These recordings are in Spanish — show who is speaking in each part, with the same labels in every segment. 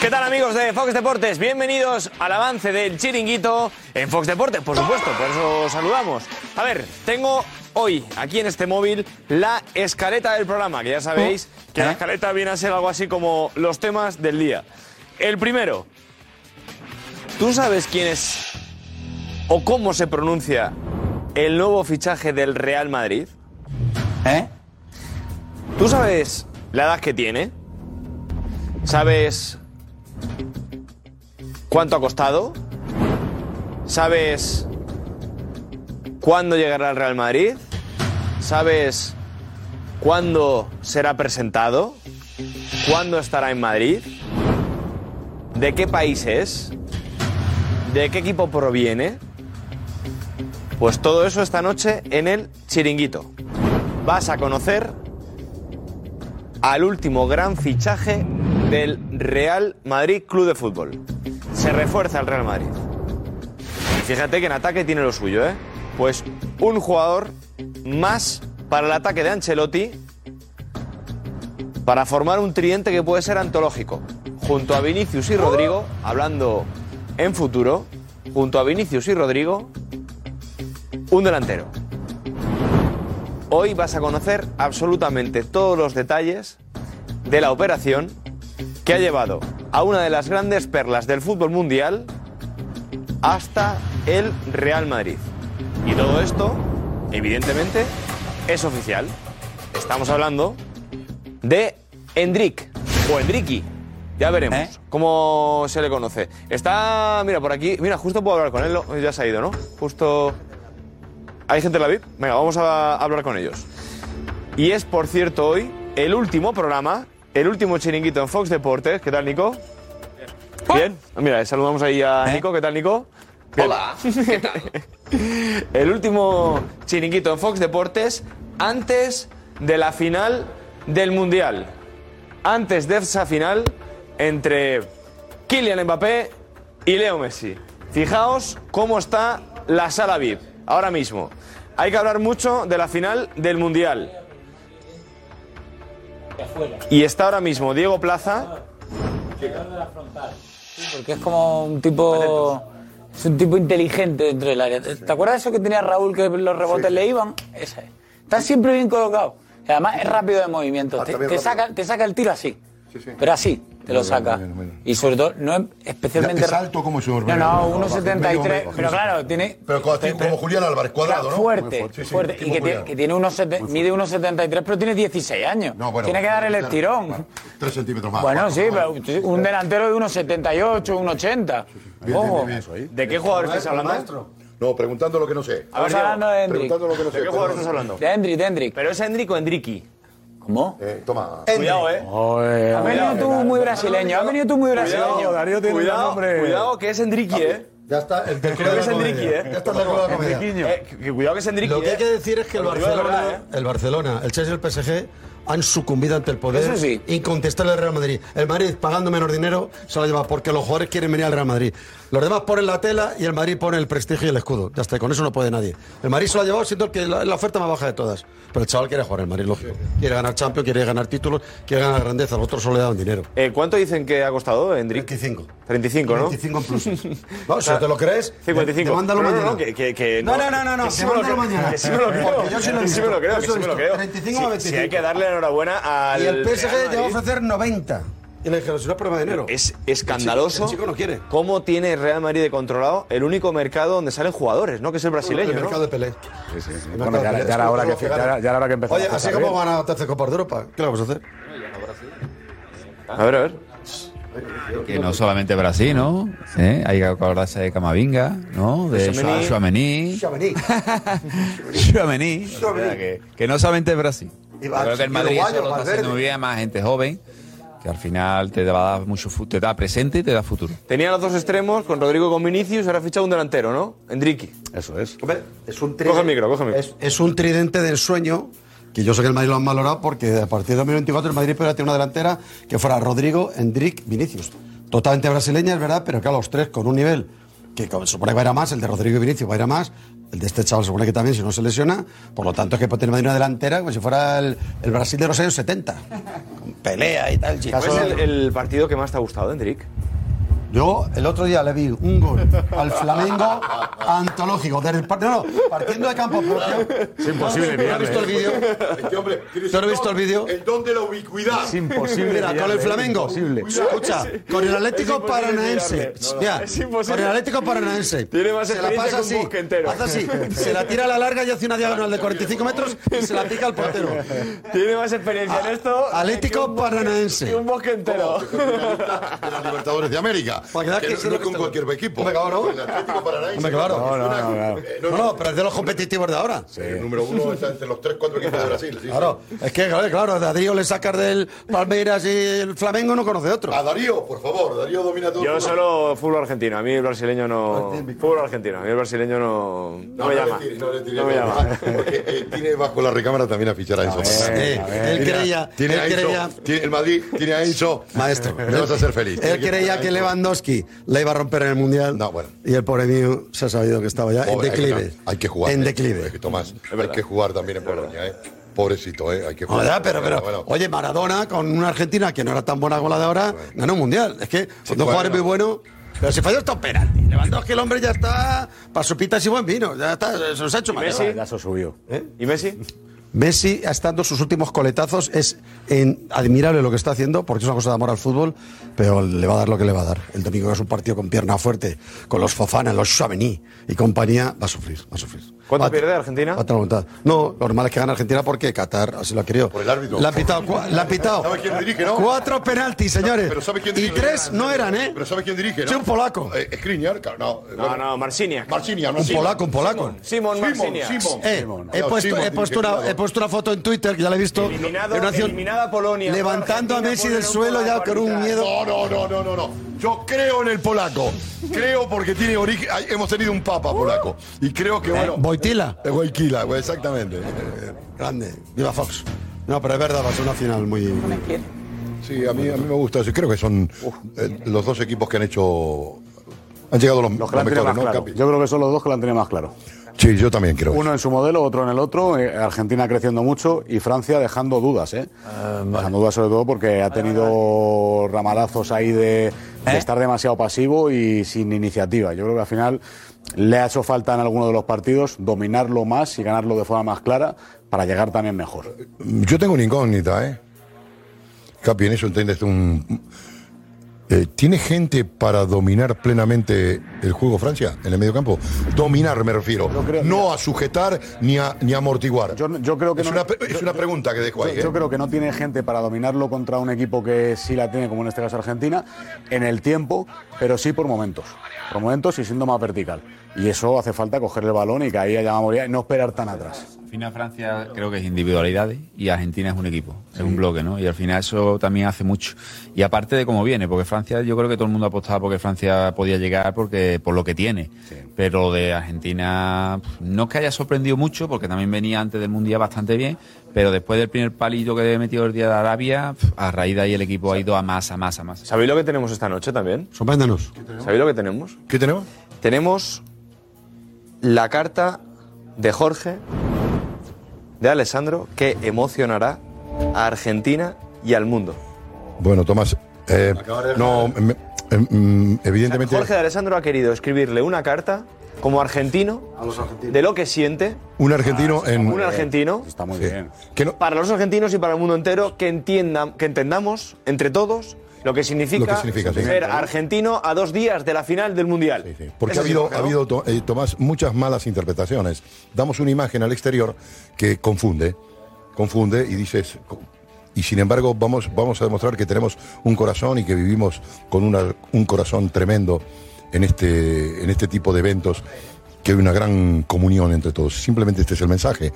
Speaker 1: ¿Qué tal amigos de Fox Deportes? Bienvenidos al avance del chiringuito en Fox Deportes, por supuesto, por eso os saludamos. A ver, tengo hoy aquí en este móvil la escaleta del programa, que ya sabéis que la escaleta viene a ser algo así como los temas del día. El primero, ¿tú sabes quién es o cómo se pronuncia el nuevo fichaje del Real Madrid? ¿Eh? ¿Tú sabes la edad que tiene? ¿Sabes cuánto ha costado? ¿Sabes cuándo llegará al Real Madrid? ¿Sabes cuándo será presentado? ¿Cuándo estará en Madrid? ¿De qué país es? ¿De qué equipo proviene? Pues todo eso esta noche en el chiringuito. Vas a conocer al último gran fichaje del Real Madrid Club de Fútbol. Se refuerza el Real Madrid. Fíjate que en ataque tiene lo suyo, ¿eh? Pues un jugador más para el ataque de Ancelotti para formar un tridente que puede ser antológico. Junto a Vinicius y Rodrigo, hablando en futuro, junto a Vinicius y Rodrigo, un delantero. Hoy vas a conocer absolutamente todos los detalles de la operación que ha llevado a una de las grandes perlas del fútbol mundial hasta el Real Madrid. Y todo esto, evidentemente, es oficial. Estamos hablando de Endrick o Endricky. Ya veremos cómo se le conoce. Está, mira, por aquí. Mira, justo puedo hablar con él. ¿no? Ya se ha ido, ¿no? Justo. ¿Hay gente en la VIP? Venga, vamos a hablar con ellos. Y es, por cierto, hoy el último programa, el último chiringuito en Fox Deportes. ¿Qué tal, Nico? Bien. Ah, Mira, saludamos ahí a Nico. ¿Qué tal, Nico? Hola. ¿Qué tal? el último chiringuito en Fox Deportes antes de la final del Mundial. Antes de esa final entre Kylian Mbappé y Leo Messi. Fijaos cómo está la sala VIP ahora mismo. Hay que hablar mucho de la final del Mundial. Y está ahora mismo Diego Plaza.
Speaker 2: Porque es como un tipo. Es un tipo inteligente dentro del área. ¿Te, te acuerdas de eso que tenía Raúl que los rebotes le iban? Ese es. Está siempre bien colocado. Y además es rápido de movimiento. te,
Speaker 3: también
Speaker 2: te
Speaker 3: rápido.
Speaker 2: saca, te saca el tiro así. Pero así, te lo saca. Y sobre todo, no es especialmente.
Speaker 4: Es
Speaker 2: ra-
Speaker 4: alto como yo.
Speaker 2: No, no, 1,73. Pero claro, tiene.
Speaker 4: Pero como, como Julián Álvarez, cuadrado, ¿no? Muy
Speaker 2: Fuerte,
Speaker 4: fuerte, sí, sí,
Speaker 2: fuerte.
Speaker 4: tipo
Speaker 2: Y que tiene,
Speaker 4: Julián.
Speaker 2: que tiene unos sete- mide 1,73, pero tiene 16 años.
Speaker 4: bueno,
Speaker 2: tiene que
Speaker 4: bueno,
Speaker 2: dar el
Speaker 4: claro,
Speaker 2: estirón.
Speaker 4: Tres centímetros más.
Speaker 2: Bueno, sí, pero un delantero de 1,78, 1,80.
Speaker 4: Bien, bien, bien,
Speaker 2: Ojo.
Speaker 4: bien, eso ahí.
Speaker 1: ¿De qué jugador estás hablando?
Speaker 4: ¿eh? No, preguntando lo que no sé.
Speaker 2: Estamos hablando de Hendrik.
Speaker 4: Preguntando lo que no sé.
Speaker 1: ¿De qué jugador estás hablando?
Speaker 2: De Hendrik, de Hendrik.
Speaker 1: ¿Pero es Endrick o Endricky?
Speaker 2: ¿Cómo?
Speaker 4: Eh, toma.
Speaker 1: Cuidado, eh.
Speaker 2: Has venido tú muy brasileño, has venido tú muy brasileño.
Speaker 5: Darío tiene un
Speaker 1: Cuidado,
Speaker 5: nombre.
Speaker 1: cuidado que es Endricky, eh.
Speaker 4: Ya está. El del
Speaker 1: Creo que es
Speaker 4: club de la
Speaker 1: Enrique,
Speaker 4: comedia.
Speaker 1: ¿eh?
Speaker 4: Ya está el del club de la comedia.
Speaker 1: Eh, que- que cuidado que es Endricky,
Speaker 6: Lo que hay que
Speaker 1: eh.
Speaker 6: decir es que el
Speaker 1: Lo digo de
Speaker 6: Barcelona,
Speaker 1: verdad, ¿eh?
Speaker 6: el Barcelona, el Chelsea y el PSG han sucumbido ante el
Speaker 2: Eso
Speaker 6: poder
Speaker 2: sí.
Speaker 6: incontestable del Real Madrid. El Madrid, pagando menos dinero, se lo lleva porque los jugadores quieren venir al Real Madrid. Los demás ponen la tela y el Madrid pone el prestigio y el escudo. Ya está, con eso no puede nadie. El Madrid se lo ha llevado siendo el que la, la oferta más baja de todas. Pero el chaval quiere jugar en el Madrid, lógico. Quiere ganar Champions, quiere ganar títulos, quiere ganar grandeza. Los otros solo le daban dinero.
Speaker 1: Eh, ¿Cuánto dicen que ha costado Endrick?
Speaker 6: 25.
Speaker 1: 35, ¿no?
Speaker 6: 25 en pluses. No, si no te lo crees, te-
Speaker 1: 55.
Speaker 6: te mándalo
Speaker 1: no, no,
Speaker 6: mañana.
Speaker 1: Eh, no, que, que, que
Speaker 6: No, no, no, no, no,
Speaker 1: que sí
Speaker 6: te
Speaker 1: me lo
Speaker 6: mándalo
Speaker 1: creo,
Speaker 6: mañana.
Speaker 1: Que sí me lo creo.
Speaker 6: Porque yo sí lo he
Speaker 1: que sí
Speaker 6: visto,
Speaker 1: me lo creo,
Speaker 6: yo
Speaker 1: que
Speaker 6: sí lo
Speaker 1: sí me
Speaker 6: he visto.
Speaker 1: lo creo.
Speaker 6: 35
Speaker 1: Sí,
Speaker 6: a 25.
Speaker 1: sí, hay que darle la enhorabuena al
Speaker 6: Y el
Speaker 1: Real
Speaker 6: PSG te va a
Speaker 1: Madrid.
Speaker 6: ofrecer 90. Y le dijeron, si no es problema de dinero.
Speaker 1: Es escandaloso
Speaker 6: El chico no quiere.
Speaker 1: cómo tiene el Real Madrid de controlado el único mercado donde salen jugadores, ¿no? Que es el brasileño,
Speaker 6: el
Speaker 1: ¿no?
Speaker 6: mercado de Pelé. El mercado
Speaker 5: Bueno, ya,
Speaker 6: de Pelé.
Speaker 5: ya era hora que,
Speaker 6: Es
Speaker 5: ya,
Speaker 6: lo gana.
Speaker 5: era- ya era hora que empezó.
Speaker 6: Oye, así como van a tercer Copas de Europa, ¿qué le vamos a hacer?
Speaker 1: A ver, a ver.
Speaker 7: Que no solamente Brasil, ¿no? ¿Eh? Hay que acordarse de Camavinga, ¿no? De
Speaker 1: Tchouameni.
Speaker 7: Chouamení.
Speaker 6: Chamonix.
Speaker 7: Chouamení. Que, que no solamente Brasil.
Speaker 6: Y
Speaker 7: Yo
Speaker 6: va-
Speaker 7: creo que el
Speaker 6: y
Speaker 7: Madrid eso
Speaker 6: uruguayo,
Speaker 7: lo está
Speaker 6: Valverde.
Speaker 7: haciendo muy bien, más gente joven. que al final te va a dar mucho fu- te da presente y te da futuro.
Speaker 1: Tenía los dos extremos con Rodrigo y con Vinicius, ahora ha fichado un delantero, ¿no? Enrique.
Speaker 6: Eso es.
Speaker 4: Es un
Speaker 1: Coge el micro, coge el micro.
Speaker 6: Es, es un tridente de ensueño que yo sé que el Madrid lo han valorado porque a partir de 2024 el Madrid podría tener una delantera que fuera Rodrigo, Endrick, Vinicius. Totalmente brasileña, es verdad, pero que a los tres con un nivel que como se supone que va a ir a más, el de Rodrigo y Vinicius va a ir a más, el de este chaval se supone que también si no se lesiona, por lo tanto es que puede tener Madrid una delantera como si fuera el, el Brasil de los años 70. Con pelea y tal.
Speaker 1: ¿Cuál
Speaker 6: chicas.
Speaker 1: es el, el partido que más te ha gustado, Enrique?
Speaker 6: Yo el otro día le vi un gol al Flamengo antológico. Desde el part- no, no, partiendo de campo propio.
Speaker 5: Es imposible
Speaker 6: ¿No has
Speaker 5: mirarle. ¿eh?
Speaker 6: visto el vídeo?
Speaker 4: Este hombre, tiene
Speaker 6: ¿Tú no has
Speaker 4: ese
Speaker 6: visto el
Speaker 4: don,
Speaker 6: vídeo?
Speaker 4: El don de la ubicuidad.
Speaker 5: Es imposible.
Speaker 6: Mira, con
Speaker 5: mirarle,
Speaker 6: el
Speaker 5: es
Speaker 6: Flamengo.
Speaker 5: imposible.
Speaker 6: Escucha, con el
Speaker 1: Es
Speaker 6: Atlético
Speaker 1: imposible
Speaker 6: Paranaense.
Speaker 1: mirarle. No, no.
Speaker 6: Mira,
Speaker 1: Es imposible.
Speaker 6: Con el Atlético Paranaense.
Speaker 1: Tiene más
Speaker 6: se la
Speaker 1: experiencia
Speaker 6: pasa
Speaker 1: que un
Speaker 6: así,
Speaker 1: bosque entero.
Speaker 6: Hace así. Se la tira a la larga y hace una diagonal de 45 metros y se la pica al portero.
Speaker 1: Tiene más experiencia en esto.
Speaker 6: Atlético
Speaker 1: que un bosque-
Speaker 6: Paranaense.
Speaker 1: que un bosque entero.
Speaker 4: de los Libertadores de América.
Speaker 6: Para quedar
Speaker 4: que
Speaker 6: que
Speaker 4: no-
Speaker 6: sí lo
Speaker 4: no
Speaker 6: que
Speaker 4: con
Speaker 6: está-
Speaker 4: cualquier equipo.
Speaker 6: Hombre, claro.
Speaker 4: El Atlético Paranaense.
Speaker 6: Hombre, claro.
Speaker 4: es
Speaker 5: No,
Speaker 4: una-
Speaker 5: no, no.
Speaker 4: eh, no,
Speaker 6: No,
Speaker 4: no,
Speaker 6: no, pero es de los competitivos de ahora.
Speaker 4: El número uno está entre los tres, cuatro equipos de Brasil. sí,
Speaker 6: Claro,
Speaker 4: sí.
Speaker 6: es que claro, claro, de Adrío le sacas del Palmeiras y el Flamengo no conoce otro.
Speaker 4: A Darío, por favor. Darío domina todo.
Speaker 1: Yo solo fútbol argentino, a mí el brasileño no. Fútbol argentino, a mí el brasileño no. No me
Speaker 4: le
Speaker 1: llama.
Speaker 4: tire, no le tire,
Speaker 1: No me
Speaker 4: no.
Speaker 1: llama.
Speaker 4: Porque, eh, tiene bajo la recámara también a fichar a Enzo.
Speaker 6: Eh, él
Speaker 4: Tiene a-
Speaker 6: creía,
Speaker 4: tiene
Speaker 6: él
Speaker 4: a Enzo,
Speaker 6: creía-
Speaker 4: tiene- el Madrid tiene a Enzo.
Speaker 6: Maestro,
Speaker 4: Le vas a hacer feliz. Tiene
Speaker 6: Él creía
Speaker 4: poner a
Speaker 6: que
Speaker 4: Enzo.
Speaker 6: Lewandowski la iba a romper en el Mundial.
Speaker 4: No, bueno.
Speaker 6: Y el pobre mío se ha sabido que estaba ya en
Speaker 4: Pobre, hay que-
Speaker 6: declive.
Speaker 4: Hay que jugar.
Speaker 6: En
Speaker 4: eh,
Speaker 6: declive.
Speaker 4: es que, Tomás, hay que jugar también en Polonia, ¿eh? Pobrecito, ¿eh? Hay que
Speaker 6: No,
Speaker 4: jugar.
Speaker 6: ¿verdad? pero, pero,
Speaker 4: Bueno, bueno.
Speaker 6: oye, Maradona con una Argentina que no era tan buena como la de ahora, ganó un mundial. Es que cuando
Speaker 4: bueno.
Speaker 6: jugar es muy bueno. Pero si falló, está un penalti. Lewandowski, el hombre ya está para sopitas y buen vino. Ya está, se nos ha hecho mal.
Speaker 1: Messi?
Speaker 5: Gaso subió.
Speaker 1: ¿Y Messi?
Speaker 6: Messi está dando sus últimos coletazos. Es en- admirable lo que está haciendo, porque es una cosa de amor al fútbol, pero le va a dar lo que le va a dar. El domingo es un partido con pierna fuerte, con los Fofana, los Chamení y compañía. Va a sufrir, va a sufrir.
Speaker 1: ¿Cuánto
Speaker 6: Va a-
Speaker 1: pierde Argentina?
Speaker 6: va
Speaker 4: ¿Ah?
Speaker 6: a tener voluntad. No, lo normal es que gane Argentina porque Qatar así lo ha querido.
Speaker 4: Por el árbitro.
Speaker 6: Le han pitado, cua- le han pitado
Speaker 4: ¿Sabe quién dirige, no?
Speaker 6: cuatro penaltis, señores.
Speaker 4: Pero ¿sabe quién
Speaker 6: y
Speaker 4: dirige?
Speaker 6: tres no eran, ¿eh?
Speaker 4: Pero ¿sabe quién dirige?
Speaker 6: Sí,
Speaker 4: no?
Speaker 6: un polaco.
Speaker 4: Eh, Skriniar, claro, no. eh,
Speaker 1: No,
Speaker 4: bueno.
Speaker 1: no, Marciniak.
Speaker 4: Marciniak,
Speaker 6: Un
Speaker 4: Marciniak.
Speaker 6: polaco, un polaco.
Speaker 1: Simon Marciniak.
Speaker 6: Eh, he,
Speaker 4: No,
Speaker 6: puesto,
Speaker 4: Simon
Speaker 6: he, puesto
Speaker 4: dirige,
Speaker 6: una,
Speaker 4: claro.
Speaker 6: he puesto una foto en Twitter que ya la he visto.
Speaker 1: Eliminado-
Speaker 6: de una acción
Speaker 1: eliminada Polonia.
Speaker 6: Levantando a
Speaker 1: Argentina
Speaker 6: Messi
Speaker 1: pone
Speaker 6: del
Speaker 1: un
Speaker 6: suelo ya
Speaker 1: polaco
Speaker 6: con un
Speaker 1: arbitral.
Speaker 6: miedo.
Speaker 4: No, no, no, no, no, no. Yo creo en el polaco. Creo porque tiene origen. ay, Hemos tenido un papa polaco. Y creo que, bueno.
Speaker 6: Boitila.
Speaker 4: Eh, Guayquila, güey, exactamente. Eh,
Speaker 6: Grande. Viva Fox. No, pero es verdad, va a ser una final muy.
Speaker 4: Sí, a mí, a mí me gusta. Sí, creo que son eh, los dos equipos que han hecho. Han llegado los,
Speaker 5: Los
Speaker 4: los
Speaker 5: que la han tenido
Speaker 4: mejores,
Speaker 5: más
Speaker 4: ¿no?
Speaker 5: claro.
Speaker 4: Capi?
Speaker 5: Yo creo que son los dos que la han tenido más claro.
Speaker 4: Sí, yo también creo.
Speaker 5: Uno en su modelo, otro en el otro. eh, Argentina creciendo mucho y Francia dejando dudas, ¿eh? Dejando dudas sobre todo porque ha tenido ramalazos ahí de, de estar demasiado pasivo y sin iniciativa. Yo creo que al final le ha hecho falta en alguno de los partidos dominarlo más y ganarlo de forma más clara para llegar también mejor.
Speaker 4: Yo tengo una incógnita, ¿eh? Capi, en eso entiendes un. Eh, ¿Tiene gente para dominar plenamente el juego Francia en el medio campo? Dominar, me refiero.
Speaker 5: creo-
Speaker 4: no a sujetar ni a, ni a amortiguar.
Speaker 5: Yo, yo creo que
Speaker 4: es,
Speaker 5: no-
Speaker 4: una, es una pregunta que dejo
Speaker 5: Yo,
Speaker 4: ahí. ¿eh?
Speaker 5: yo creo que no tiene gente para dominarlo contra un equipo que sí la tiene, como en este caso Argentina, en el tiempo, pero sí por momentos. Por momentos y siendo más vertical. Y eso hace falta coger el balón y que ahí haya memoria y no esperar tan atrás.
Speaker 7: Al final Francia creo que es individualidades y Argentina es un equipo, es un bloque, ¿no? Y al final eso también hace mucho. Y aparte de cómo viene, porque Francia yo creo que todo el mundo apostaba porque Francia podía llegar porque por lo que tiene. Pero lo de Argentina pf, no es que haya sorprendido mucho porque también venía antes del Mundial bastante bien, pero después del primer palillo que he metido el día de Arabia, pf, a raíz de ahí el equipo ha ido a más, a más, a más.
Speaker 1: ¿Sabéis lo que tenemos esta noche también?
Speaker 6: Sorpréndenos.
Speaker 1: ¿Sabéis lo que tenemos?
Speaker 4: ¿Qué tenemos?
Speaker 1: Tenemos la carta de Jorge, de Alessandro, que emocionará a Argentina y al mundo.
Speaker 4: Bueno, Tomás. eh, no, me- em, mm, evidentemente.
Speaker 1: Jorge de Alessandro ha querido escribirle una carta como argentino de lo que siente Ah,
Speaker 4: Un argentino en.
Speaker 1: un argentino
Speaker 5: Está muy
Speaker 4: Sí.
Speaker 5: bien.
Speaker 4: Que no-
Speaker 1: para los argentinos y para el mundo entero que entiendan que entendamos entre todos lo que significa,
Speaker 4: Lo que significa, sí.
Speaker 1: ser argentino a dos días de la final del mundial.
Speaker 4: Sí, Porque
Speaker 1: Ese
Speaker 4: ha
Speaker 1: es el
Speaker 4: habido,
Speaker 1: Jorge,
Speaker 4: ha
Speaker 1: ¿no?
Speaker 4: habido, to- eh, Tomás, muchas malas interpretaciones. Damos una imagen al exterior que confunde, confunde y dices, co- y sin embargo vamos, vamos a demostrar que tenemos un corazón y que vivimos con una- un corazón tremendo en este, en este tipo de eventos
Speaker 8: que hay una gran comunión entre todos. Simplemente este es el mensaje,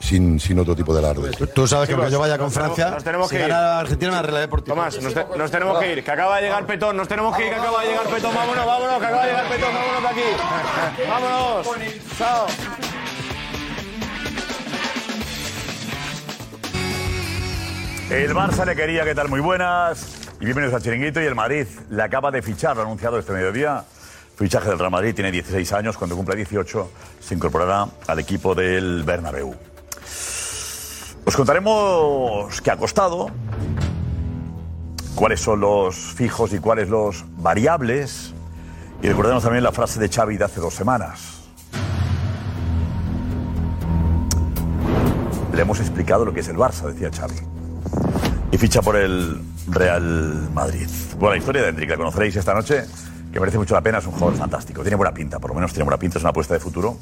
Speaker 8: sin, sin otro tipo de alarde.
Speaker 6: Tú sabes que
Speaker 1: Chicos,
Speaker 6: cuando yo vaya con
Speaker 1: nos
Speaker 6: Francia,
Speaker 1: tenemos- nos tenemos
Speaker 6: si
Speaker 1: que ir.
Speaker 6: gana Argentina me arreglaré por ti.
Speaker 1: Tomás, nos, te- nos tenemos que ir, que acaba de llegar Petón, nos tenemos que ir, que acaba de llegar Petón, vámonos, vámonos, que acaba de llegar Petón, vámonos de aquí. Vámonos. Chao.
Speaker 9: El Barça le quería, ¿qué tal? Muy buenas. Y bienvenidos al Chiringuito. Y el Madrid le acaba de fichar, lo ha anunciado este mediodía. Fichaje del Real Madrid, tiene 16 años. Cuando cumpla 18, se incorporará al equipo del Bernabéu. Os contaremos qué ha costado, cuáles son los fijos y cuáles los variables. Y recordemos también la frase de Xavi de hace dos semanas. Le hemos explicado lo que es el Barça, decía Xavi y ficha por el Real Madrid. Bueno, la historia de Hendrik la conoceréis esta noche, que merece mucho la pena, es un jugador fantástico, tiene buena pinta, por lo menos tiene buena pinta, es una apuesta de futuro,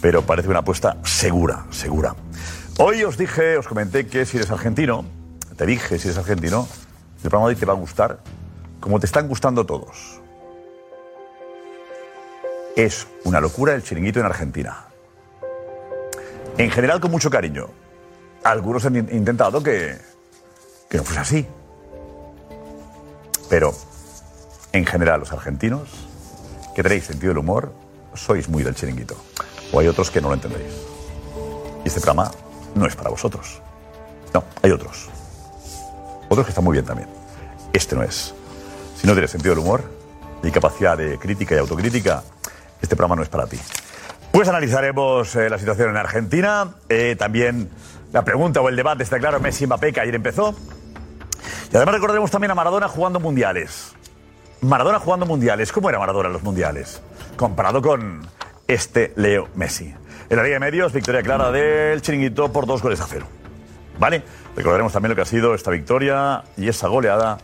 Speaker 9: pero parece una apuesta segura, segura. Hoy os dije, os comenté que si eres argentino, te dije si eres argentino, el programa de hoy te va a gustar, como te están gustando todos. Es una locura el chiringuito en Argentina. En general con mucho cariño. Algunos han in- intentado que que no fuese así. Pero, en general, los argentinos, que tenéis sentido del humor, sois muy del chiringuito. O hay otros que no lo entendéis. Y este programa no es para vosotros. No, hay otros. Otros que están muy bien también. Este no es. Si no tienes sentido del humor y capacidad de crítica y autocrítica, este programa no es para ti. Pues analizaremos eh, la situación en Argentina, eh, también la pregunta o el debate, está claro, Messi Mbappé, que ayer empezó. Y además recordaremos también a Maradona jugando mundiales. Maradona jugando mundiales. ¿Cómo era Maradona en los mundiales? Comparado con este Leo Messi. En la Liga de Medios, victoria clara del Chiringuito por dos goles a cero. ¿Vale? Recordaremos también lo que ha sido esta victoria y esa goleada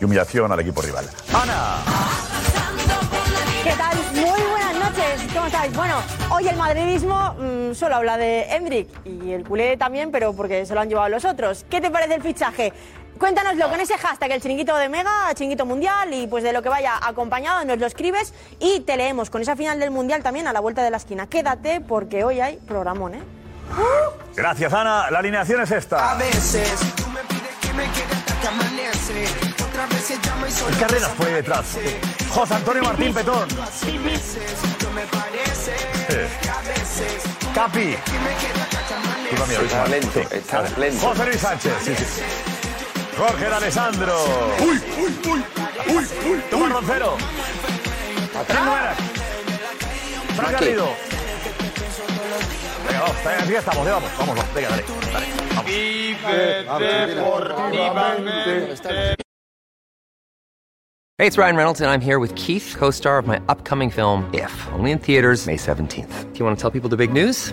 Speaker 9: y humillación al equipo rival.
Speaker 10: ¿Qué tal? Muy buenas noches, ¿cómo estáis? Bueno, hoy el madridismo mm, solo habla de Hendrik y el culé también, pero porque se lo han llevado los otros. ¿Qué te parece el fichaje? Cuéntanoslo con ese hashtag, el chiringuito de Mega, chiringuito mundial y pues de lo que vaya acompañado nos lo escribes y te leemos con esa final del mundial también a la vuelta de la esquina. Quédate porque hoy hay programón, ¿eh?
Speaker 9: Gracias, Ana. La alineación es esta. Carreras por ahí detrás. José Antonio Martín Petón. Eh. Capi. Culpa mía, Luis
Speaker 1: Está
Speaker 9: Márquez.
Speaker 1: lento,
Speaker 9: Sí.
Speaker 1: está
Speaker 9: Vale.
Speaker 1: lento.
Speaker 9: José Luis Sánchez. Sí, sí. Jorge D Alessandro. Uy, uy, uy, uy, uy. Tomás Roncero. Atrás. Fran Garrido. Venga, vamos, aquí estamos, ya vamos, vamos, vamos, venga, dale, dale, vamos.
Speaker 11: Hey, it's Ryan Reynolds, and I'm here with Keith, co star of my upcoming film, If, only in theaters, May 17th. Do you want to tell people the big news?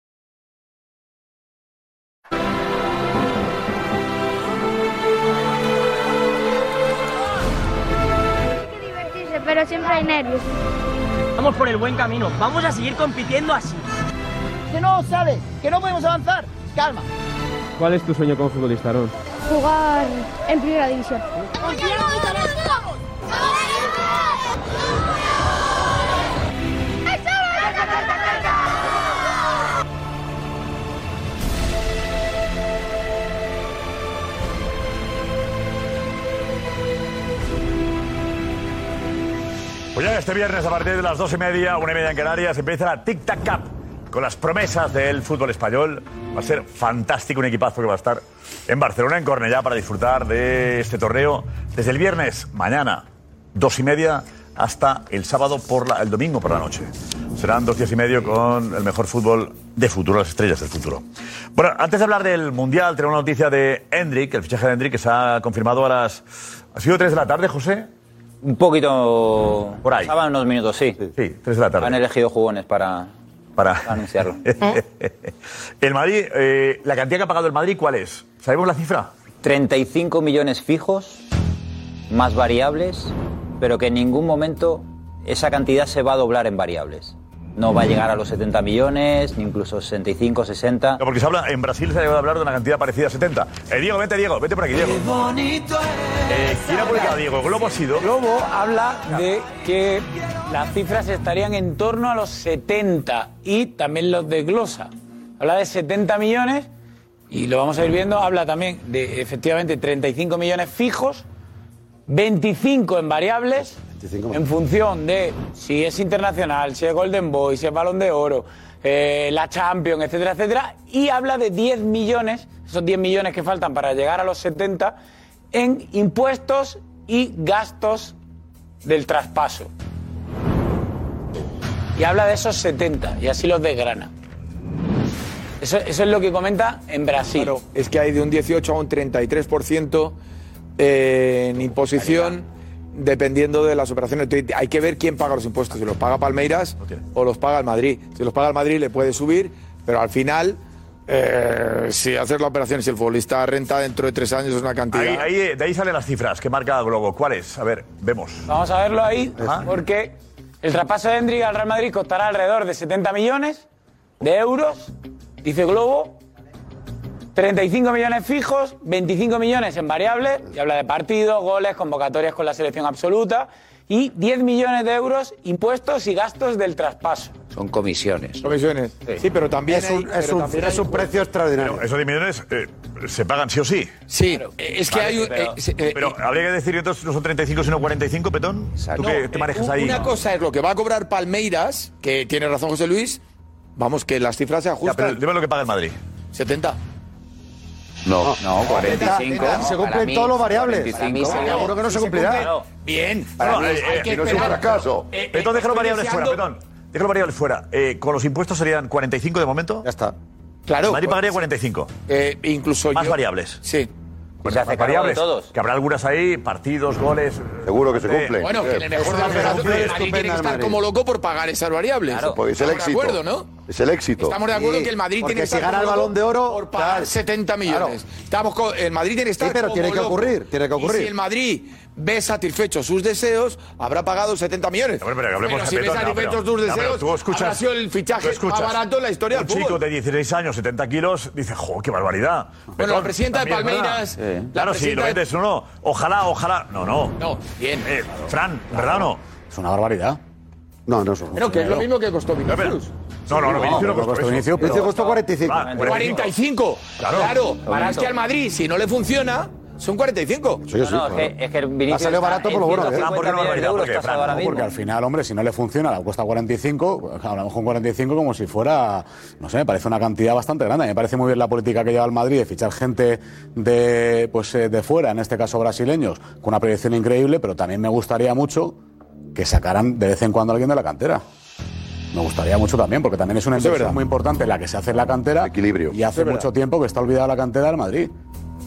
Speaker 12: pero siempre hay nervios. Vamos por el buen camino, vamos a seguir compitiendo así. Que no sabes, que no podemos avanzar. Calma.
Speaker 13: ¿Cuál es tu sueño como futbolista, Aaron?
Speaker 12: Jugar en primera división.
Speaker 9: Pues ya este viernes a partir de las dos y media, una y media en Canarias, empieza la Tic Tac Cup con las promesas del fútbol español. Va a ser fantástico un equipazo que va a estar en Barcelona, en Cornellá, para disfrutar de este torneo desde el viernes mañana, dos y media, hasta el sábado por la, el domingo por la noche. Serán dos días y medio con el mejor fútbol de futuro, las estrellas del futuro. Bueno, antes de hablar del Mundial, tenemos una noticia de Hendrik, el fichaje de Hendrik que se ha confirmado a las... ¿Ha sido tres de la tarde, José?
Speaker 2: Un poquito. Por ahí. Estaban unos minutos, sí.
Speaker 9: Sí, tres de la tarde.
Speaker 2: Han elegido jugones para,
Speaker 9: para
Speaker 2: anunciarlo.
Speaker 9: El Madrid, eh, la cantidad que ha pagado el Madrid, ¿cuál es? ¿Sabemos la cifra?
Speaker 3: 35 millones fijos, más variables, pero que en ningún momento esa cantidad se va a doblar en variables. No va a llegar a los 70 millones, ni incluso 65, 60.
Speaker 9: No, porque se habla, en Brasil se ha llegado a hablar de una cantidad parecida a 70. Eh, Diego, vente, Diego, vete por aquí, Diego. Eh, ¿Quién ha publicado, Diego? ¿Globo ha sido?
Speaker 2: Globo habla de que las cifras estarían en torno a los 70 y también los de Glosa. Habla de 70 millones y lo vamos a ir viendo. Habla también de efectivamente 35 millones fijos, 25 en variables, en función de si es internacional, si es Golden Boy, si es Balón de Oro, eh, la Champions, etcétera, etcétera. Y habla de 10 millones, esos 10 millones que faltan para llegar a los 70, en impuestos y gastos del traspaso. Y habla de esos 70, y así los desgrana. Eso, eso es lo que comenta en Brasil.
Speaker 14: Claro, es que hay de un 18 a un 33% eh, en imposición dependiendo de las operaciones. Entonces, hay que ver quién paga los impuestos, si los paga Palmeiras o los paga el Madrid. Si los paga el Madrid le puede subir, pero al final, eh, si haces la operación, si el futbolista renta dentro de tres años es una cantidad...
Speaker 9: Ahí, ahí, eh, de ahí salen las cifras que marca Globo. ¿Cuáles? A ver, vemos.
Speaker 2: Vamos a verlo ahí,
Speaker 9: Ajá.
Speaker 2: porque el traspaso de Endrick al Real Madrid costará alrededor de 70 millones de euros, dice Globo. 35 millones fijos, 25 millones en variables, y habla de partidos, goles, convocatorias con la selección absoluta, y 10 millones de euros impuestos y gastos del traspaso.
Speaker 15: Son comisiones.
Speaker 14: Comisiones. Sí, pero también
Speaker 15: Es un-
Speaker 14: hay-
Speaker 15: es
Speaker 14: pero
Speaker 15: un-
Speaker 14: también
Speaker 15: es
Speaker 14: hay-
Speaker 15: un precio extraordinario.
Speaker 9: Pero esos 10 millones eh, se pagan sí o sí.
Speaker 15: Sí, es que hay un-
Speaker 9: Pero,
Speaker 15: eh, se-
Speaker 9: pero habría que decir que entonces no son 35 sino 45, Petón. ¿Tú
Speaker 15: No,
Speaker 9: qué
Speaker 15: eh,
Speaker 9: te manejas
Speaker 15: un-
Speaker 9: ahí?
Speaker 14: Una cosa es lo que va a cobrar Palmeiras, que tiene razón José Luis. Vamos, que las cifras se
Speaker 9: Ya,
Speaker 14: ajustan.
Speaker 9: pero dime lo que paga el Madrid.
Speaker 14: 70.
Speaker 15: No, no,
Speaker 14: 45.
Speaker 15: Se cumplen
Speaker 14: Para mí,
Speaker 15: todos los variables.
Speaker 14: 45.
Speaker 15: Para mí, seguro que no se
Speaker 14: Sí
Speaker 15: cumplirá.
Speaker 14: cumple.
Speaker 15: Claro.
Speaker 14: Bien.
Speaker 15: Para mí, hay que esperar.
Speaker 14: Eh, eh,
Speaker 9: Petón, déjalo
Speaker 14: estoy
Speaker 9: variables fuera,
Speaker 14: deseando-
Speaker 9: Petón. Déjalo variables fuera. Eh, con los impuestos serían 45 de momento. Ya
Speaker 14: está. Claro.
Speaker 9: Madrid pagaría 45.
Speaker 14: Eh, incluso
Speaker 9: Más
Speaker 14: yo-
Speaker 9: variables.
Speaker 14: Sí.
Speaker 9: Pues
Speaker 14: hace cargo de todos.
Speaker 9: Que habrá algunas ahí, partidos, goles. Seguro que se
Speaker 14: cumple. Bueno, que en el mejor de los casos, alguien tiene que estar como loco por pagar esas variables.
Speaker 4: Porque es el
Speaker 14: Estamos
Speaker 4: éxito.
Speaker 14: De acuerdo, ¿no?
Speaker 4: Es el éxito.
Speaker 14: Estamos de acuerdo que el Madrid tiene que estar como loco por pagar 70 millones. Estamos co- el Madrid tiene que estar
Speaker 6: Sí, pero
Speaker 14: como
Speaker 6: tiene que
Speaker 14: loco.
Speaker 6: ocurrir, tiene que
Speaker 14: Y
Speaker 6: ocurrir.
Speaker 14: si el Madrid ve satisfechos sus deseos, habrá pagado 70 millones.
Speaker 9: Pero, pero, hablemos
Speaker 14: si ve
Speaker 9: Petón, no,
Speaker 14: satisfechos
Speaker 9: pero-
Speaker 14: sus
Speaker 9: no, pero
Speaker 14: deseos,
Speaker 9: tú escuchas-
Speaker 14: habrá sido el
Speaker 9: tú
Speaker 14: fichaje
Speaker 9: escuchas
Speaker 14: más barato en la historia
Speaker 9: un
Speaker 14: del fútbol.
Speaker 9: chico de 16 años, 70 kilos, dice, jo, qué barbaridad.
Speaker 14: Bueno, la presidenta de
Speaker 9: también es
Speaker 14: Palmeiras- Sí.
Speaker 9: verdad.
Speaker 14: la
Speaker 9: Claro, sí,
Speaker 14: presidenta
Speaker 9: lo
Speaker 14: de-
Speaker 9: vendes, no, no. Ojalá, ojalá. No, no.
Speaker 14: No, bien.
Speaker 9: Fran, ¿verdad o no?
Speaker 5: Es una barbaridad. No, no es una
Speaker 14: Pero que es lo mismo que costó Vinicius.
Speaker 9: No, no, no, Vinicius no
Speaker 5: pero
Speaker 9: costó
Speaker 5: costó
Speaker 9: eso.
Speaker 5: Vinicius, pero-
Speaker 6: costó 45.
Speaker 9: Ah,
Speaker 14: 45.
Speaker 9: Claro.
Speaker 14: Claro. Para es que al Madrid, si no le funciona, son 45.
Speaker 5: Sí, sí, No, no, es claro. que- es que Vinicius Ha salido está barato por lo en bueno, ¿eh? 150
Speaker 9: ¿Por qué no lo
Speaker 5: millones de
Speaker 9: valida?
Speaker 5: euros
Speaker 9: ¿Por qué,
Speaker 5: tasado
Speaker 9: Fran?
Speaker 5: ahora mismo. Porque al final, hombre, si no le funciona, la cuesta 45, hablamos con 45 como si fuera, no sé, me parece una cantidad bastante grande. Me parece muy bien la política que lleva el Madrid de fichar gente de, pues, eh, de fuera, en este caso brasileños, con una proyección increíble, pero también me gustaría mucho que sacaran de vez en cuando a alguien de la cantera. Me gustaría mucho también, porque también es una
Speaker 6: Eso es
Speaker 5: inversión
Speaker 6: verdad.
Speaker 5: muy importante la que se hace en la cantera. Equilibrio. Y hace
Speaker 6: es verdad.
Speaker 5: mucho tiempo que está olvidada la cantera del Madrid.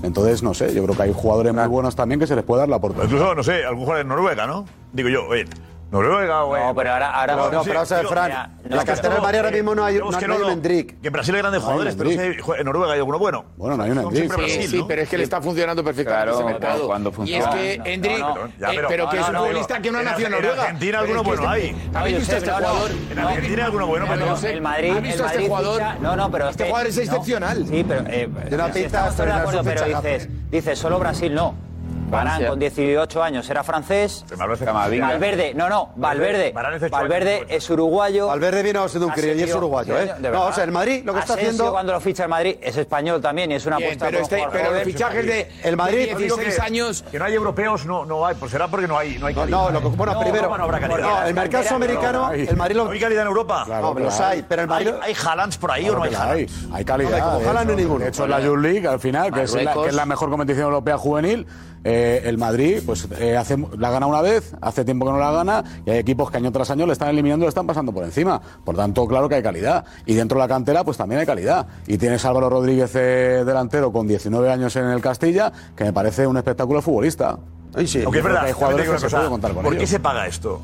Speaker 5: Entonces, no sé, yo creo que hay jugadores muy buenos también que se les puede dar la oportunidad.
Speaker 9: Incluso, no sé, algún jugador de Noruega, ¿no? Digo yo, oye, Noruega o... No, pero ahora...
Speaker 6: ahora- No, pero vamos a ver, Fran, en la cantera del Madrid ahora mismo no hay- no hay un Endrick.
Speaker 9: Que en Brasil hay grandes
Speaker 5: No hay un
Speaker 9: jugadores, pero sí hay- jue- en Noruega hay alguno bueno.
Speaker 5: Bueno, no hay un
Speaker 9: Son siempre
Speaker 14: Sí,
Speaker 9: Brasil,
Speaker 14: sí,
Speaker 9: ¿no?
Speaker 14: pero es que le está funcionando perfectamente
Speaker 9: Claro,
Speaker 14: ese mercado.
Speaker 9: pero cuando funciona.
Speaker 14: Y es que Endrick,
Speaker 9: No, no, ya,
Speaker 14: eh,
Speaker 9: pero-
Speaker 14: pero, que
Speaker 9: no,
Speaker 14: es un
Speaker 9: no,
Speaker 14: futbolista
Speaker 9: digo,
Speaker 14: que no ha
Speaker 9: en-
Speaker 14: nacido en
Speaker 9: en
Speaker 14: Noruega.
Speaker 9: Argentina
Speaker 14: Pero es
Speaker 9: alguno
Speaker 14: que
Speaker 9: bueno
Speaker 14: este-
Speaker 9: hay.
Speaker 14: ¿Habéis visto
Speaker 9: No, yo
Speaker 14: a
Speaker 9: sé,
Speaker 14: este
Speaker 9: pero no,
Speaker 14: jugador?
Speaker 9: en Argentina alguno bueno, pero no.
Speaker 3: el Madrid,
Speaker 14: ¿Has
Speaker 3: el
Speaker 14: visto a este
Speaker 3: Madrid
Speaker 14: jugador?
Speaker 3: ficha- no, no, pero
Speaker 14: Este jugador es excepcional.
Speaker 3: Sí, pero. Eh,
Speaker 14: De una
Speaker 3: sí, estamos
Speaker 14: pista
Speaker 3: todos de
Speaker 14: extraordinaria,
Speaker 3: acuerdo,
Speaker 14: su
Speaker 3: pero
Speaker 14: ficha,
Speaker 3: dices, dices, solo Brasil no. Barán
Speaker 15: Francia.
Speaker 3: con 18 años era francés.
Speaker 15: Camavinga.
Speaker 3: Valverde, no, no, Valverde.
Speaker 15: Varane es de ocho
Speaker 3: Valverde es uruguayo.
Speaker 6: Valverde viene a ser de un crío y es
Speaker 3: Asensio,
Speaker 6: uruguayo,
Speaker 3: sí,
Speaker 6: ¿eh?
Speaker 3: de verdad.
Speaker 6: No, o sea, el Madrid lo que está
Speaker 3: Asensio,
Speaker 6: haciendo.
Speaker 3: cuando lo ficha el Madrid es español también y es una
Speaker 6: Bien,
Speaker 3: apuesta
Speaker 6: pero
Speaker 3: por un
Speaker 6: este-
Speaker 3: jugador
Speaker 6: pero los
Speaker 3: joven.
Speaker 6: fichajes de-
Speaker 3: El Madrid,
Speaker 9: No digo que-
Speaker 3: 16
Speaker 14: años.
Speaker 9: Que no hay europeos, no, no hay. Pues será porque no hay, no hay calidad.
Speaker 6: no, lo que- bueno, primero-
Speaker 9: Europa no habrá calidad.
Speaker 6: no, el mercado sudamericano, el Madrid lo-
Speaker 9: ¿No hay calidad en Europa?
Speaker 5: Claro, No, pero los claro. hay, pero el Madrid-
Speaker 9: ¿Hay, hay Haalands por ahí
Speaker 5: Claro
Speaker 9: o no hay
Speaker 5: que la
Speaker 9: Haalands?
Speaker 5: hay. Hay calidad.
Speaker 9: No,
Speaker 6: ¿eh?
Speaker 9: como
Speaker 5: de
Speaker 9: Haaland
Speaker 5: hecho.
Speaker 9: no hay ninguno.
Speaker 5: De hecho, en la Youth League, al final, que es, la,
Speaker 9: Marruecos.
Speaker 5: que es la mejor competición europea juvenil, eh, el Madrid pues eh, hace, la gana una vez, hace tiempo que no la gana, y hay equipos que año tras año le están eliminando, le están pasando por encima. Por tanto, claro que hay calidad. Y dentro de la cantera, pues también hay calidad. Y tienes a Álvaro Rodríguez eh, delantero con 19 años en el Castilla, que me parece un espectáculo futbolista.
Speaker 9: Aunque
Speaker 5: Yo
Speaker 9: es
Speaker 5: creo
Speaker 9: verdad,
Speaker 5: que hay
Speaker 9: también te
Speaker 5: jugadores que
Speaker 9: digo una
Speaker 5: se
Speaker 9: cosa,
Speaker 5: puede contar con
Speaker 9: ¿Por qué
Speaker 5: ellos.
Speaker 9: se paga esto?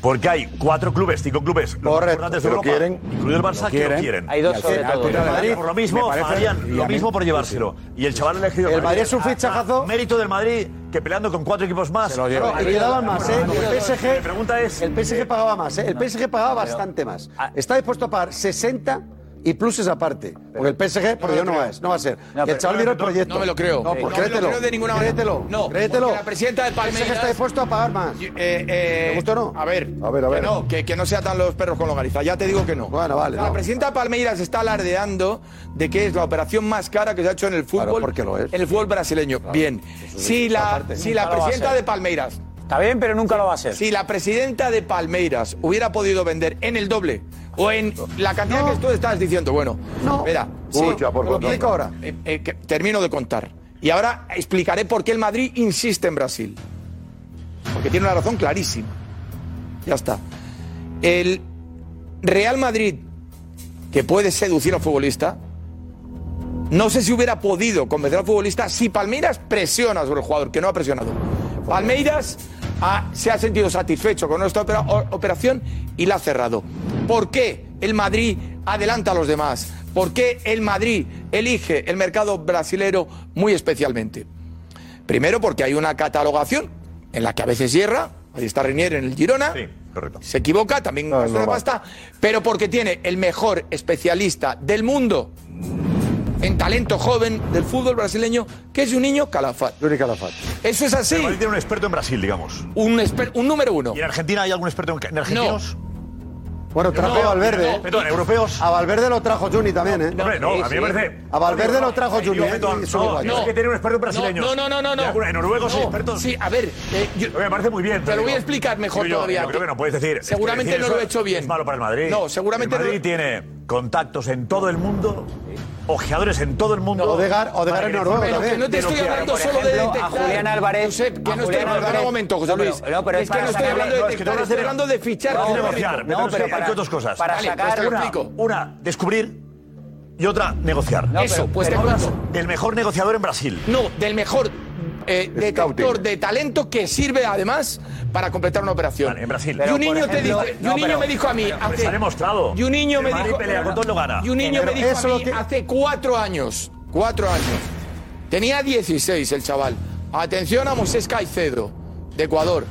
Speaker 9: Porque hay cuatro clubes, cinco clubes, los
Speaker 8: Correcto.
Speaker 9: importantes de
Speaker 8: Pero
Speaker 9: Europa,
Speaker 8: quieren-
Speaker 9: incluido el Barça,
Speaker 8: lo
Speaker 9: que lo
Speaker 8: quieren.
Speaker 9: quieren.
Speaker 8: Hay dos
Speaker 9: Y al
Speaker 8: sobre
Speaker 9: final,
Speaker 8: todo. ¿eh?
Speaker 9: Real Madrid,
Speaker 8: Madrid,
Speaker 9: por lo
Speaker 8: me
Speaker 9: mismo,
Speaker 8: parece- y
Speaker 9: harían
Speaker 8: a
Speaker 9: lo
Speaker 8: mí-
Speaker 9: mismo por
Speaker 8: sí,
Speaker 9: llevárselo.
Speaker 8: sí.
Speaker 9: Y el chaval ha elegido
Speaker 8: El Madrid es un
Speaker 9: Ah,
Speaker 8: fichajazo.
Speaker 9: Mérito del Madrid, que peleando con cuatro equipos más.
Speaker 8: Se lo lleva.
Speaker 9: Pero
Speaker 6: Y quedaban más, ¿eh? El PSG,
Speaker 9: La pregunta es...
Speaker 6: el PSG pagaba más, ¿eh? El PSG pagaba
Speaker 9: pero-
Speaker 6: bastante más.
Speaker 14: Ah.
Speaker 6: Está dispuesto a pagar 60 y pluses aparte. Porque el PSG, por Dios, no va a- no va a ser. Que el chaval mira el proyecto.
Speaker 14: No me lo creo.
Speaker 6: No, pues
Speaker 14: me lo
Speaker 6: créetelo.
Speaker 14: creo de ninguna manera.
Speaker 6: Créetelo.
Speaker 14: No,
Speaker 6: Créetelo.
Speaker 14: porque La presidenta de Palmeiras.
Speaker 6: El PSG está dispuesto a pagar más.
Speaker 14: Eh, eh,
Speaker 6: ¿Te gusta o no?
Speaker 14: A ver,
Speaker 6: A ver, a ver.
Speaker 14: Que no, que, que no se atan los perros con logariza. Ya te digo que no.
Speaker 6: Bueno, vale,
Speaker 14: La
Speaker 6: no.
Speaker 14: presidenta de Palmeiras está alardeando de que es la operación más cara que se ha hecho en el fútbol.
Speaker 6: porque lo es.
Speaker 14: En el fútbol brasileño. Bien. Si la,
Speaker 2: Aparte,
Speaker 14: si
Speaker 2: nunca
Speaker 14: la
Speaker 2: lo va a
Speaker 14: presidenta
Speaker 2: ser.
Speaker 14: de Palmeiras.
Speaker 2: Está bien, pero nunca lo va a ser.
Speaker 14: Si la presidenta de Palmeiras hubiera podido vender en el doble o en la cantidad que tú estás diciendo, bueno,
Speaker 6: No.
Speaker 14: mira,
Speaker 6: Mucha
Speaker 14: te
Speaker 6: por
Speaker 14: lo
Speaker 6: contar.
Speaker 14: explico ahora. Eh, eh, que termino de contar. Y ahora explicaré por qué el Madrid insiste en Brasil. Porque tiene una razón clarísima. Ya está. El Real Madrid, que puede seducir al futbolista, no sé si hubiera podido convencer al futbolista si Palmeiras presiona sobre el jugador, que no ha presionado. Palmeiras ha- se ha sentido satisfecho con nuestra opera- o- operación y la ha cerrado. ¿Por qué el Madrid adelanta a los demás? ¿Por qué el Madrid elige el mercado brasilero muy especialmente? Primero porque hay una catalogación en la que a veces cierra, ahí está Renier en el Girona. Se equivoca, también gasta la
Speaker 9: normal.
Speaker 14: pasta, pero porque tiene el mejor especialista del mundo en talento joven del fútbol brasileño, que es un niño Calafat.
Speaker 6: Yuri Calafat.
Speaker 14: Eso es así.
Speaker 9: El Madrid tiene un experto en Brasil, digamos.
Speaker 14: Un, exper- un número uno.
Speaker 9: ¿Y en Argentina hay algún experto en en argentinos?
Speaker 6: Bueno, trajo a Valverde.
Speaker 9: no, perdón, europeos.
Speaker 6: A Valverde lo trajo Juni también, ¿eh?
Speaker 9: Hombre, no, a mí me parece.
Speaker 6: A Valverde lo trajo
Speaker 9: Ay,
Speaker 6: Juni.
Speaker 9: Dios,
Speaker 6: ¿eh?
Speaker 9: Beto,
Speaker 6: Y su
Speaker 9: No,
Speaker 6: uruguayo.
Speaker 9: no, es que tiene un experto brasileño.
Speaker 14: No, no, no, no, no.
Speaker 9: De alguna- En Noruegos hay
Speaker 14: No,
Speaker 9: expertos.
Speaker 14: Sí, a ver. eh, yo-
Speaker 9: Lo que me parece muy bien.
Speaker 14: Te lo
Speaker 9: digo.
Speaker 14: voy a explicar mejor
Speaker 9: Digo yo,
Speaker 14: todavía.
Speaker 9: yo creo que no puedes decir. es que
Speaker 14: Seguramente
Speaker 9: decir
Speaker 14: no lo
Speaker 9: eso
Speaker 14: he hecho bien.
Speaker 9: Es malo para el Madrid.
Speaker 14: No, seguramente
Speaker 9: El Madrid
Speaker 14: no lo-
Speaker 9: tiene contactos en todo el mundo, ojeadores en todo el mundo.
Speaker 6: Odegaard- Odegaard
Speaker 9: Para
Speaker 6: es
Speaker 9: que
Speaker 6: noruego
Speaker 9: decir-
Speaker 14: Pero que no te
Speaker 9: Pero
Speaker 14: estoy
Speaker 9: que-
Speaker 14: hablando
Speaker 9: por
Speaker 14: solo de
Speaker 9: ejemplo,
Speaker 14: detectar.
Speaker 3: a Julián Álvarez- a
Speaker 14: Josep, que no
Speaker 3: Julián
Speaker 14: estoy hablando.
Speaker 3: Álvarez-
Speaker 14: Un momento, José
Speaker 3: No, pero-
Speaker 14: Luis.
Speaker 3: no, pero es
Speaker 14: que
Speaker 3: para
Speaker 14: no estoy
Speaker 3: sacarle-
Speaker 14: hablando de
Speaker 9: No, es que
Speaker 14: detectar,
Speaker 9: tenemos
Speaker 14: estoy
Speaker 9: que-
Speaker 14: hablando de fichar.
Speaker 9: tenemos que
Speaker 14: Vale,
Speaker 9: negociar.
Speaker 3: No,
Speaker 9: No,
Speaker 3: pero
Speaker 9: pero
Speaker 3: para-
Speaker 9: hay otras cosas.
Speaker 3: para
Speaker 9: Vale,
Speaker 3: sacar-
Speaker 9: pues
Speaker 3: te
Speaker 9: una,
Speaker 3: lo
Speaker 9: una, descubrir y otra, negociar.
Speaker 3: No, Eso, pero-
Speaker 14: pues te
Speaker 9: hablas
Speaker 14: cuento.
Speaker 9: del mejor negociador en Brasil.
Speaker 14: No, del mejor eh, detector de talento que sirve además para completar una operación.
Speaker 9: Vale, en Brasil.
Speaker 14: y
Speaker 3: Pero,
Speaker 14: un
Speaker 3: por
Speaker 14: niño, te
Speaker 3: ejemplo,
Speaker 14: dice, y
Speaker 3: no,
Speaker 14: un niño
Speaker 3: pero-
Speaker 14: me dijo a mí
Speaker 9: Pues
Speaker 14: hace,
Speaker 9: ha demostrado.
Speaker 14: y un niño
Speaker 9: El
Speaker 14: me
Speaker 9: Madrid
Speaker 14: dijo-
Speaker 9: pelea con todo, lo gana.
Speaker 14: y un niño
Speaker 6: Pero
Speaker 14: me dijo
Speaker 6: eso
Speaker 14: a
Speaker 6: lo
Speaker 14: mí
Speaker 6: tiene-
Speaker 14: hace cuatro años, cuatro años, tenía 16 el chaval. Atención a Moisés Caicedo, de Ecuador.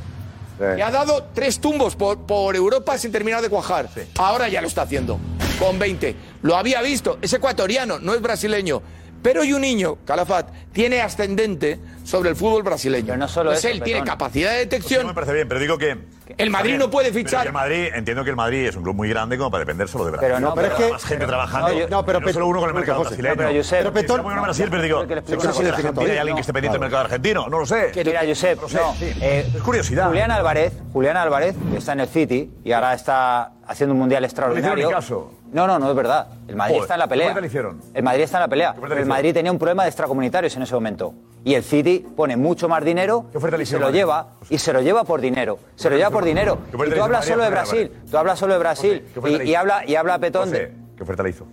Speaker 14: Le ha dado tres tumbos por, por Europa sin terminar de cuajar. Ahora ya lo está haciendo, con 20. Lo había visto, es ecuatoriano, no es brasileño. Pero hay un niño, Calafat, tiene ascendente sobre el fútbol brasileño.
Speaker 3: Pero no solo
Speaker 14: Pues
Speaker 3: eso,
Speaker 14: él tiene
Speaker 3: perdón.
Speaker 14: capacidad de
Speaker 9: No me
Speaker 14: detección.
Speaker 9: parece bien, pero digo que.
Speaker 14: El Madrid
Speaker 9: También,
Speaker 14: no puede
Speaker 9: pero
Speaker 14: fichar.
Speaker 9: que el Madrid, entiendo que el Madrid es un club muy grande como para depender solo de Brasil.
Speaker 3: Pero no,
Speaker 9: Para
Speaker 3: pero-
Speaker 9: más gente trabajando.
Speaker 3: no, yo-
Speaker 9: no,
Speaker 6: no, pero
Speaker 9: pero,
Speaker 6: Pe-
Speaker 9: solo uno con el
Speaker 6: Porque,
Speaker 9: mercado
Speaker 6: José,
Speaker 9: brasileño.
Speaker 3: no, pero Josep-
Speaker 9: Pero
Speaker 6: Petón-
Speaker 9: Está muy bueno en Brasil, pero digo.
Speaker 3: Yo creo que le
Speaker 9: ¿se
Speaker 3: explico
Speaker 9: conoce
Speaker 6: una
Speaker 9: en
Speaker 6: cosa.
Speaker 9: Argentina hay alguien que esté pendiente del mercado argentino? No lo sé.
Speaker 3: Mira, Josep,
Speaker 9: No lo sé,
Speaker 3: no.
Speaker 9: sí.
Speaker 3: eh,
Speaker 9: Es curiosidad.
Speaker 3: Julián Álvarez, Julián Álvarez, que está en el City y ahora está haciendo un mundial extraordinario.
Speaker 9: hicieron ni caso.
Speaker 3: No, no, no es verdad. El Madrid
Speaker 9: Joder,
Speaker 3: está en la
Speaker 9: ¿qué
Speaker 3: pelea.
Speaker 9: oferta le hicieron?
Speaker 3: El Madrid está en la pelea.
Speaker 9: oferta
Speaker 3: Pero
Speaker 9: le
Speaker 3: el
Speaker 9: hicieron?
Speaker 3: Madrid tenía un problema de extracomunitarios en ese momento. Y el City pone mucho más dinero
Speaker 9: ¿Qué oferta le
Speaker 3: y se
Speaker 9: hicieron
Speaker 3: lo
Speaker 9: al Madrid?
Speaker 3: lleva y se lo lleva por dinero. Se lo lleva por dinero.
Speaker 9: ¿Qué oferta
Speaker 3: Y
Speaker 9: le
Speaker 3: tú
Speaker 9: hizo
Speaker 3: hablas
Speaker 9: María
Speaker 3: solo de
Speaker 9: Fernanda
Speaker 3: Brasil. Tú hablas solo de Brasil.
Speaker 9: ¿Qué oferta
Speaker 3: Y,
Speaker 9: le
Speaker 3: y
Speaker 9: hizo?
Speaker 3: habla y habla Petón de-
Speaker 9: José, ¿Qué oferta le hizo?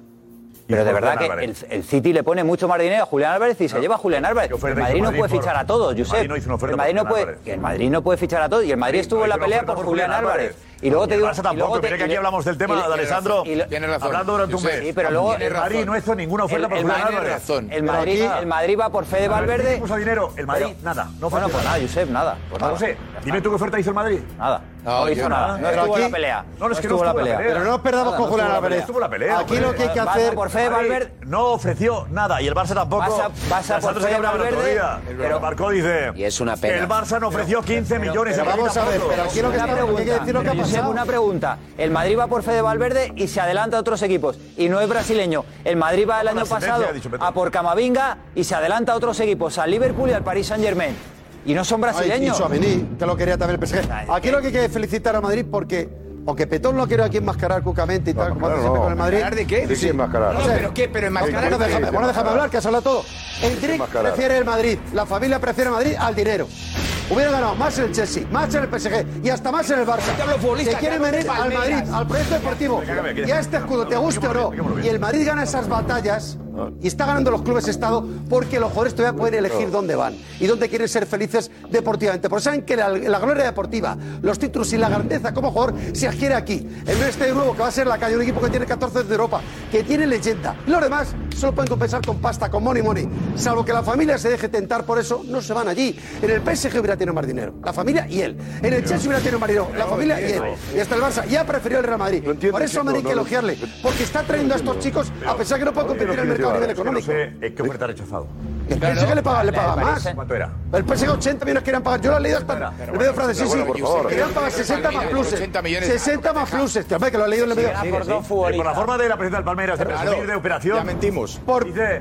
Speaker 3: pero de
Speaker 9: Julián
Speaker 3: verdad que el,
Speaker 9: Álvarez.
Speaker 3: el City le pone mucho más dinero a Julián Álvarez y se lleva a Julián Álvarez.
Speaker 9: ¿Qué oferta
Speaker 3: El
Speaker 9: hizo
Speaker 3: Madrid no
Speaker 9: Madrid
Speaker 3: puede
Speaker 9: por-
Speaker 3: fichar a todos,
Speaker 9: el Madrid
Speaker 3: Josep.
Speaker 9: no hizo una oferta
Speaker 3: El Madrid
Speaker 9: por
Speaker 3: no
Speaker 9: Julián
Speaker 3: puede,
Speaker 9: Álvarez.
Speaker 3: que el Madrid no puede fichar a todos y el Madrid estuvo en la pelea por Julián Álvarez. Y luego te digo
Speaker 9: El Barça tampoco,
Speaker 3: luego te-
Speaker 9: mira que aquí
Speaker 3: y-
Speaker 9: hablamos del tema
Speaker 3: y-
Speaker 9: de Alessandro.
Speaker 3: y lo-
Speaker 14: Tiene razón.
Speaker 9: Hablando durante un
Speaker 14: Yo sé.
Speaker 9: mes.
Speaker 3: Sí, pero luego-
Speaker 9: El Madrid no hizo ninguna oferta
Speaker 3: El-
Speaker 9: por
Speaker 3: el
Speaker 9: Julián
Speaker 3: Madrid-
Speaker 9: Álvarez.
Speaker 14: razón.
Speaker 3: El Madrid, el Madrid va por Fede
Speaker 9: Valverde
Speaker 3: Valverde.
Speaker 9: puso dinero, el Madrid nada, no
Speaker 3: bueno,
Speaker 9: ofreció
Speaker 3: pues
Speaker 9: nada.
Speaker 3: nada, Josep, nada. Pues nada.
Speaker 9: No sé, dime tú qué oferta hizo el Madrid.
Speaker 3: Nada. No,
Speaker 14: yo
Speaker 3: hizo
Speaker 14: no.
Speaker 3: nada. No
Speaker 6: Pero
Speaker 3: estuvo en la
Speaker 6: aquí-
Speaker 3: pelea.
Speaker 9: No, es que
Speaker 3: estuvo
Speaker 9: no
Speaker 3: en la
Speaker 9: estuvo en la
Speaker 3: pelea.
Speaker 9: pelea.
Speaker 6: Pero no nos perdamos
Speaker 3: Nada,
Speaker 6: con
Speaker 3: no estuvo
Speaker 6: Julián
Speaker 3: la
Speaker 6: Álvarez.
Speaker 3: pelea.
Speaker 9: Estuvo la pelea,
Speaker 6: Aquí
Speaker 9: hombre.
Speaker 6: lo que hay que
Speaker 3: Barça
Speaker 6: hacer.
Speaker 3: por Fede
Speaker 9: Madrid
Speaker 3: Valverde.
Speaker 9: no ofreció nada y el Barça tampoco.
Speaker 3: Pasa- pasa
Speaker 9: Alessandro
Speaker 3: por
Speaker 9: se
Speaker 3: Fede
Speaker 9: llama el otro
Speaker 3: Valverde,
Speaker 9: día.
Speaker 3: pero-
Speaker 9: Pero Marcó dice.
Speaker 4: Y es una pena.
Speaker 9: El Barça no ofreció 15 millones.
Speaker 6: Pero
Speaker 9: el Madrid
Speaker 6: vamos a ver,
Speaker 9: tampoco.
Speaker 6: pero aquí lo
Speaker 3: Una
Speaker 6: que está. Hay que
Speaker 3: pregunta,
Speaker 6: decir lo que ha
Speaker 3: pero Josep,
Speaker 6: pasado.
Speaker 3: una pregunta. El Madrid va por Fede Valverde y se adelanta a otros equipos. Y no es brasileño. El Madrid va el
Speaker 9: Por la
Speaker 3: año
Speaker 9: sentencia,
Speaker 3: pasado
Speaker 9: ha dicho Petro.
Speaker 3: a por Camavinga y se adelanta a otros equipos, al Liverpool y al Paris Saint Germain. Y no son
Speaker 6: Ay, y
Speaker 3: brasileños. eh,
Speaker 6: Tchouaméni, que lo quería también el PSG. Aquí lo que hay que felicitar a Madrid porque, aunque Petón no quiere aquí enmascarar cucamente y tal, como hace siempre con el Madrid.
Speaker 14: ¿Enmascarar de qué?
Speaker 6: Sí,
Speaker 14: Sí,
Speaker 6: sí,
Speaker 14: enmascarar. No,
Speaker 6: sé.
Speaker 14: pero ¿qué? Pero enmascarar
Speaker 6: Bueno,
Speaker 14: de
Speaker 6: déjame,
Speaker 14: qué,
Speaker 6: bueno, déjame
Speaker 14: enmascarar.
Speaker 6: hablar, que has hablado todo. El Drick
Speaker 8: Enmascarar.
Speaker 6: prefiere el Madrid, la familia prefiere Madrid al dinero. Hubiera ganado más en el Chelsea, más en el PSG y hasta más en el Barça.
Speaker 14: Te hablo futbolista,
Speaker 6: Se quiere
Speaker 14: te hablo
Speaker 6: venir
Speaker 14: de
Speaker 6: al
Speaker 14: Palmeiras.
Speaker 6: Madrid, al proyecto deportivo.
Speaker 9: Venga, venga, venga.
Speaker 6: Y a este escudo, te guste o no.
Speaker 9: Venga, venga, venga.
Speaker 6: Y el Madrid gana esas batallas Y está ganando los clubes Estado porque los jugadores todavía pueden elegir dónde van y dónde quieren ser felices deportivamente. Porque saben que la, la gloria deportiva, los títulos y la grandeza como jugador se adquiere aquí. En un estadio nuevo que va a ser la calle, un equipo que tiene 14 de Europa, que tiene leyenda. Y los demás solo pueden compensar con pasta, con money money. Salvo que la familia se deje tentar por eso, no se van allí. En el PSG hubiera tenido más dinero. La familia y él. En el Chelsea hubiera tenido más dinero. La familia y él. Y hasta el Barça. Ya prefirió el Real Madrid. Por eso
Speaker 9: chico,
Speaker 6: Madrid
Speaker 9: no
Speaker 6: hay que
Speaker 9: lo-
Speaker 6: elogiarle. Porque está trayendo a estos chicos a pesar que no pueden competir en el mercado a nivel
Speaker 9: Es
Speaker 6: económico.
Speaker 9: que no sé, eh, ¿Qué oferta ha rechazado?
Speaker 6: El PSG le paga, le paga más.
Speaker 9: ¿Cuánto era?
Speaker 6: El PSG 80 millones querían pagar. Yo lo he leído hasta el medio francés. Sí,
Speaker 9: pero bueno, por favor.
Speaker 6: Querían pagar 60 más pluses.
Speaker 9: 80 millones.
Speaker 6: 60 más pluses. Tío, hombre, que lo he leído en el medio.
Speaker 9: Por la forma de la presidenta del Palmeiras de presumir de operación. Ya mentimos.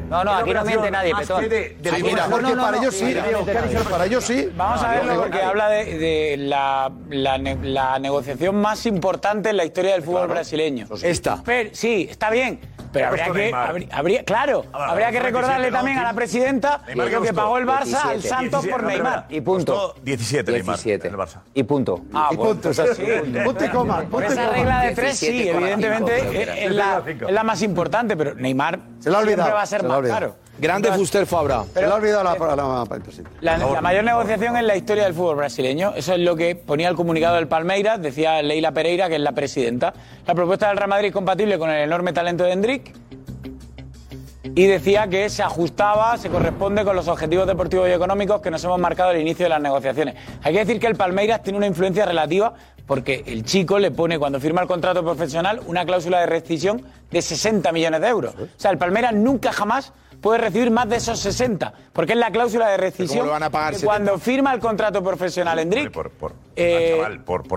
Speaker 3: No, no, aquí no miente nadie, Petón. Aquí
Speaker 6: Mira,
Speaker 3: no,
Speaker 6: porque
Speaker 3: no, no,
Speaker 6: para
Speaker 3: no,
Speaker 6: ellos sí.
Speaker 3: no miente nadie.
Speaker 6: Para ellos sí.
Speaker 2: Vamos a verlo porque habla de, de la, la ne- la negociación más importante en la historia del fútbol brasileño. Esta. sí, está bien. Pero
Speaker 9: Te
Speaker 2: habría
Speaker 9: costó
Speaker 2: que,
Speaker 9: Neymar.
Speaker 2: habría, habría- claro,
Speaker 9: Ahora,
Speaker 2: habría que
Speaker 9: 27,
Speaker 2: recordarle
Speaker 9: ¿no?
Speaker 2: también a la presidenta
Speaker 9: Neymar
Speaker 2: lo que
Speaker 9: costó
Speaker 2: pagó el Barça al
Speaker 9: 17,
Speaker 2: Santos
Speaker 9: no,
Speaker 2: por
Speaker 9: pero
Speaker 2: Neymar.
Speaker 9: verdad. Costó 17, Neymar.
Speaker 3: 17.
Speaker 9: El Barça.
Speaker 3: Y punto.
Speaker 2: Ah, bueno. Sí.
Speaker 6: Punto y coma.
Speaker 2: Por
Speaker 6: punto y
Speaker 2: esa
Speaker 6: coma.
Speaker 2: regla de tres, sí,
Speaker 6: 17,5
Speaker 2: evidentemente eh,
Speaker 6: creo que era.
Speaker 2: es, es la, es la más importante, pero Neymar
Speaker 6: Se lo ha olvidado.
Speaker 2: siempre va a ser
Speaker 6: se lo ha
Speaker 2: más
Speaker 6: olvidado.
Speaker 2: caro.
Speaker 14: Grande Fuster Fabra.
Speaker 6: Se lo ha olvidado la palabra.
Speaker 2: La, la mayor negociación en la historia del fútbol brasileño. Eso es lo que ponía el comunicado del Palmeiras, decía Leila Pereira, que es la presidenta. La propuesta del Real Madrid es compatible con el enorme talento de Hendrik y decía que se ajustaba, se corresponde con los objetivos deportivos y económicos que nos hemos marcado al inicio de las negociaciones. Hay que decir que el Palmeiras tiene una influencia relativa porque el chico le pone, cuando firma el contrato profesional, una cláusula de rescisión de 60 millones de euros. O sea, el Palmeiras nunca jamás puede recibir más de esos 60, porque es la cláusula de rescisión
Speaker 14: lo van a pagar
Speaker 2: que
Speaker 14: 70?
Speaker 2: cuando firma el contrato profesional Hendrik, eh,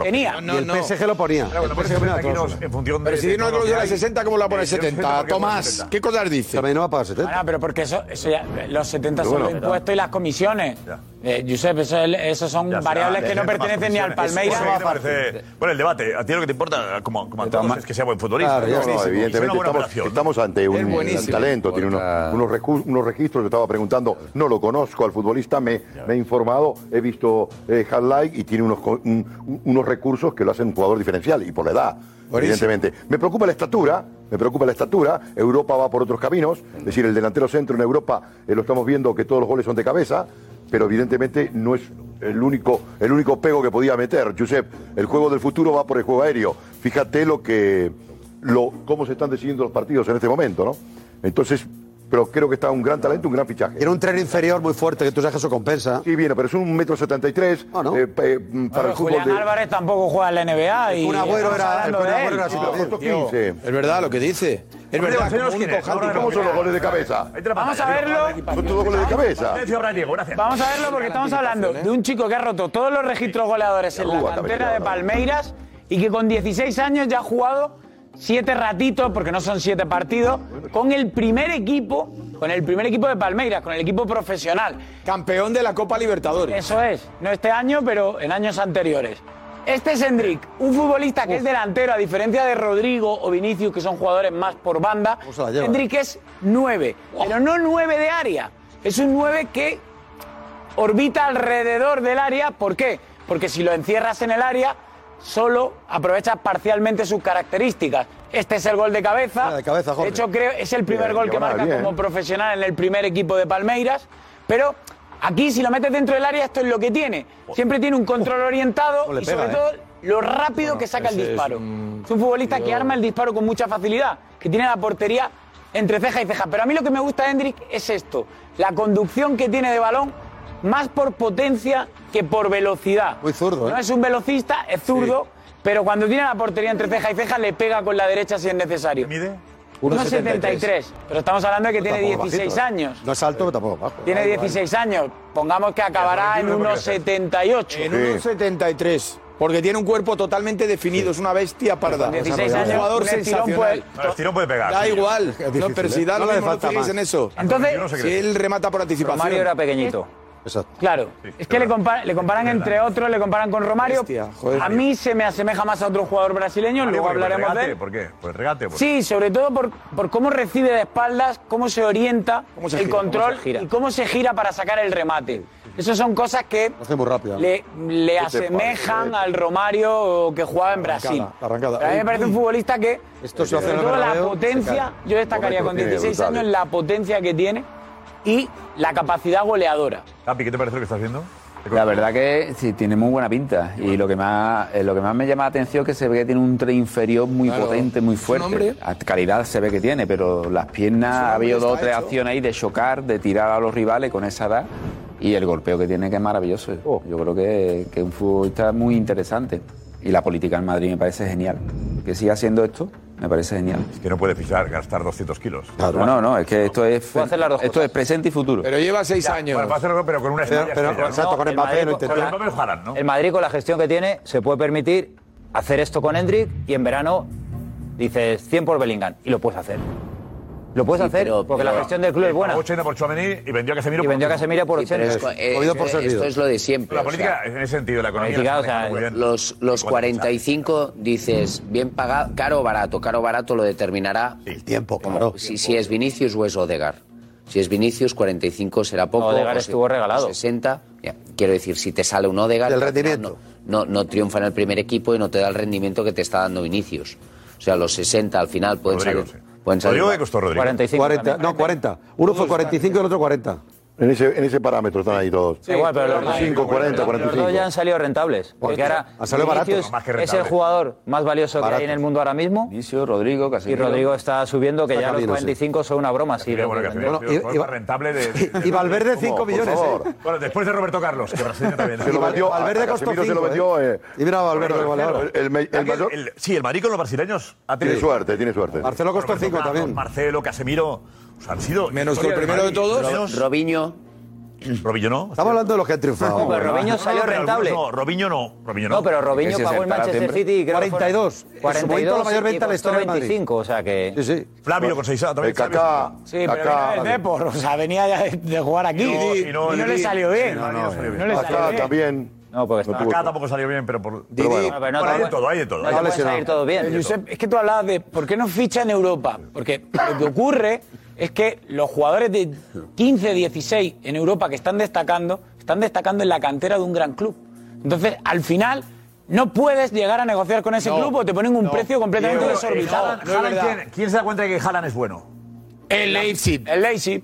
Speaker 2: tenía.
Speaker 6: El PSG lo ponía.
Speaker 9: Claro, bueno, por eso ponía kilos en función de-
Speaker 14: Pero si tiene una
Speaker 9: de todo
Speaker 14: cláusula
Speaker 9: lo que
Speaker 14: de
Speaker 9: hay.
Speaker 14: 60, ¿cómo la pone
Speaker 9: Eh, yo no sé por
Speaker 14: 70?
Speaker 9: qué pone
Speaker 14: Tomás,
Speaker 9: 70.
Speaker 14: ¿qué cosas dice?
Speaker 6: También no va a pagar 70.
Speaker 2: Bueno, pero porque eso, eso ya- los 70
Speaker 14: Pero
Speaker 2: son
Speaker 14: bueno.
Speaker 2: los impuestos y las comisiones. Eh, Josep, eso, es- eso son
Speaker 9: Ya está,
Speaker 2: variables que
Speaker 9: dejen
Speaker 2: no
Speaker 9: de tomar
Speaker 2: pertenecen ni al
Speaker 9: decisiones.
Speaker 2: Palmeiras.
Speaker 9: Eso es lo que te parece- Bueno, el debate, a ti lo que te importa, como, como a todos, es que sea buen futbolista.
Speaker 4: Claro, no,
Speaker 9: Es una
Speaker 4: evidentemente
Speaker 9: buena
Speaker 4: estamos,
Speaker 9: operación.
Speaker 4: estamos ante un,
Speaker 9: Es buenísimo.
Speaker 4: gran talento, tiene unos, unos, recu- unos registros, yo estaba preguntando, no lo conozco al futbolista, me, me he informado, he visto eh, highlight y tiene unos, co- un- unos recursos que lo hacen un jugador diferencial y por la edad, evidentemente. Me preocupa la estatura, me preocupa la estatura, Europa va por otros caminos,
Speaker 9: Mm.
Speaker 4: es decir, el delantero centro en Europa eh, lo estamos viendo que todos los goles son de cabeza, pero evidentemente no es el único, el único pego que podía meter. Josep, el juego del futuro va por el juego aéreo. Fíjate lo que lo, cómo se están decidiendo los partidos en este momento, ¿no? Entonces, pero creo que está un gran talento, un gran fichaje.
Speaker 6: Tiene un tren inferior muy fuerte, que tú sabes que eso compensa. Ah,
Speaker 4: Sí, bien, pero es un metro setenta y tres. eh, pa- eh, mm, para el fútbol
Speaker 2: Julián
Speaker 4: de...
Speaker 2: Álvarez tampoco juega en la NBA. y
Speaker 4: Kun Agüero
Speaker 2: estamos
Speaker 4: era-
Speaker 2: hablando
Speaker 4: el Kun
Speaker 2: de
Speaker 4: Agüero
Speaker 2: él.
Speaker 4: era
Speaker 2: No,
Speaker 4: siempre puesto
Speaker 2: tío.
Speaker 4: 15.
Speaker 14: Es verdad lo que dice. Es verdad. como
Speaker 4: Enseñanos
Speaker 14: un
Speaker 4: quién es,
Speaker 14: cojal,
Speaker 4: ahora
Speaker 14: como
Speaker 4: ¿Cómo
Speaker 14: un
Speaker 4: son los
Speaker 14: cojal.
Speaker 4: goles de cabeza?
Speaker 2: Vamos a verlo.
Speaker 4: Son todos goles de cabeza.
Speaker 2: Vamos a verlo porque estamos hablando
Speaker 14: ¿eh?
Speaker 2: de un chico que ha roto todos los registros goleadores en la cantera de Palmeiras y que con 16 años ya ha jugado siete ratitos, porque no son siete partidos, con el primer equipo, con el primer equipo de Palmeiras, con el equipo profesional.
Speaker 14: Campeón de la Copa Libertadores.
Speaker 2: Eso es, no este año, pero en años anteriores. Este es Hendrik, un futbolista que es delantero, a diferencia de Rodrigo o Vinicius, que son jugadores más por banda.
Speaker 6: se la lleva?
Speaker 2: Hendrik es 9, pero no 9 de área. Es un 9 que orbita alrededor del área. ¿Por qué? Porque si lo encierras en el área, solo aprovechas parcialmente sus características. Este es el gol de cabeza.
Speaker 14: Ah,
Speaker 6: de cabeza, Jorge.
Speaker 2: De hecho, creo es el primer
Speaker 6: Bien,
Speaker 2: gol que
Speaker 6: diagonal,
Speaker 2: marca
Speaker 6: bien.
Speaker 2: como profesional en el primer equipo de Palmeiras. Pero aquí, si lo metes dentro del área, esto es lo que tiene. Siempre tiene un control orientado
Speaker 14: No le
Speaker 2: y,
Speaker 14: pega,
Speaker 2: sobre
Speaker 14: ¿eh?
Speaker 2: todo, lo rápido
Speaker 14: Bueno,
Speaker 2: que saca el
Speaker 14: ese es
Speaker 2: disparo.
Speaker 14: un-
Speaker 2: Es un futbolista que arma el disparo con mucha facilidad, que tiene la portería entre ceja y ceja. Pero a mí lo que me gusta de Hendrik es esto: la conducción que tiene de balón, más por potencia que por velocidad. Muy zurdo,
Speaker 6: ¿eh?
Speaker 2: No es un velocista, es zurdo, pero cuando tiene la portería entre ceja y ceja le pega con la derecha si es necesario. ¿Mide? 1,73. Pero estamos hablando de que tiene
Speaker 6: Tampoco bajito,
Speaker 2: 16
Speaker 6: ¿eh?
Speaker 2: años.
Speaker 6: No es alto, pero tampoco bajo.
Speaker 2: Tiene 16 años. Pongamos que
Speaker 14: Ah,
Speaker 2: acabará en 1,78.
Speaker 14: En 1,73. Porque tiene un cuerpo totalmente definido, es una bestia parda.
Speaker 2: Con 16
Speaker 14: un
Speaker 2: años,
Speaker 14: jugador
Speaker 2: un estirón
Speaker 14: sensacional.
Speaker 9: puede- No, el estirón puede pegar,
Speaker 14: Da
Speaker 9: sí.
Speaker 14: igual.
Speaker 9: Es difícil,
Speaker 14: no, pero si
Speaker 9: ¿eh?
Speaker 14: da
Speaker 9: No
Speaker 14: lo
Speaker 9: le
Speaker 14: mismo, no
Speaker 9: falta
Speaker 14: fijéis
Speaker 9: más.
Speaker 14: en eso.
Speaker 2: Entonces- Yo no sé qué
Speaker 14: si
Speaker 2: decir.
Speaker 14: él remata por anticipación.
Speaker 2: Romario era pequeñito.
Speaker 6: Exacto.
Speaker 2: Claro. es que le, compara- le comparan entre otros, le comparan con Romario.
Speaker 14: Bestia, joder,
Speaker 2: a mí se me asemeja más a otro jugador brasileño, luego
Speaker 9: ¿Por el
Speaker 2: hablaremos
Speaker 9: pues
Speaker 2: de
Speaker 9: regate?
Speaker 2: él.
Speaker 9: ¿Por qué? ¿Por el regate? pues por-
Speaker 2: Sí, sobre todo por, por cómo recibe de espaldas, cómo se orienta
Speaker 9: se
Speaker 2: el
Speaker 9: gira,
Speaker 2: control
Speaker 9: cómo se gira.
Speaker 2: y cómo se gira para sacar el remate. Eso son cosas que
Speaker 6: hacemos rápido.
Speaker 2: le, le asemejan al Romario que jugaba en
Speaker 6: Arrancada,
Speaker 2: Brasil.
Speaker 6: arrancada.
Speaker 2: Pero a mí me parece un futbolista que,
Speaker 6: Esto se hace en el
Speaker 2: sobre todo la
Speaker 6: Bernabéu, se
Speaker 2: potencia,
Speaker 6: cae.
Speaker 2: yo destacaría con
Speaker 9: Momento tiene
Speaker 2: 16
Speaker 9: brutal,
Speaker 2: años
Speaker 9: eh.
Speaker 2: la potencia que tiene y la capacidad goleadora.
Speaker 9: Capi, ¿qué te parece lo que estás viendo?
Speaker 7: La verdad que sí, tiene muy buena pinta. Y lo que más eh, lo que más me llama la atención es que se ve que tiene un tren inferior muy
Speaker 9: Claro.
Speaker 7: potente, muy
Speaker 9: Es un hombre.
Speaker 7: fuerte. A- Calidad se ve que tiene, pero las piernas, ha habido
Speaker 9: está
Speaker 7: dos o tres
Speaker 9: hecho.
Speaker 7: acciones ahí de chocar, de tirar a los rivales con esa edad. Y el golpeo que tiene que es maravilloso.
Speaker 9: Oh.
Speaker 7: Yo creo que, que es un futbolista muy interesante. Y la política en Madrid me parece genial. Que siga haciendo esto, me parece genial. Es
Speaker 9: que no puede fichar, gastar 200 kilos.
Speaker 7: No, no, no, es que esto es,
Speaker 9: Puede hacer las dos
Speaker 7: esto es presente y futuro.
Speaker 16: Pero lleva seis
Speaker 7: Ya,
Speaker 16: años.
Speaker 7: bueno,
Speaker 9: Va a hacerlo, pero con una
Speaker 7: Pero-
Speaker 9: estrella.
Speaker 7: pero,
Speaker 9: estrella, ¿no?
Speaker 7: exacto, con
Speaker 9: No,
Speaker 7: Mbappé
Speaker 9: el Madrid-
Speaker 7: lo intentó.
Speaker 9: Con el Mbappé lo jalan, ¿no?
Speaker 3: El Madrid con la gestión que tiene se puede permitir hacer esto con Hendrik y en verano dices 100 por Bellingham y lo puedes hacer. Lo puedes
Speaker 9: Sí,
Speaker 3: hacer
Speaker 9: pero-
Speaker 3: porque la
Speaker 9: pero-
Speaker 3: gestión del club es buena.
Speaker 9: Pagó 80 por Tchouaméni y vendió a Casemiro
Speaker 3: Y vendió a Casemiro por
Speaker 9: Sí, pero
Speaker 3: 80.
Speaker 9: es- eh, Movido por esto servido. es lo de siempre, La o política, sea, en ese sentido, la economía la está manejando muy bien.
Speaker 17: los, los 45 dices, bien pagado, caro o barato, caro o barato lo determinará el tiempo, claro. Si, si es Vinicius o es Odegar. Si es Vinicius, 45 será poco.
Speaker 3: Odegaard
Speaker 17: o
Speaker 3: estuvo regalado.
Speaker 17: o 60. Ya, Quiero decir, si te sale un Odegar,
Speaker 3: Del
Speaker 17: rendimiento. No, no triunfa en el primer equipo y no te da el rendimiento que te está dando Vinicius. O sea, los 60 al final pueden
Speaker 9: Rodrigo,
Speaker 17: salir. Pueden salir
Speaker 9: Rodrigo,
Speaker 17: mal.
Speaker 9: ¿qué costó Rodrigo? 45
Speaker 6: 40, no, 40. Uno fue 45 y el otro 40.
Speaker 4: En ese, en ese parámetro están ahí todos.
Speaker 3: Sí, bueno, pero los-
Speaker 4: 45, 40,
Speaker 3: Los dos ya
Speaker 4: 45.
Speaker 3: han salido rentables. Porque ahora
Speaker 4: ha salido barato.
Speaker 3: Vinicius
Speaker 4: Más que
Speaker 3: es el
Speaker 4: rentable.
Speaker 3: jugador más valioso que
Speaker 7: Barato.
Speaker 3: hay en el mundo ahora mismo.
Speaker 7: Rodrigo,
Speaker 3: Y
Speaker 7: Casemiro.
Speaker 3: Rodrigo está subiendo, que
Speaker 7: Está
Speaker 3: ya los
Speaker 7: camino, sí.
Speaker 3: 45 son una broma. Sí, lo que vendió.
Speaker 9: pues rentable de,
Speaker 3: y Valverde, cinco
Speaker 9: por
Speaker 3: millones,
Speaker 9: favor. Bueno, después de Roberto Carlos, que brasileño también. ¿eh?
Speaker 4: Se lo vendió, Valverde costó
Speaker 9: Casemiro
Speaker 4: cinco, ¿eh? Y mira a Valverde,
Speaker 9: Bueno,
Speaker 4: el goleador.
Speaker 9: el- el-
Speaker 4: El- el mayor-
Speaker 9: el- sí, el marico con los brasileños ha
Speaker 4: Tiene
Speaker 9: tenido
Speaker 4: suerte, tiene suerte.
Speaker 9: Marcelo costó 5 también. Marcelo, Casemiro, o sea, han sido
Speaker 4: Menos que el primero de todos. Ro-
Speaker 9: Robiño. Robiño no.
Speaker 6: Estamos hablando de los que han triunfado.
Speaker 9: No, pero
Speaker 3: Robinho salió
Speaker 9: pero
Speaker 3: rentable.
Speaker 9: algunos No, Robiño no. Robinho no.
Speaker 3: No, pero Robinho pagó el Manchester City y creo que fueron
Speaker 6: 42. En su momento la mayor
Speaker 3: y
Speaker 6: venta de la
Speaker 3: costó
Speaker 6: historia del Madrid.
Speaker 3: 25, o sea que...
Speaker 6: Sí, sí.
Speaker 9: Flavio con 6 también.
Speaker 2: Sí, pero venía del Depor, o sea, venía ya de, de jugar aquí
Speaker 9: No,
Speaker 2: y,
Speaker 9: y no,
Speaker 2: y no le
Speaker 9: Didi.
Speaker 2: salió bien.
Speaker 9: Sí, no, no,
Speaker 2: no,
Speaker 9: no,
Speaker 2: le
Speaker 9: Acá
Speaker 2: salió bien.
Speaker 4: también.
Speaker 3: No, porque
Speaker 9: Acá tampoco salió bien, pero por.
Speaker 2: Didi.
Speaker 9: Pero
Speaker 2: Bueno, pero
Speaker 9: bueno,
Speaker 2: no
Speaker 9: hay de
Speaker 2: tampoco-
Speaker 9: todo, hay de todo.
Speaker 2: no te puede salir todo bien. Josep, es que tú hablabas de por qué no ficha en Europa. Porque lo que ocurre es que los jugadores de 15, 16 en Europa que están destacando, están destacando en la cantera de un gran club. Entonces, al final, no puedes llegar a negociar con ese club o te ponen un precio completamente
Speaker 9: Pero, eh,
Speaker 2: desorbitado.
Speaker 9: Haaland- Haaland, ¿quién, quién se da cuenta de que Haaland es bueno?
Speaker 2: El Leipzig. El Leipzig.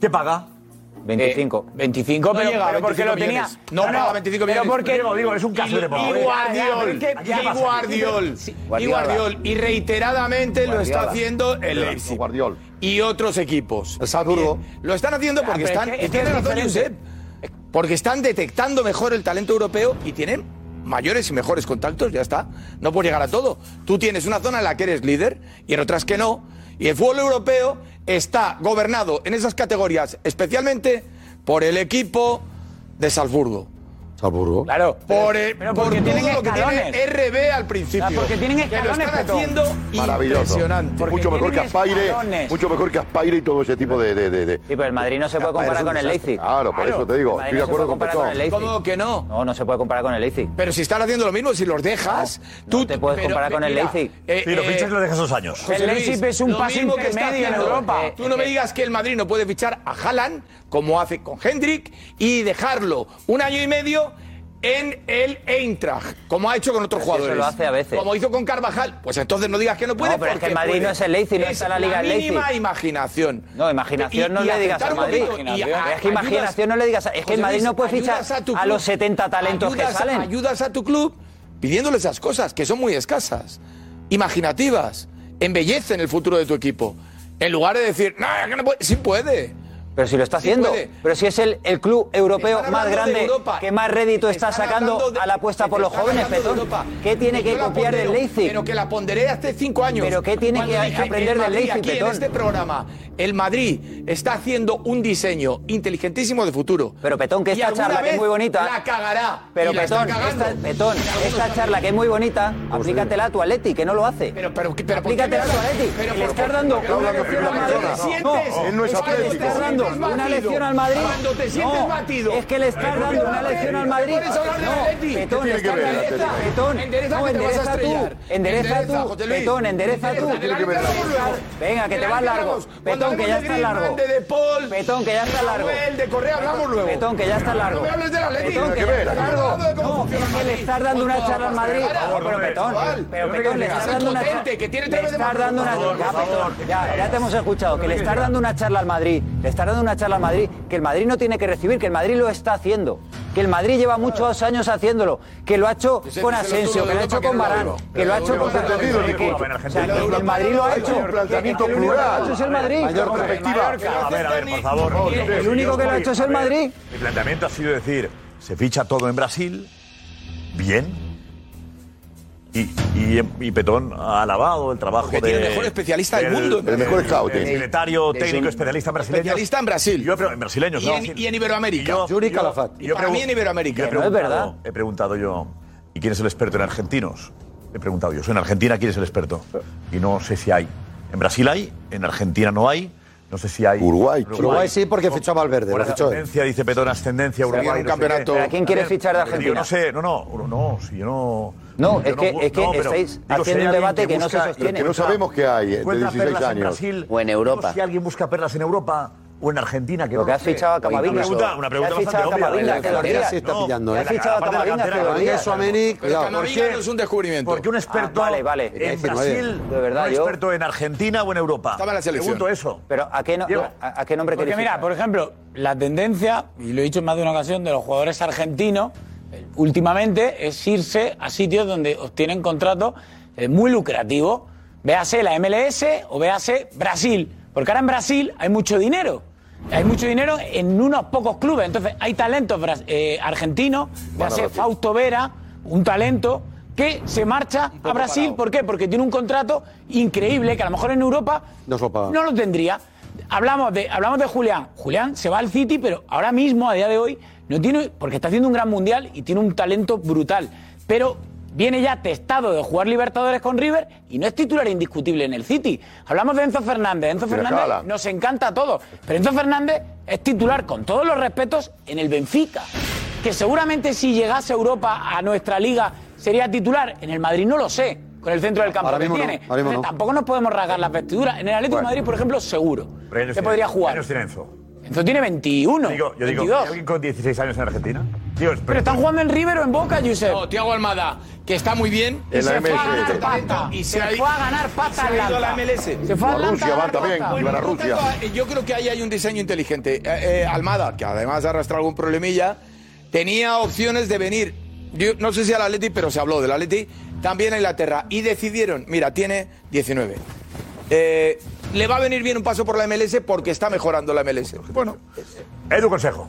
Speaker 9: ¿Qué paga?
Speaker 12: Eh,
Speaker 3: 25.
Speaker 2: 25
Speaker 9: No,
Speaker 2: pero
Speaker 9: llega a
Speaker 2: porque lo
Speaker 9: 25
Speaker 2: tenía.
Speaker 9: millones. No, paga 25
Speaker 2: pero
Speaker 9: millones.
Speaker 2: porque
Speaker 9: Digo, digo, es un caso
Speaker 2: Y-
Speaker 9: de
Speaker 2: y
Speaker 9: pobre.
Speaker 2: Guardiol,
Speaker 9: Ya, ya, ya, ya,
Speaker 2: y
Speaker 9: pasa.
Speaker 2: Guardiol,
Speaker 9: Sí,
Speaker 2: y Guardiol, y
Speaker 14: reiteradamente lo está haciendo el Leipzig. Y otros equipos. El Salzburgo. Lo están haciendo
Speaker 9: Ah,
Speaker 14: porque
Speaker 2: pero
Speaker 14: están.
Speaker 2: es que- es
Speaker 14: y tiene
Speaker 2: que es
Speaker 14: razón,
Speaker 2: diferente.
Speaker 14: Josep. Porque están detectando mejor el talento europeo y tienen mayores y mejores contactos, ya está. No puedes llegar a todo. Tú tienes una zona en la que eres líder y en otras que no. Y el fútbol europeo está gobernado en esas categorías, especialmente por el equipo de Salzburgo.
Speaker 6: Salzburgo.
Speaker 2: Claro.
Speaker 14: Por, eh,
Speaker 2: Pero
Speaker 14: por
Speaker 2: porque
Speaker 14: todo
Speaker 2: tienen
Speaker 14: lo que tiene
Speaker 2: escalones.
Speaker 14: RB al principio.
Speaker 2: Ah, porque tienen
Speaker 14: que lo
Speaker 2: escalones,
Speaker 14: están
Speaker 2: Petón.
Speaker 14: haciendo
Speaker 4: Maravilloso.
Speaker 14: impresionante.
Speaker 4: mucho mejor que
Speaker 3: tienen
Speaker 4: Aspaire,
Speaker 3: escalones.
Speaker 4: mucho mejor que Aspaire y todo ese tipo de. de, de, de-
Speaker 3: Sí, pero el Madrid no se puede
Speaker 4: Aspaire es
Speaker 3: comparar
Speaker 4: un
Speaker 3: con el
Speaker 4: desastre.
Speaker 3: Leipzig.
Speaker 4: Claro, por eso te digo.
Speaker 3: El Madrid no
Speaker 4: Estoy de
Speaker 3: se puede
Speaker 4: acuerdo con
Speaker 3: comparar con el
Speaker 4: Petón.
Speaker 3: Leipzig.
Speaker 14: ¿Cómo que no?
Speaker 3: No, no se puede comparar con el Leipzig.
Speaker 14: Pero si están haciendo lo mismo, si los dejas, tú
Speaker 3: te puedes comparar con el Leipzig.
Speaker 9: Sí, lo fichas y lo dejas dos años.
Speaker 14: eh, José
Speaker 9: El
Speaker 14: Luis,
Speaker 9: Leipzig es un
Speaker 14: lo
Speaker 9: paso
Speaker 14: mismo que está
Speaker 9: intermedio en
Speaker 14: haciendo.
Speaker 9: Europa.
Speaker 14: Tú
Speaker 3: Eh,
Speaker 14: no me digas que el Madrid no puede fichar a Haaland, como hace con Hendrik, y dejarlo un año y medio en el Eintracht, como ha hecho con otros
Speaker 3: Pero si eso
Speaker 14: jugadores.
Speaker 3: lo hace a veces.
Speaker 14: Como hizo con Carvajal. Pues entonces no digas que no puede.
Speaker 3: No, pero es que
Speaker 14: porque
Speaker 3: el Madrid
Speaker 14: puede.
Speaker 3: no es el Leipzig, no
Speaker 14: Es
Speaker 3: está en la Liga del Leipzig.
Speaker 14: mínima imaginación.
Speaker 3: No, imaginación
Speaker 14: Y-
Speaker 3: no
Speaker 14: y
Speaker 3: le digas
Speaker 14: aceptar
Speaker 3: al
Speaker 14: un
Speaker 3: Madrid.
Speaker 14: poquito, y
Speaker 3: Pero
Speaker 14: a-
Speaker 3: es que imaginación
Speaker 14: ayudas-
Speaker 3: no le digas. Es que el
Speaker 14: José
Speaker 3: Madrid
Speaker 14: Luis,
Speaker 3: no puede fichar
Speaker 14: ayudas tu
Speaker 3: a los
Speaker 14: club.
Speaker 3: 70 talentos que
Speaker 14: Ayudas-
Speaker 3: salen.
Speaker 14: Ayudas a tu club pidiéndole esas cosas que son muy escasas, imaginativas, embellecen el futuro de tu equipo. En lugar de decir, no, es que no puede, sí puede.
Speaker 3: Pero si lo está haciendo. Pero si es el, el club europeo
Speaker 14: Están
Speaker 3: más
Speaker 14: hablando de
Speaker 3: grande
Speaker 14: Europa.
Speaker 3: que más rédito está
Speaker 14: Están
Speaker 3: sacando
Speaker 14: hablando de-
Speaker 3: a la apuesta por los
Speaker 14: están
Speaker 3: jóvenes,
Speaker 14: hablando de
Speaker 3: Petón.
Speaker 14: Europa.
Speaker 3: ¿Qué tiene
Speaker 14: Y
Speaker 3: que
Speaker 14: yo la
Speaker 3: copiar del
Speaker 14: pondero,
Speaker 3: Leipzig?
Speaker 14: Pero que la ponderé hace cinco años.
Speaker 3: Pero ¿qué tiene
Speaker 14: Cuando
Speaker 3: que a-
Speaker 14: dije,
Speaker 3: aprender
Speaker 14: el
Speaker 3: del
Speaker 14: Madrid,
Speaker 3: Leipzig,
Speaker 14: Aquí en
Speaker 3: Petón?
Speaker 14: este programa, el Madrid está haciendo un diseño inteligentísimo de futuro.
Speaker 3: Pero Petón, que
Speaker 14: Y
Speaker 3: esta
Speaker 14: alguna
Speaker 3: charla que es
Speaker 14: vez
Speaker 3: muy bonita.
Speaker 14: La cagará.
Speaker 3: Pero
Speaker 14: y la está
Speaker 3: Petón,
Speaker 14: cagando.
Speaker 3: esta, Petón, esta charla que es muy bonita,
Speaker 12: Pues
Speaker 3: aplícatela a tu Atleti, que no lo hace. Pero,
Speaker 14: pero
Speaker 3: Aplícatela a tu Atleti. que le estás dando una lección a Madrid.
Speaker 14: Sientes,
Speaker 3: No,
Speaker 14: es que le estás dando
Speaker 12: batido,
Speaker 3: una lección al Madrid.
Speaker 12: Cuando te sientes
Speaker 3: No,
Speaker 12: batido.
Speaker 3: Es que le estás
Speaker 12: Pero
Speaker 3: dando
Speaker 12: no
Speaker 3: una
Speaker 12: te-
Speaker 3: lección al
Speaker 12: te
Speaker 3: Madrid.
Speaker 12: pones a hablar de
Speaker 3: No,
Speaker 12: Atleti.
Speaker 3: Petón,
Speaker 12: ¿Qué tiene que
Speaker 3: estás-
Speaker 12: ver el Atleti?
Speaker 3: Endereza, Petón,
Speaker 12: Endereza
Speaker 3: no,
Speaker 12: que te vas a
Speaker 3: endereza tú,
Speaker 12: estrellar.
Speaker 3: endereza
Speaker 12: Endereza,
Speaker 3: tú,
Speaker 12: José Luis.
Speaker 3: Petón, endereza tú.
Speaker 12: Endereza, Tiene que ver el Atleti.
Speaker 3: Venga, que te vas largo.
Speaker 12: Cuando
Speaker 3: Petón, que ya
Speaker 12: hablemos de
Speaker 3: está largo.
Speaker 12: Griezmann, de De Paul,
Speaker 3: Petón, que ya
Speaker 12: de
Speaker 3: está largo.
Speaker 12: Nahuel, de Correa, hablamos luego.
Speaker 3: Petón, que ya está
Speaker 12: No
Speaker 3: largo.
Speaker 12: me hables del Atleti.
Speaker 3: Petón, que
Speaker 12: Tiene que
Speaker 3: ya
Speaker 12: ver,
Speaker 3: está
Speaker 12: estamos
Speaker 3: largo.
Speaker 12: hablando de cómo
Speaker 3: No, es que le estás dando una charla al Madrid.
Speaker 12: Por
Speaker 3: Pero
Speaker 12: favor,
Speaker 3: Petón,
Speaker 12: chaval.
Speaker 3: pero
Speaker 12: No
Speaker 3: Petón,
Speaker 12: me
Speaker 3: le
Speaker 12: digas,
Speaker 3: estás
Speaker 12: es
Speaker 3: dando una
Speaker 12: potente,
Speaker 3: charla.
Speaker 12: que tiene
Speaker 3: Le
Speaker 12: tres veces
Speaker 3: estás
Speaker 12: más
Speaker 3: dando una
Speaker 12: jugadores.
Speaker 3: Ya,
Speaker 12: Por favor,
Speaker 3: Petón, ya, ya te hemos escuchado. Que le estás dando una charla al Madrid. Le estás dando una charla al Madrid. Que el Madrid no tiene que recibir, que el Madrid lo está haciendo. Que el Madrid lleva muchos años haciéndolo. Que lo ha hecho
Speaker 12: Ese-
Speaker 3: con
Speaker 12: ese lo
Speaker 3: Asensio, que lo
Speaker 12: tuvo
Speaker 3: ha
Speaker 12: Europa,
Speaker 3: hecho
Speaker 12: que
Speaker 3: con
Speaker 12: no lo
Speaker 3: Barán,
Speaker 12: logró.
Speaker 3: que lo ha hecho
Speaker 12: Pero
Speaker 3: con
Speaker 12: lo hemos entendido,
Speaker 3: que-
Speaker 12: Nico.
Speaker 3: o sea,
Speaker 12: En la
Speaker 3: que
Speaker 12: Europa
Speaker 3: El Madrid lo ha
Speaker 12: hay
Speaker 3: hecho.
Speaker 12: un planteamiento
Speaker 3: Que el único que lo ha
Speaker 12: plural.
Speaker 3: hecho es el Madrid.
Speaker 12: Mayor perspectiva.
Speaker 9: A ver, a ver, por favor.
Speaker 3: El único que lo ha hecho es el
Speaker 9: A ver,
Speaker 3: Madrid.
Speaker 9: Mi planteamiento ha sido decir, se ficha todo en Brasil, bien. Y, y, y Petón ha alabado el trabajo
Speaker 14: Porque
Speaker 9: de...
Speaker 14: tiene el mejor especialista del mundo en
Speaker 9: El
Speaker 14: Brasil.
Speaker 9: mejor scout.
Speaker 14: Del-
Speaker 9: secretario
Speaker 14: del-
Speaker 9: técnico
Speaker 14: del-
Speaker 9: especialista en brasileños.
Speaker 14: Especialista en Brasil.
Speaker 9: Yo, he pre- en brasileños,
Speaker 14: Y
Speaker 9: no.
Speaker 14: en- y en Iberoamérica.
Speaker 9: Y yo-
Speaker 14: Yuri
Speaker 9: yo-
Speaker 14: Calafat.
Speaker 9: y yo
Speaker 14: Para
Speaker 9: pregun-
Speaker 14: mí en Iberoamérica.
Speaker 9: yo he
Speaker 14: No, es
Speaker 9: preguntado-
Speaker 14: verdad.
Speaker 9: He preguntado yo, ¿y quién es el experto en argentinos? He preguntado yo, soy en Argentina, ¿quién es el experto? Y no sé si hay. En Brasil hay, en Argentina no hay. No sé si hay.
Speaker 4: Uruguay,
Speaker 6: Uruguay sí, porque fichó a Valverde,
Speaker 9: Por
Speaker 6: lo fichó él.
Speaker 9: ascendencia, dice Petón, ascendencia,
Speaker 6: Se
Speaker 9: Uruguay.
Speaker 6: gana un
Speaker 9: no sé qué.
Speaker 6: campeonato. ¿Pero a quién quiere
Speaker 9: A ver,
Speaker 6: fichar de
Speaker 9: yo digo,
Speaker 6: Argentina?
Speaker 9: no sé, no, no, Uru- no, si yo no.
Speaker 3: No,
Speaker 9: yo
Speaker 3: es que-
Speaker 9: bu-
Speaker 3: es que
Speaker 9: pero
Speaker 3: estáis
Speaker 9: digo,
Speaker 3: haciendo
Speaker 9: si hay
Speaker 3: un
Speaker 9: alguien
Speaker 3: debate que no
Speaker 9: busca-
Speaker 3: se sostiene.
Speaker 4: que no sabemos que hay, de
Speaker 9: encuentra
Speaker 4: 16
Speaker 9: perlas en
Speaker 4: años.
Speaker 9: Brasil,
Speaker 4: O en
Speaker 9: digo,
Speaker 4: Europa.
Speaker 9: Si alguien busca perlas en Europa o en Argentina, que
Speaker 3: Lo
Speaker 9: no
Speaker 3: que has
Speaker 9: sé.
Speaker 3: fichado a Camavinga.
Speaker 9: Una pregunta, una pregunta
Speaker 3: Que has
Speaker 9: bastante
Speaker 3: fichado a Camavinga,
Speaker 9: obvia.
Speaker 3: que lo digas.
Speaker 6: Sí está pillando,
Speaker 3: Que
Speaker 6: ¿eh?
Speaker 3: has fichado a
Speaker 9: Aparte de la
Speaker 3: Camavinga, que
Speaker 9: cantera,
Speaker 3: lo digas.
Speaker 6: Eso, Ameni, cuidado.
Speaker 9: Camavinga no
Speaker 14: es un descubrimiento.
Speaker 9: Porque un experto
Speaker 3: Ah, vale, vale.
Speaker 9: en
Speaker 3: 19.
Speaker 9: Brasil,
Speaker 3: De verdad,
Speaker 9: un
Speaker 3: yo-
Speaker 9: experto en Argentina o en Europa.
Speaker 2: Estaba en la selección.
Speaker 9: Pregunto eso.
Speaker 3: Pero ¿a qué, no-
Speaker 9: Diego.
Speaker 3: a, a qué nombre
Speaker 2: Porque
Speaker 3: queréis
Speaker 2: mira, por ejemplo, la tendencia, y lo he dicho en más de una ocasión, de los jugadores argentinos eh, últimamente es irse a sitios donde obtienen contratos eh, muy lucrativos. Véase la MLS o véase Brasil. Porque ahora en Brasil hay mucho dinero. Hay mucho dinero en unos pocos clubes. Entonces hay talentos bras- eh, argentinos. Véase
Speaker 18: Brasil.
Speaker 2: Fausto Vera, un talento que se marcha a Brasil. ¿Por qué? Porque tiene un contrato increíble que a lo mejor en Europa
Speaker 6: Nos lo pagan.
Speaker 2: no lo tendría. Hablamos de, hablamos de Julián. Julián se va al City, pero ahora mismo, a día de hoy, no tiene. Porque está haciendo un gran mundial y tiene un talento brutal. Pero viene ya testado de jugar Libertadores con River y no es titular indiscutible en el City. Hablamos de Enzo Fernández. Enzo
Speaker 4: Tiene
Speaker 2: Fernández
Speaker 4: escala.
Speaker 2: nos encanta a todos. Pero Enzo Fernández es titular, con todos los respetos, en el Benfica. Que seguramente si llegase a Europa a nuestra liga sería titular. En el Madrid no lo sé, con el centro del campo
Speaker 6: Ahora
Speaker 2: que
Speaker 6: mismo no,
Speaker 2: tiene.
Speaker 6: ahora mismo
Speaker 2: Entonces,
Speaker 6: no.
Speaker 2: Tampoco nos podemos rasgar las vestiduras. En el Atlético
Speaker 9: Bueno.
Speaker 2: de Madrid, por ejemplo, seguro.
Speaker 9: Pero ellos
Speaker 2: ¿Qué
Speaker 9: tienen-
Speaker 2: podría jugar?
Speaker 9: ellos tienen Enzo.
Speaker 2: Enzo tiene 21,
Speaker 9: Digo, yo digo, ¿hay
Speaker 2: 22.
Speaker 9: alguien con 16 años en Argentina? Tío, es-
Speaker 2: Pero están jugando en River o en Boca, Josep.
Speaker 14: No, Tiago Almada, que está muy bien.
Speaker 9: En la
Speaker 2: fue a
Speaker 9: MLS.
Speaker 2: ganar pata.
Speaker 14: Y
Speaker 2: se
Speaker 14: se ha ido-
Speaker 2: fue a ganar pata
Speaker 14: se ha ido a la
Speaker 2: Atlanta.
Speaker 14: MLS.
Speaker 2: Se fue a Atlanta a ganar pata.
Speaker 14: Bueno, por tanto, eh, Yo creo que ahí hay un diseño inteligente. Eh, eh, Almada, que además arrastra algún problemilla, tenía opciones de venir. Yo no sé si al Atleti, pero se habló del Atleti, también a Inglaterra. Y decidieron, mira, tiene 19. Eh, le va a venir bien un paso por la MLS porque está mejorando la MLS. Bueno, eh,
Speaker 9: Edu Consejo.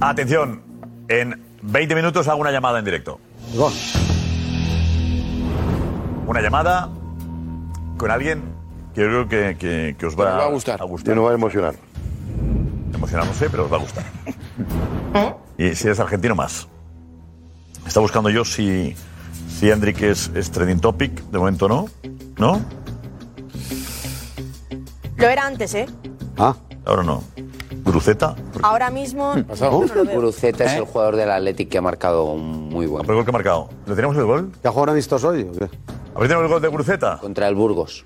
Speaker 9: Atención, en 20 minutos hago una llamada en directo. Una llamada con alguien que yo creo que, que- que os va, a gustar.
Speaker 4: Yo nos va a emocionar.
Speaker 9: Emocionado no sé, pero os va a gustar. ¿Eh? Y si eres argentino, más. Está buscando yo si, si Hendrik es, es trending topic. De momento no. ¿No?
Speaker 10: Lo era antes, ¿eh?
Speaker 9: Ah. Ahora no. Gruceta.
Speaker 10: Ahora mismo. no lo veo.
Speaker 17: Guruceta es el jugador del Athletic que ha marcado un muy buen.
Speaker 9: ¿Por el gol que ha marcado? ¿Lo tenemos el gol?
Speaker 6: ¿Que ha jugado amistoso hoy o qué?
Speaker 9: ¿Habéis tenido el gol de Guruceta? Contra el Burgos.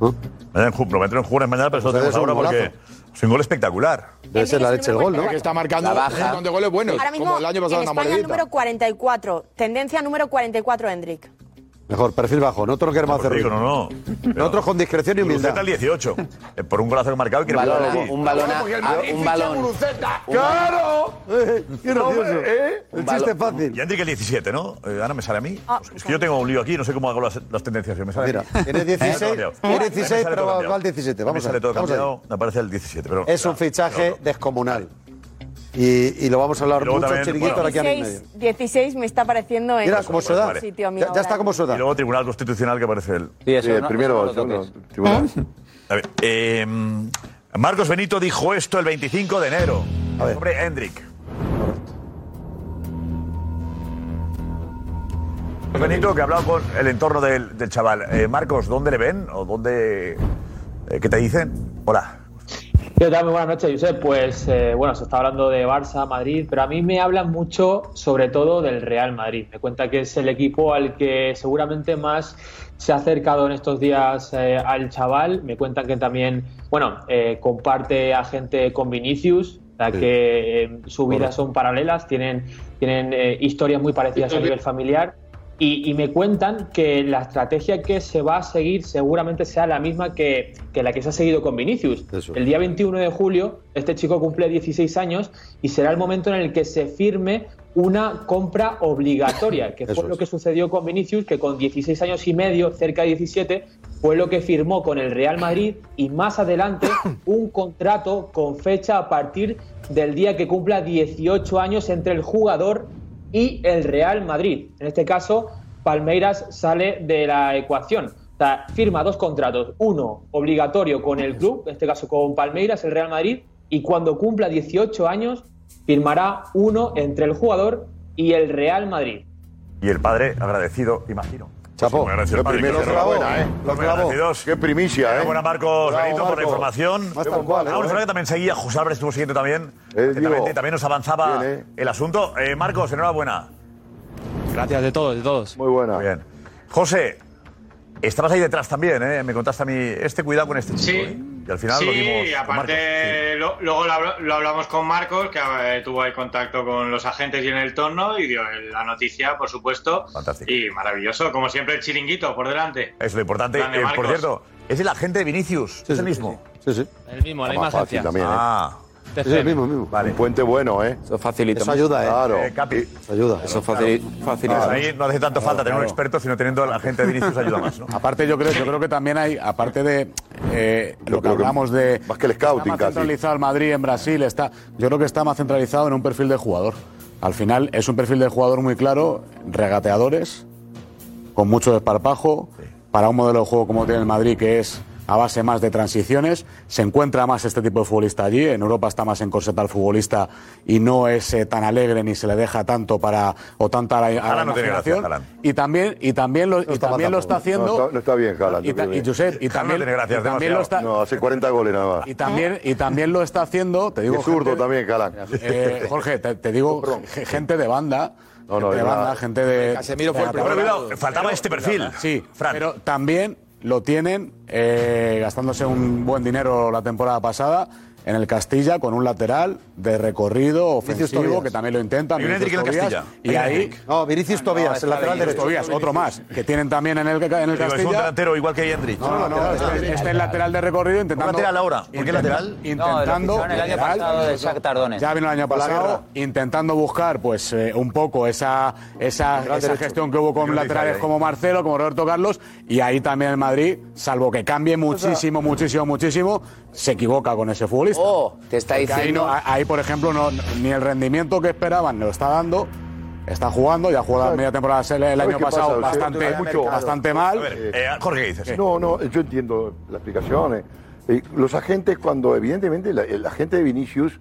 Speaker 9: Mañana en ju- lo meteré en jugones mañana, pero eso lo
Speaker 6: Ustedes
Speaker 9: tenemos
Speaker 6: son
Speaker 9: ahora
Speaker 6: Pues un
Speaker 9: porque es un gol espectacular.
Speaker 6: Debe ser la leche el gol, ¿no?
Speaker 14: que está marcando
Speaker 6: La
Speaker 14: un
Speaker 6: baja.
Speaker 14: montón de goles buenos,
Speaker 10: Ahora mismo,
Speaker 14: como el año pasado en
Speaker 10: en España,
Speaker 14: Amoredita.
Speaker 10: número 44. Tendencia número 44, Hendrik.
Speaker 6: Mejor, perfil bajo. Nosotros queremos hacer
Speaker 9: digo,
Speaker 6: ruido.
Speaker 9: no, no.
Speaker 6: Nosotros con discreción y humildad.
Speaker 9: Guruceta al 18. eh, Por un golazo que ha marcado y que
Speaker 6: Un balón,
Speaker 9: le puede
Speaker 6: un balón,
Speaker 9: dar gol.
Speaker 6: ah, Madrid un ficha balón.
Speaker 9: Guruceta.
Speaker 4: ¡Claro!
Speaker 9: ¡Qué gracioso!
Speaker 19: ¿Eh?
Speaker 4: El chiste
Speaker 9: fácil. Ya que el 17, ¿no? Eh, Ahora me sale pues a mí.
Speaker 4: Ah,
Speaker 9: es que yo tengo un lío aquí, no sé cómo hago las, las tendencias. yo Me sale
Speaker 6: Mira,
Speaker 9: a mí.
Speaker 6: tienes
Speaker 9: Me sale
Speaker 6: 16,
Speaker 9: todo cambiado.
Speaker 6: tienes
Speaker 9: Me sale
Speaker 6: 16,
Speaker 9: todo
Speaker 6: pero va-
Speaker 9: cambiado.
Speaker 6: va al 17, vamos
Speaker 9: me
Speaker 6: a
Speaker 9: sale
Speaker 6: ver,
Speaker 9: todo
Speaker 6: vamos a ver.
Speaker 9: cambiado, me aparece el 17. Pero,
Speaker 6: Es un fichaje descomunal. Y, y lo vamos a hablar
Speaker 9: Y luego
Speaker 6: mucho
Speaker 9: también,
Speaker 6: en chiringuito
Speaker 9: bueno.
Speaker 6: de aquí a medio.
Speaker 10: 16, 16 me está pareciendo en
Speaker 6: Mira, como su edad.
Speaker 10: sitio, amigo, gracias.
Speaker 9: su Y luego Tribunal Constitucional que aparece él.
Speaker 4: Sí, eso Sí, no- primero, eso no lo segundo, toques. tribunal.
Speaker 9: A ver, eh, Marcos Benito dijo esto el 25 de enero sobre Hendrik. Marcos Benito, que ha hablado con el entorno del, del chaval. Eh, Marcos, ¿dónde le ven? ¿O dónde.? eh, ¿Qué te dicen? Hola.
Speaker 13: ¿Qué tal? Muy buenas noches, Josep. Pues eh, bueno, se está hablando de Barça, Madrid, pero a mí me hablan mucho, sobre todo, del Real Madrid. Me cuenta que es el equipo al que seguramente más se ha acercado en estos días eh, al chaval. Me cuentan que también, bueno, eh, comparte a gente con Vinicius, o sea, que eh, sus vidas son paralelas, tienen, tienen eh, historias muy parecidas a nivel familiar. Y, y me cuentan que la estrategia que se va a seguir seguramente sea la misma que, que la que se ha seguido con Vinicius. El día 21 de julio, este chico cumple 16 años y será el momento en el que se firme una compra obligatoria, que fue lo que sucedió con Vinicius, que con 16 años y medio, cerca de 17, fue lo que firmó con el Real Madrid y más adelante un contrato con fecha a partir del día que cumpla 18 años entre el jugador y el Real Madrid. En este caso, Palmeiras sale de la ecuación. O sea, firma dos contratos, uno obligatorio con el club, en este caso con Palmeiras, el Real Madrid, y cuando cumpla 18 años, firmará uno entre el jugador y el Real Madrid.
Speaker 9: Y el padre, agradecido, imagino. Pues
Speaker 4: Chapo,
Speaker 9: sí, muy agradecido el
Speaker 4: lo
Speaker 9: padre,
Speaker 4: primero,
Speaker 9: que
Speaker 4: bravo,
Speaker 9: enhorabuena, ¿eh?
Speaker 4: lo
Speaker 9: Muy
Speaker 4: bravo.
Speaker 9: agradecidos.
Speaker 4: Qué primicia, ¿eh?
Speaker 9: Enhorabuena, Marcos
Speaker 4: Bravo,
Speaker 9: Benito, por la
Speaker 4: Marcos.
Speaker 9: información.
Speaker 4: Más tal cual, ¿eh?
Speaker 9: Ah, una persona que también seguía, José Álvarez estuvo siguiendo también.
Speaker 4: digo,
Speaker 9: atentamente, también nos avanzaba el asunto. Eh, Marcos, enhorabuena. Gracias de todos, de todos.
Speaker 4: Muy buena.
Speaker 9: bien. José, estabas ahí detrás también, ¿eh? Me contaste a mí, este cuidado con este. Sí. Y al final
Speaker 18: sí,
Speaker 9: lo vimos. con
Speaker 18: aparte lo- luego lo, habl- lo hablamos con Marcos, que eh, tuvo el contacto con los agentes y en el torno y dio la noticia, por supuesto. Y maravilloso, como siempre el chiringuito por delante.
Speaker 9: Es lo importante.
Speaker 18: Grande,
Speaker 9: Eh, por
Speaker 18: Marcos.
Speaker 9: cierto, es el agente de Vinicius, es el mismo.
Speaker 6: Sí, sí.
Speaker 18: El mismo,
Speaker 4: la Ah, misma fácil agencia. también, ¿eh?
Speaker 9: Ah.
Speaker 4: Es el mismo, mismo. Un puente bueno, ¿eh?
Speaker 20: Eso facilita.
Speaker 4: Eso ayuda, ¿eh? Claro.
Speaker 9: Eh, Capi.
Speaker 4: Eso ayuda.
Speaker 20: Eso
Speaker 9: Pues Ahí no hace tanto falta tener un experto, sino teniendo a la gente de Vinicius ayuda más, ¿no?
Speaker 5: Aparte, yo creo, yo creo que también hay, aparte de eh, lo que hablamos de. Más que el
Speaker 4: scouting,
Speaker 5: Está más
Speaker 4: casi.
Speaker 5: centralizado el Madrid en Brasil, está. Yo creo que está más centralizado en un perfil de jugador. Al final es un perfil de jugador muy claro, regateadores, con mucho desparpajo, para un modelo de juego como tiene el Madrid, que es a base más de transiciones, se encuentra más este tipo de futbolista allí, en Europa está más encorsetado el futbolista y no es eh, tan alegre ni se le deja tanto para o tanta a la, a la
Speaker 9: Haaland no tiene gracia,
Speaker 5: imaginación.
Speaker 9: Haaland.
Speaker 5: y también y también lo, y también lo está haciendo
Speaker 4: No, está, no está bien, Haaland.
Speaker 5: y, ta- y Josep, y también,
Speaker 4: tiene gracia,
Speaker 5: y también lo está
Speaker 4: No, hace 40 goles nada más.
Speaker 5: y también y también lo está haciendo te
Speaker 4: Y
Speaker 5: digo
Speaker 4: es zurdo
Speaker 5: gente-
Speaker 4: también, Haaland.
Speaker 5: eh, Jorge te, te digo ge- gente de banda
Speaker 4: no,
Speaker 5: gente de
Speaker 4: es
Speaker 5: banda
Speaker 4: verdad.
Speaker 5: gente de
Speaker 4: Casemiro fue el
Speaker 5: Pero-
Speaker 4: primero.
Speaker 5: pero-
Speaker 9: Faltaba
Speaker 5: pero-
Speaker 9: este perfil,
Speaker 5: sí pero también lo tienen eh, gastándose un buen dinero la temporada pasada en el Castilla con un lateral de recorrido ofensivo
Speaker 6: Tobías.
Speaker 5: que también lo intentan
Speaker 6: Hay un
Speaker 5: Vinicius
Speaker 6: Enrique en el
Speaker 5: Tobías,
Speaker 6: Castilla.
Speaker 5: y
Speaker 6: Hay un
Speaker 5: ahí
Speaker 6: Enrique. No, Vinicius
Speaker 5: Ah,
Speaker 6: Tobías, el
Speaker 5: está
Speaker 6: lateral
Speaker 5: Vinicius
Speaker 6: derecho.
Speaker 5: Tobías otro más que tienen también en el en el
Speaker 9: Digo, es un
Speaker 5: Castilla
Speaker 9: delantero igual que Yendri.
Speaker 5: no, no, no, este, este es el lateral de recorrido intentando.
Speaker 9: Un lateral ahora. ¿Por qué
Speaker 5: Intent-
Speaker 9: lateral?
Speaker 5: Intentando.
Speaker 9: No, lo ficharon el año
Speaker 5: lateral.
Speaker 9: pasado de Shakhtar Donetsk.
Speaker 5: Ya vino el año
Speaker 9: Por la
Speaker 5: pasado.
Speaker 9: guerra.
Speaker 5: Intentando buscar, pues, eh, un poco esa, esa,
Speaker 9: Lateral
Speaker 5: esa
Speaker 9: derecho.
Speaker 5: gestión que hubo con
Speaker 9: Yo lo dije
Speaker 5: laterales
Speaker 9: ahí.
Speaker 5: como Marcelo, como Roberto Carlos. Y ahí también el Madrid, salvo que cambie muchísimo, muchísimo, muchísimo, se equivoca con ese futbolista.
Speaker 17: te está
Speaker 5: Porque ahí
Speaker 17: diciendo-
Speaker 5: no- Ahí, por ejemplo, no, ni el rendimiento que esperaban lo está dando. Está jugando, ya jugó la media temporada el, el
Speaker 4: ¿Sabes
Speaker 5: año
Speaker 4: qué pasa,
Speaker 5: pasado
Speaker 4: José?
Speaker 5: bastante,
Speaker 4: Hay mucho-
Speaker 5: bastante mal.
Speaker 4: eh, No, no, yo entiendo la explicación. eh. Eh, los agentes, cuando evidentemente la- el agente de Vinicius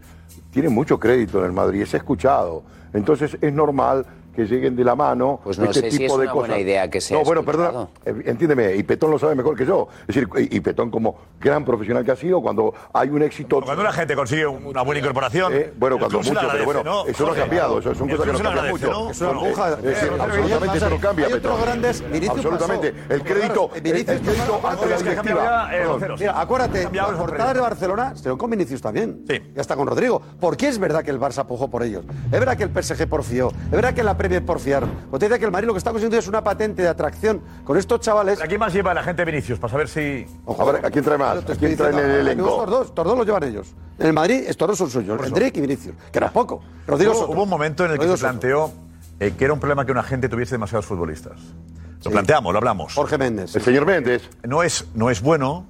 Speaker 4: tiene mucho crédito en el Madrid, es escuchado. Entonces es normal que lleguen de la mano
Speaker 17: Pues no
Speaker 4: este
Speaker 17: sé si
Speaker 4: tipo
Speaker 17: es
Speaker 4: de
Speaker 17: una buena
Speaker 4: cosas.
Speaker 17: idea que sea
Speaker 4: No, bueno,
Speaker 17: escuchado.
Speaker 4: perdona, eh, entiéndeme, y Petón lo sabe mejor que yo. Es decir, y y Petón como gran profesional que ha sido, cuando hay un éxito...
Speaker 9: Cuando una gente consigue una buena incorporación.
Speaker 4: Eh, bueno,
Speaker 9: el
Speaker 4: cuando
Speaker 9: club se
Speaker 4: mucho,
Speaker 9: la
Speaker 4: pero
Speaker 9: agradece,
Speaker 4: bueno, eso no ha
Speaker 9: Jorge?
Speaker 4: cambiado, eso son
Speaker 9: El
Speaker 4: cosas que
Speaker 9: club se
Speaker 4: no
Speaker 9: la
Speaker 4: cambian
Speaker 9: agradece,
Speaker 4: mucho.
Speaker 9: ¿no?
Speaker 4: Eso no-
Speaker 9: Jorge,
Speaker 4: eh, eh, absolutamente eso no cambia,
Speaker 6: Hay otros
Speaker 4: Petón.
Speaker 6: grandes- Vinicius
Speaker 4: Absolutamente.
Speaker 6: pasó.
Speaker 4: El
Speaker 6: Vinicius
Speaker 4: crédito,
Speaker 6: pasó.
Speaker 4: el crédito antes de la
Speaker 6: Es que ha cambiado
Speaker 4: directiva.
Speaker 6: ya, eh,
Speaker 4: Perdón.
Speaker 6: Roncero. Mira, acuérdate, la portada de Barcelona se dio con Vinicius también. Y hasta con Rodrigo. Porque es verdad que el Barça pujó por ellos. Es verdad que el PSG porfió. Es verdad que la premios por fiar. O te dice que el Madrid lo que está consiguiendo es una patente de atracción con estos chavales.
Speaker 9: ¿A quién más lleva la gente Vinicius? Para saber si.
Speaker 4: A ver, ¿a quién trae más? ¿A quién trae en el elenco?
Speaker 6: ah, Estos dos, estos dos los llevan ellos. En el Madrid, estos dos son suyos. Hendrik y Vinicius, que no es poco. Rodrigo
Speaker 9: Ah. hubo,
Speaker 6: Soto.
Speaker 9: hubo un momento en el que se planteó eh, que era un problema que una gente tuviese demasiados futbolistas. Lo planteamos, lo hablamos. Jorge
Speaker 6: Méndez.
Speaker 9: El señor Méndez. No es, no es bueno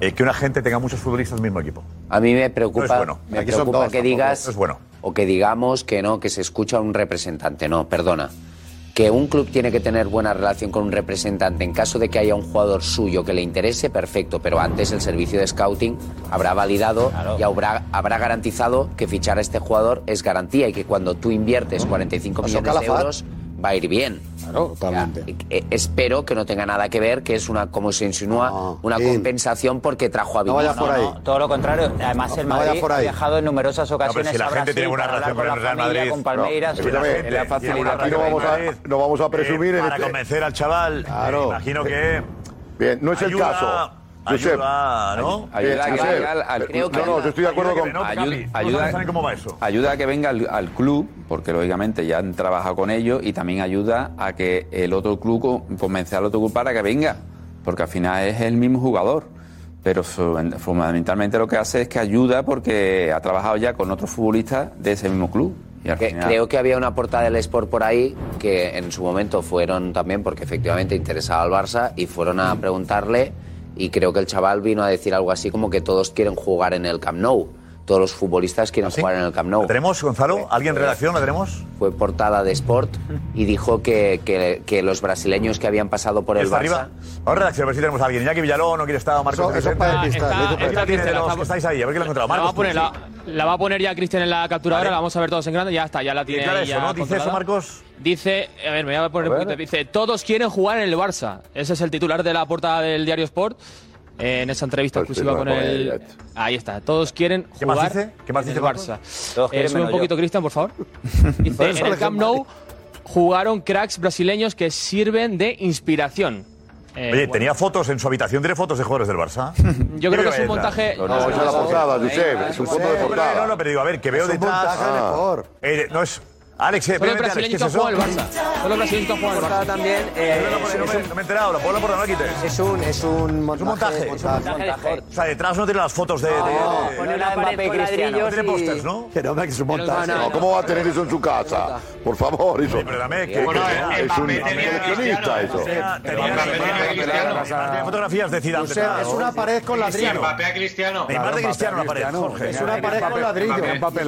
Speaker 9: eh, que una gente tenga muchos futbolistas del mismo equipo.
Speaker 17: A mí me preocupa,
Speaker 9: No es bueno.
Speaker 17: me
Speaker 9: Aquí son
Speaker 17: preocupa
Speaker 9: dos,
Speaker 17: que
Speaker 9: tampoco.
Speaker 17: digas
Speaker 9: No es bueno.
Speaker 17: o que digamos que no, que se escucha a un representante. No, perdona. Que un club tiene que tener buena relación con un representante. En caso de que haya un jugador suyo que le interese, perfecto. Pero antes el servicio de scouting habrá validado y habrá, habrá garantizado que fichar a este jugador es garantía y que cuando tú inviertes 45
Speaker 6: Pasó
Speaker 17: millones de
Speaker 6: Calafat.
Speaker 17: euros va a ir bien.
Speaker 6: Claro, totalmente.
Speaker 17: Eh, espero que no tenga nada que ver, que es una, como se insinúa, una compensación porque trajo a
Speaker 3: No vayas
Speaker 17: Vinicius.
Speaker 3: por ahí.
Speaker 17: todo lo contrario. Además,
Speaker 3: No,
Speaker 17: el
Speaker 3: no vayas
Speaker 17: Madrid
Speaker 3: por
Speaker 17: ha
Speaker 3: ahí.
Speaker 17: viajado en numerosas
Speaker 3: pero
Speaker 17: ocasiones
Speaker 3: si la
Speaker 17: a
Speaker 3: gente
Speaker 17: Brasil
Speaker 3: tiene buena
Speaker 17: para
Speaker 3: relación
Speaker 17: hablar
Speaker 3: con el Real
Speaker 17: la familia,
Speaker 3: Madrid.
Speaker 17: Con Palmeiras,
Speaker 9: No,
Speaker 17: con la-
Speaker 9: escúchame,
Speaker 17: la
Speaker 9: tiene
Speaker 17: facilidad.
Speaker 9: buena
Speaker 17: que
Speaker 9: relación
Speaker 17: hay
Speaker 9: con el
Speaker 17: en
Speaker 9: Madrid.
Speaker 17: Madrid.
Speaker 4: no vamos a presumir en
Speaker 9: Para
Speaker 4: este-
Speaker 9: convencer al chaval,
Speaker 4: Claro.
Speaker 9: me imagino que.
Speaker 4: Bien, no es el
Speaker 9: ayuda-
Speaker 4: caso. Josep.
Speaker 9: Ayuda, ¿no?
Speaker 7: Ayuda a que
Speaker 4: Josep,
Speaker 7: venga al- al-
Speaker 4: creo que- no, no, yo estoy de acuerdo
Speaker 7: ayuda
Speaker 4: con-
Speaker 7: que-
Speaker 4: Ayuda-
Speaker 7: Capi,
Speaker 4: ayuda-
Speaker 7: vosotros
Speaker 9: saben cómo va eso.
Speaker 7: Ayuda a que venga al, al club, porque lógicamente ya han trabajado con ellos, y también ayuda a que el otro club co- convence al otro club para que venga, porque al final es el mismo jugador. Pero su- en- fundamentalmente lo que hace es que ayuda porque ha trabajado ya con otros futbolistas de ese mismo club. Y al final-
Speaker 17: Creo que había una portada del Sport por ahí que en su momento fueron también porque efectivamente interesaba al Barça y fueron
Speaker 9: Mm.
Speaker 17: a preguntarle y creo que el chaval vino a decir algo así como que todos quieren jugar en el Camp Nou. Todos los futbolistas quieren jugar en el Camp Nou. ¿La
Speaker 9: ¿Ah, tenemos, Gonzalo? ¿Alguien en redacción la tenemos?
Speaker 17: Fue portada de Sport y dijo que, que- que los brasileños que habían pasado por el
Speaker 9: ¿Está
Speaker 17: Barça...
Speaker 9: arriba? Ahora redacción, a ver si tenemos a alguien. Iñaki Villalón, no quiere estar, Marcos.
Speaker 17: Eso- eso
Speaker 9: Vicente.
Speaker 17: para despistar,
Speaker 9: Está-
Speaker 17: lo hizo
Speaker 9: ¿Quién
Speaker 17: para
Speaker 9: la tiene de
Speaker 1: despistar.
Speaker 9: los que estáis ahí? A ver quién la ha encontrado.
Speaker 1: La va,
Speaker 9: Marcos.
Speaker 1: a poner, la, la va a poner ya Cristian en la capturadora, la vamos a ver todos en grande, ya está, ya la tiene
Speaker 9: Declara
Speaker 1: ahí
Speaker 9: eso,
Speaker 1: ya
Speaker 9: ¿no? Dice
Speaker 1: controlada.
Speaker 9: eso, Marcos.
Speaker 1: Dice, a ver, me voy a poner un poquito, dice, todos quieren jugar en el Barça. Ese es el titular de la portada del diario Sport, eh, en esa entrevista exclusiva
Speaker 9: lo
Speaker 1: con
Speaker 9: voy Pues a poner
Speaker 1: el... Ahí está, todos quieren jugar
Speaker 9: ¿Qué más dice? ¿Qué más
Speaker 1: en
Speaker 9: dice,
Speaker 1: el
Speaker 9: Marcos?
Speaker 1: Barça.
Speaker 9: Todos quieren
Speaker 1: Eh, sube un
Speaker 9: menos yo.
Speaker 1: poquito, Cristian, por favor. Dice, en el Camp Nou jugaron cracks brasileños que sirven de inspiración. Eh,
Speaker 9: Oye,
Speaker 1: bueno.
Speaker 9: tenía fotos en su habitación, tiene fotos de jugadores del Barça.
Speaker 1: Yo creo que es un montaje- No, no, es la portada,
Speaker 4: Josep, es un foto de portada.
Speaker 9: No, no, pero digo, a ver, que veo
Speaker 4: Es un
Speaker 9: detrás.
Speaker 4: montaje mejor.
Speaker 9: Eh, no es. Alex, eh,
Speaker 1: Solo
Speaker 9: espérate, Alex, ¿qué
Speaker 1: brasileños
Speaker 9: es
Speaker 1: que han
Speaker 9: eso?
Speaker 1: jugado el Barça. Solo brasileños que han jugado el Barça.
Speaker 21: también.
Speaker 9: No me- no me he enterado, lo ponlo por la no quites.
Speaker 21: Es un, es un montaje.
Speaker 9: montaje. O sea, detrás no tiene las fotos de. de-
Speaker 22: Ah,
Speaker 9: de-
Speaker 21: pone una
Speaker 9: de
Speaker 21: pared
Speaker 9: Mbappé
Speaker 21: con
Speaker 9: y Cristiano. No
Speaker 21: ladrillos
Speaker 9: tiene
Speaker 21: y-
Speaker 9: pósters, ¿no?
Speaker 6: Que no, hombre, que es un
Speaker 9: Pero
Speaker 6: montaje.
Speaker 9: no, no,
Speaker 6: No,
Speaker 4: ¿Cómo va a tener eso en su casa? Por favor, eso.
Speaker 9: pero dame que-
Speaker 4: que- es un coleccionista eso.
Speaker 9: Tiene fotografías de Zidane.
Speaker 4: Josep,
Speaker 9: detrás,
Speaker 4: es
Speaker 9: ¿no?
Speaker 4: una pared con ladrillo.
Speaker 18: Mbappé a Cristiano.
Speaker 9: Neymar de Cristiano la pared, Jorge.
Speaker 4: Es una
Speaker 9: pared con
Speaker 4: ladrillo.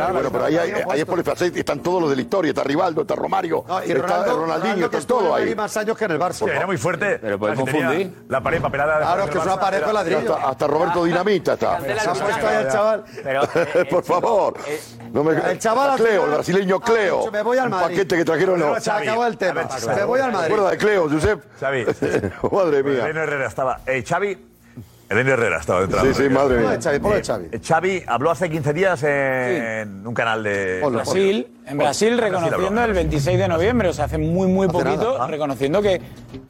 Speaker 4: Bueno, pero ahí, hay- ahí es por el francés, están todos los de la historia, está Rivaldo, está Romario,
Speaker 6: y Ronaldo,
Speaker 4: está Ronaldinho,
Speaker 6: Ronaldo que
Speaker 4: está
Speaker 6: estuvo en el
Speaker 4: todo ahí.
Speaker 6: Madrid más años que en el
Speaker 9: Sí,
Speaker 6: Barça.
Speaker 9: era muy fuerte. Pero
Speaker 6: pueden confundir.
Speaker 9: La pared papelada.
Speaker 6: Claro, es que es una pared con ladrillo.
Speaker 4: Hasta, hasta Roberto Dinamita Ah, está.
Speaker 6: Se ha puesto ahí el chaval.
Speaker 4: Por favor. No me-
Speaker 6: eh, El chaval al
Speaker 4: Cleo,
Speaker 6: final-
Speaker 4: el brasileño Cleo.
Speaker 6: Me voy al
Speaker 4: un
Speaker 6: Madrid.
Speaker 4: paquete que trajeron los.
Speaker 6: Se acabó el tema. Me voy al Madrid.
Speaker 4: Recuerda de Cleo, Josep.
Speaker 9: Xavi.
Speaker 4: Madre mía.
Speaker 9: Elena Herrera estaba. Eh, Xavi. Elena Herrera estaba detrás.
Speaker 4: Sí, sí, madre mía. Ponlo de
Speaker 9: Xavi, Xavi. Eh, Xavi habló hace 15 días en un canal de
Speaker 2: En Brasil, en Brasil reconociendo el 26 de noviembre, o sea, hace ¿ah? muy, muy poquito, reconociendo que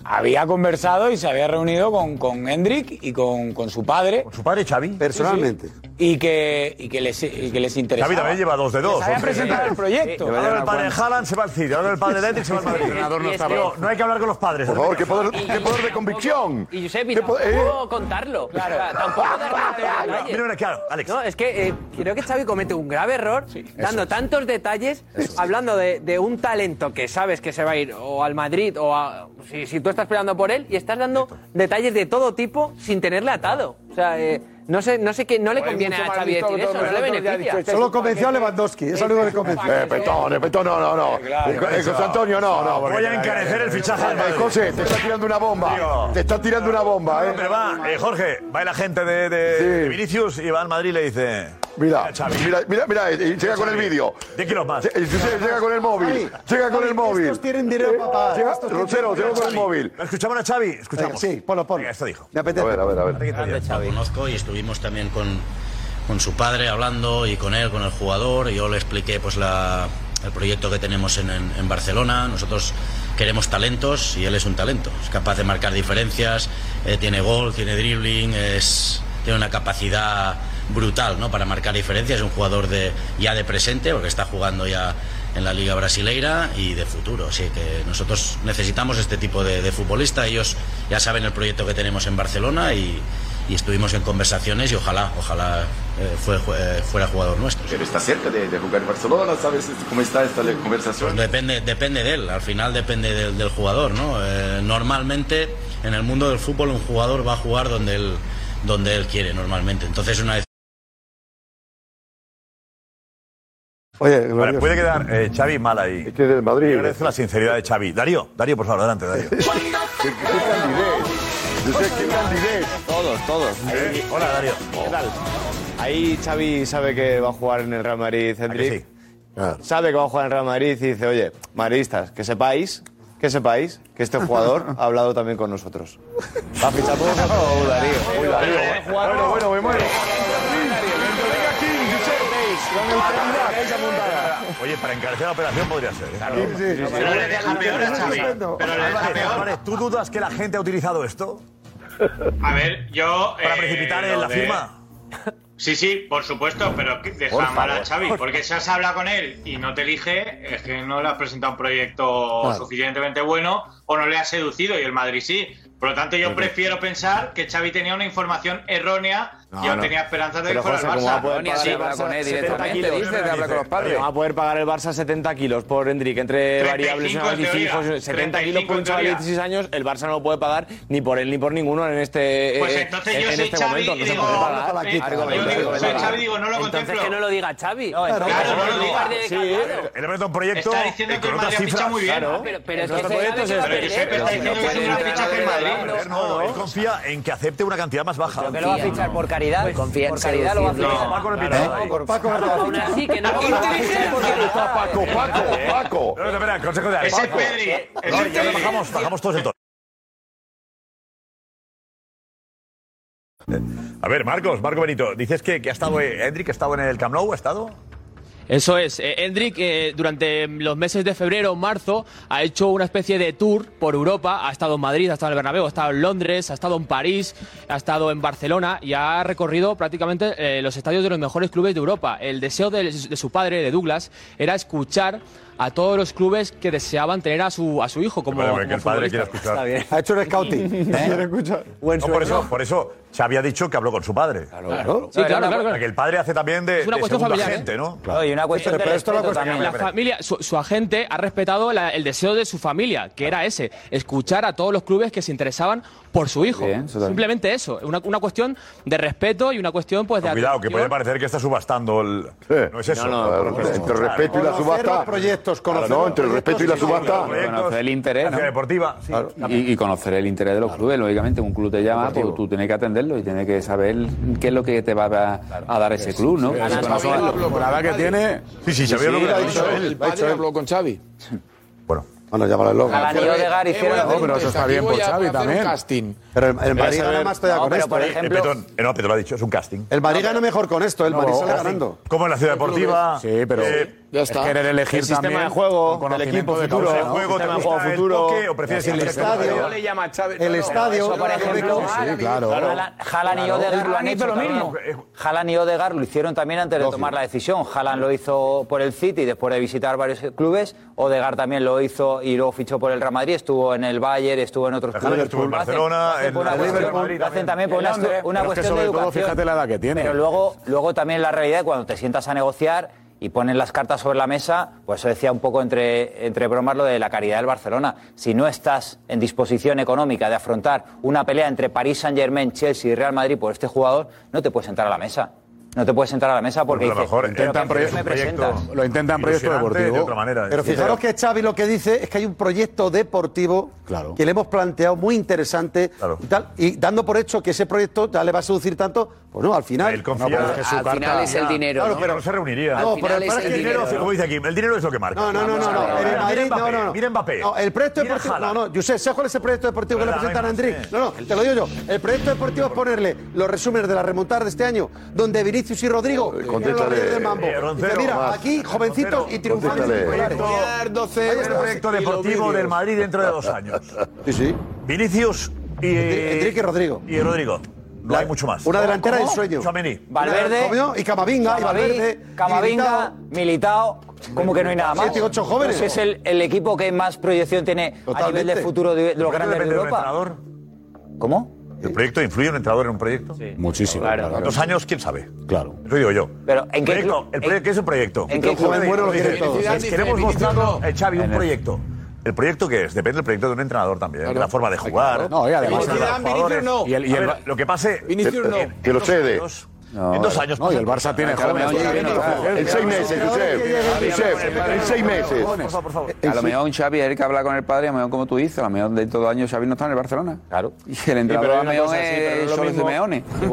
Speaker 2: había conversado y se había reunido con, con Hendrik y con, con su padre. ¿Con
Speaker 9: su padre, Xavi?
Speaker 2: Personalmente. Y, que, y, que les, y que les interesaba.
Speaker 9: Xavi también lleva dos de dos.
Speaker 2: Les había
Speaker 9: hombre.
Speaker 2: presentado el proyecto.
Speaker 9: Ahora el padre de Haaland se va al City, ahora el padre de Leipzig se va al Madrid.
Speaker 22: El entrenador no está-
Speaker 9: Digo, no hay que hablar con los padres. ¿eh?
Speaker 22: Por favor,
Speaker 4: qué poder- qué poder de convicción.
Speaker 22: Y Josep, y
Speaker 4: ¿Qué po-
Speaker 22: tampoco
Speaker 4: eh?
Speaker 22: contarlo. O sea, tampoco dar más detalles.
Speaker 9: Mira, mira, claro, Alex.
Speaker 22: No, es que eh, creo que Xavi comete un grave error dando tantos detalles, hablando de, de un talento que sabes que se va a ir o al Madrid o a, si, si tú estás peleando por él y estás dando detalles de todo tipo sin tenerle atado. O sea, eh, no sé, no sé qué, no le
Speaker 6: Hay
Speaker 22: conviene
Speaker 6: mucho
Speaker 22: a
Speaker 6: más
Speaker 22: Xavi
Speaker 6: listo que
Speaker 22: decir eso, no
Speaker 6: todos
Speaker 22: le
Speaker 6: nosotros, ya ha
Speaker 22: beneficia.
Speaker 6: dicho, Solo convenció a Lewandowski, es lo único que convenció.
Speaker 4: Eh, Petón, eh, Petón, no, no, no.
Speaker 6: claro.
Speaker 4: Eh, eh, José Antonio, no, no.
Speaker 9: Voy a encarecer el fichaje del
Speaker 4: Eh,
Speaker 9: Madrid.
Speaker 4: José, te está tirando una bomba. Te está tirando una bomba,
Speaker 9: No,
Speaker 4: ¿eh?
Speaker 9: pero va, eh, Jorge, va la gente de, de- de Vinicius y va al Madrid y le dice.
Speaker 4: Mira,
Speaker 9: Xavi.
Speaker 4: mira, mira, mira, eh, llega con el
Speaker 9: Xavi.
Speaker 4: vídeo.
Speaker 9: De kilos más.
Speaker 4: Eh, Josep, Llega con el móvil. Llega con el móvil.
Speaker 6: tienen dinero para pagar.
Speaker 4: Llega-
Speaker 6: Estos tienen
Speaker 4: Rosero,
Speaker 6: dinero.
Speaker 4: llega con el móvil.
Speaker 9: ¿Escuchamos a Xavi? Escuchamos.
Speaker 6: Sí, ponlo, ponlo.
Speaker 9: Esto dijo.
Speaker 6: Me apetece.
Speaker 4: A ver, a ver, a ver.
Speaker 23: Lo conozco y estuvimos también con, con su padre hablando y con él, con el jugador. Yo le expliqué pues la, el proyecto que tenemos en, en- en Barcelona. Nosotros queremos talentos y él es un talento. Es capaz de marcar diferencias, eh, tiene gol, tiene dribbling, es, tiene una capacidad brutal ¿no? para marcar diferencias. Es un jugador de, ya de presente porque está jugando ya en la Liga Brasileira y de futuro. Así que nosotros necesitamos este tipo de, de futbolista. Ellos ya saben el proyecto que tenemos en Barcelona y, y estuvimos en conversaciones y ojalá, ojalá eh, fue- eh, fuera jugador nuestro.
Speaker 5: Él está cerca de, de jugar en Barcelona, ¿sabes cómo está esta le- conversación?
Speaker 23: Pues depende, depende de él, al final depende del, del jugador, ¿no? Eh, normalmente en el mundo del fútbol un jugador va a jugar donde él, donde él quiere normalmente. Entonces una vez
Speaker 4: Oye,
Speaker 9: Vale, puede quedar eh, Xavi mal ahí. Este
Speaker 4: del Madrid.
Speaker 9: Agradezco la sinceridad de Xavi. Darío, Darío, por favor, adelante, Darío.
Speaker 1: Todos, todos.
Speaker 9: Hola, Darío.
Speaker 1: ¿Qué tal? Ahí Xavi sabe que va a jugar en el Real Madrid, Hendrik. Sabe que va a jugar en el Real Madrid y dice, oye, madridistas, que sepáis, que sepáis que este jugador ha hablado también con nosotros. Va a fichar por nosotros, Darío. Uy, Darío.
Speaker 5: Bueno, bueno, me muero.
Speaker 9: Oye, para encarecer la operación podría ser. ¿eh?
Speaker 5: Pero le deja peor a Xavi. Pero le deja
Speaker 9: Álvarez,
Speaker 5: peor.
Speaker 9: Álvarez, ¿tú dudas que la gente ha utilizado esto?
Speaker 18: A ver, yo. eh,
Speaker 9: Para precipitar
Speaker 18: lo
Speaker 9: la
Speaker 18: de-
Speaker 9: firma.
Speaker 18: Sí, sí, por supuesto, pero que- deja
Speaker 9: Por
Speaker 18: mal a
Speaker 9: favor.
Speaker 18: Xavi, porque si has hablado con él y no te elige, es que no le has presentado un proyecto
Speaker 9: Claro.
Speaker 18: suficientemente bueno o no le has seducido y el Madrid sí. Por lo tanto, yo prefiero pensar que Xavi tenía una información errónea
Speaker 1: No,
Speaker 18: y aún
Speaker 1: no.
Speaker 18: tenía esperanzas de que
Speaker 1: Pero,
Speaker 18: fuera al
Speaker 1: José, ¿cómo va a
Speaker 18: Barça.
Speaker 1: poder pagar
Speaker 18: Sí,
Speaker 1: el Barça
Speaker 18: Barça
Speaker 1: 70 kilos?
Speaker 18: 70 kilos.
Speaker 1: Dice que habla con los padres. Pero va a poder pagar el Barça 70 kilos por Hendrik entre
Speaker 18: 35
Speaker 1: variables
Speaker 18: en
Speaker 1: nuevas y
Speaker 18: teoría.
Speaker 1: fijos. 70 kilos por un
Speaker 18: 35 en
Speaker 1: chaval de
Speaker 18: teoría.
Speaker 1: 16 años, el Barça no lo puede pagar ni por él ni por ninguno en este
Speaker 18: Pues
Speaker 1: eh,
Speaker 18: entonces
Speaker 1: en,
Speaker 18: yo
Speaker 1: en
Speaker 18: soy
Speaker 1: este
Speaker 18: Xavi
Speaker 1: momento.
Speaker 18: y
Speaker 1: No se
Speaker 18: digo,
Speaker 1: puede
Speaker 18: no,
Speaker 1: pagar.
Speaker 18: no, no,
Speaker 1: Argumento,
Speaker 18: yo digo,
Speaker 1: argumento.
Speaker 18: soy Xavi y digo, no lo
Speaker 24: Entonces
Speaker 18: contemplo.
Speaker 24: que no lo diga Xavi.
Speaker 18: Claro, claro, no lo diga. Sí,
Speaker 9: él ha un proyecto
Speaker 18: Está diciendo que el Madrid ha fichado muy bien.
Speaker 24: Pero, pero es que
Speaker 9: Otro
Speaker 24: se
Speaker 9: proyecto
Speaker 24: sabe
Speaker 9: es
Speaker 24: que va a
Speaker 9: este.
Speaker 24: perder.
Speaker 9: No, él confía en que acepte una cantidad más baja.
Speaker 24: Pero que lo va a fichar
Speaker 9: por
Speaker 24: caridad.
Speaker 9: Confía
Speaker 24: Por caridad lo va a fichar.
Speaker 9: No, Paco no
Speaker 24: Claro,
Speaker 9: pinta
Speaker 24: ¿eh?
Speaker 9: nada ahí.
Speaker 24: Paco no pinta Aún nada. así, que no lo va a fichar porque no está Paco,
Speaker 9: Paco, Paco. Pero espera, consejo de Alex.
Speaker 24: Ese es
Speaker 9: Paco.
Speaker 24: Pedri, ese
Speaker 9: No,
Speaker 24: es
Speaker 9: ya
Speaker 24: Pedri.
Speaker 9: bajamos, bajamos todos el tono. A ver, Marcos, Marco Benito, dices que, que ha estado, eh, Hendrik, ha estado en el Camp Nou, ¿ha estado?
Speaker 13: Eso es. Eh, Hendrik, eh, durante los meses de febrero marzo, ha hecho una especie de tour por Europa. Ha estado en Madrid, ha estado en el Bernabéu, ha estado en Londres, ha estado en París, ha estado en Barcelona y ha recorrido prácticamente eh, los estadios de los mejores clubes de Europa. El deseo de, de su padre, de Douglas, era escuchar a todos los clubes que deseaban tener a su, a su hijo como,
Speaker 9: Vale,
Speaker 13: como
Speaker 9: que el padre quiere
Speaker 13: futbolista.
Speaker 9: escuchar.
Speaker 6: Ha hecho un scouting. Quiere escuchar.
Speaker 9: No, por eso, por eso Xavi ha dicho que habló con su padre. Claro,
Speaker 6: Claro. Sí, claro, claro, claro.
Speaker 9: Que el padre hace también de,
Speaker 13: Es una
Speaker 9: de
Speaker 13: cuestión
Speaker 9: segunda
Speaker 13: familiar,
Speaker 9: gente,
Speaker 13: ¿eh?
Speaker 9: ¿no?
Speaker 13: Claro.
Speaker 9: y una
Speaker 13: cuestión
Speaker 9: de respeto también.
Speaker 13: La familia, su, su agente ha respetado la- el deseo de su familia, que era ese, escuchar a todos los clubes que se interesaban por su hijo.
Speaker 9: Bien, eso también.
Speaker 13: Simplemente eso, una, una cuestión de respeto y una cuestión pues de
Speaker 9: Cuidado, que
Speaker 13: atención.
Speaker 9: puede parecer que está subastando el. No es eso.
Speaker 4: entre el respeto y la subasta. Claro, no, entre el respeto y la subasta.
Speaker 7: Conocer el interés. ¿no?
Speaker 9: deportiva.
Speaker 7: Y, y conocer el interés de los clubes, lógicamente. Un club te llama, pues, tú tienes que atenderlo y tienes que saber qué es lo que te va a, a dar ese club, ¿no?
Speaker 14: Sí, sí, sí. Con la edad que tiene.
Speaker 7: Sí, sí, Xavi lo que ha dicho
Speaker 14: El
Speaker 7: él. Ha dicho
Speaker 14: padre
Speaker 7: él.
Speaker 14: habló
Speaker 25: con Xavi.
Speaker 9: Bueno.
Speaker 14: Bueno, llámalo loco.
Speaker 7: Cavani y Odegaard hicieron-
Speaker 14: No, pero eso está bien por Xavi también.
Speaker 6: Pero el, el Madrid gana más todavía con esto. ¿eh?
Speaker 9: Petón, eh, no, Petón lo ha dicho, es un casting.
Speaker 6: El Madrid gana mejor con esto, el
Speaker 9: No,
Speaker 6: Madrid sale
Speaker 9: casting.
Speaker 6: ganando.
Speaker 9: Como en la ciudad deportiva. eh,
Speaker 6: Sí, pero- Ya está.
Speaker 14: Querer elegir
Speaker 6: El sistema
Speaker 14: también
Speaker 6: de juego,
Speaker 14: con
Speaker 6: del
Speaker 14: conocimiento
Speaker 6: equipo
Speaker 14: de
Speaker 6: futuro,
Speaker 14: causa,
Speaker 6: ¿no?
Speaker 14: ¿no?
Speaker 6: Juego,
Speaker 14: Sistema de
Speaker 6: ¿te gusta el toque
Speaker 14: o prefieres
Speaker 6: el
Speaker 14: ir
Speaker 6: estadio?
Speaker 14: directo?
Speaker 6: Le
Speaker 7: llama Xavi.
Speaker 6: El estadio.
Speaker 7: Eso, por ejemplo,
Speaker 6: Sí, claro.
Speaker 3: Haaland- Haaland y
Speaker 7: Claro.
Speaker 3: Odegaard lo han
Speaker 7: Haaland hizo
Speaker 3: hecho
Speaker 7: lo mismo.
Speaker 3: también. Haaland y Odegaard lo hicieron también antes de tomar la decisión. Haaland lo hizo por el City después de visitar varios clubes. Odegaard también lo hizo y luego fichó por el Real Madrid. Estuvo en el Bayern, estuvo en otros
Speaker 9: Haaland
Speaker 3: clubes.
Speaker 9: estuvo en
Speaker 3: Lo hacen-
Speaker 9: Barcelona,
Speaker 3: lo hacen
Speaker 9: en
Speaker 3: por una
Speaker 9: el
Speaker 3: cuestión-
Speaker 9: Liverpool también.
Speaker 3: Lo hacen también por una,
Speaker 9: En Londres.
Speaker 3: una
Speaker 9: Pero es que
Speaker 3: cuestión de
Speaker 9: sobre todo,
Speaker 3: educación.
Speaker 9: fíjate la edad que tiene.
Speaker 3: Pero luego, luego también la realidad, cuando te sientas a negociar y pones las cartas sobre la mesa, pues eso decía un poco entre, entre bromas lo de la caridad del Barcelona. Si no estás en disposición económica de afrontar una pelea entre París Saint Germain, Chelsea y Real Madrid por este jugador, no te puedes sentar a la mesa. No te puedes sentar a la mesa porque
Speaker 9: Pues a lo
Speaker 3: dices,
Speaker 9: mejor
Speaker 3: "Pero
Speaker 9: intentan
Speaker 3: ¿qué
Speaker 9: proyectos-
Speaker 3: me
Speaker 9: proyecto-
Speaker 3: presentas?".
Speaker 14: Lo intentan proyecto
Speaker 9: Ilusionante
Speaker 14: deportivo.
Speaker 9: de otra manera. ¿eh?
Speaker 14: Pero
Speaker 6: Pero fijaros que Xavi lo que dice es que hay un proyecto deportivo que le hemos planteado muy interesante y tal, y dando por hecho que ese proyecto ya le va a seducir tanto, pues no, al final.
Speaker 9: confía-
Speaker 6: No, pero es que su
Speaker 9: al
Speaker 6: carta-
Speaker 9: final es el dinero,
Speaker 6: Claro,
Speaker 9: ¿no?
Speaker 6: pero
Speaker 9: No se reuniría.
Speaker 6: No,
Speaker 9: Al
Speaker 6: pero
Speaker 9: final
Speaker 6: el
Speaker 9: es
Speaker 6: parque-
Speaker 9: el dinero, como dice aquí, el dinero es lo que marca.
Speaker 6: No, no, no, no, no. En el
Speaker 9: Mira
Speaker 6: Madrid, no,
Speaker 9: Mbappé,
Speaker 6: no, no.
Speaker 9: mira Mbappé.
Speaker 6: No, el proyecto
Speaker 9: Mira
Speaker 6: deportivo. No,
Speaker 9: Haaland.
Speaker 6: no, yo sé, ¿sabes cuál es el proyecto deportivo que le
Speaker 9: Verdad,
Speaker 6: presentan a
Speaker 9: no hay
Speaker 6: Andriy? No, no, te lo digo yo. El proyecto deportivo es ponerle los resúmenes de la remontada de este año, donde Vinicius y Rodrigo eran los
Speaker 9: contéstale,
Speaker 6: reyes del mambo.
Speaker 9: eh, Roncero,
Speaker 6: Dice, mira,
Speaker 9: más.
Speaker 6: aquí, jovencitos y triunfantes.
Speaker 9: Contéstale.
Speaker 6: titulares".
Speaker 9: Hay un proyecto deportivo del Madrid dentro de dos años.
Speaker 6: Sí, sí.
Speaker 9: Vinicius y.
Speaker 6: Enrique Rodrigo.
Speaker 9: Y Rodrigo. No hay mucho más.
Speaker 6: Una delantera
Speaker 9: ¿Cómo?
Speaker 6: del sueño.
Speaker 9: Tchouaméni.
Speaker 3: Valverde,
Speaker 6: Comió, Y Camavinga, y
Speaker 3: Camavi-
Speaker 6: Valverde. y
Speaker 3: Camavinga, Militao, ¿Cómo que no hay nada más?
Speaker 6: Siete, ocho jóvenes.
Speaker 3: Pues es el, el equipo que más proyección tiene a
Speaker 9: Totalmente.
Speaker 3: nivel de futuro de, de
Speaker 9: ¿Pero
Speaker 3: los
Speaker 9: qué
Speaker 3: grandes de
Speaker 9: depende de un
Speaker 3: Europa. ¿Cómo?
Speaker 9: ¿El proyecto influye un entrenador en un proyecto? Sí. Muchísimo.
Speaker 3: Claro.
Speaker 9: ¿Cuántos años? ¿Quién sabe?
Speaker 26: Claro.
Speaker 9: Eso digo yo.
Speaker 3: Pero ¿en qué
Speaker 9: proyecto,
Speaker 3: club-
Speaker 9: el proyecto, ¿Qué es un proyecto?
Speaker 3: en qué El club? joven bueno lo quiere todo.
Speaker 9: Es- Queremos
Speaker 3: Vinicius
Speaker 9: mostrarnos,
Speaker 3: no.
Speaker 9: eh, Xavi,
Speaker 3: En
Speaker 9: un
Speaker 3: el-
Speaker 9: proyecto. ¿El proyecto qué es? Depende del proyecto de un entrenador también.
Speaker 4: Claro.
Speaker 9: La forma de jugar.
Speaker 4: No, y
Speaker 9: la
Speaker 4: además-
Speaker 9: forma de
Speaker 4: Zidane,
Speaker 9: los jugadores.
Speaker 4: Vinicius no.
Speaker 9: Y el- y el-
Speaker 4: A ver,
Speaker 9: lo que pase. eh,
Speaker 4: Vinicius
Speaker 9: en-
Speaker 4: no.
Speaker 9: en
Speaker 4: Que lo
Speaker 9: dos
Speaker 4: cede.
Speaker 9: años- En dos años.
Speaker 26: No, y el
Speaker 9: pasa.
Speaker 26: Barça tiene
Speaker 9: Claro,
Speaker 26: jóvenes.
Speaker 9: oye,
Speaker 26: todavía.
Speaker 9: no,
Speaker 4: En seis meses, Josep. Josep, en seis meses.
Speaker 7: A lo mejor un Xavi es el que habla con el padre, a lo mejor como tú dices, a lo mejor de todos los años Xavi no está en el Barcelona. Claro. Y el entrenador a lo mejor es Xavi Simeone.
Speaker 1: Sí, pero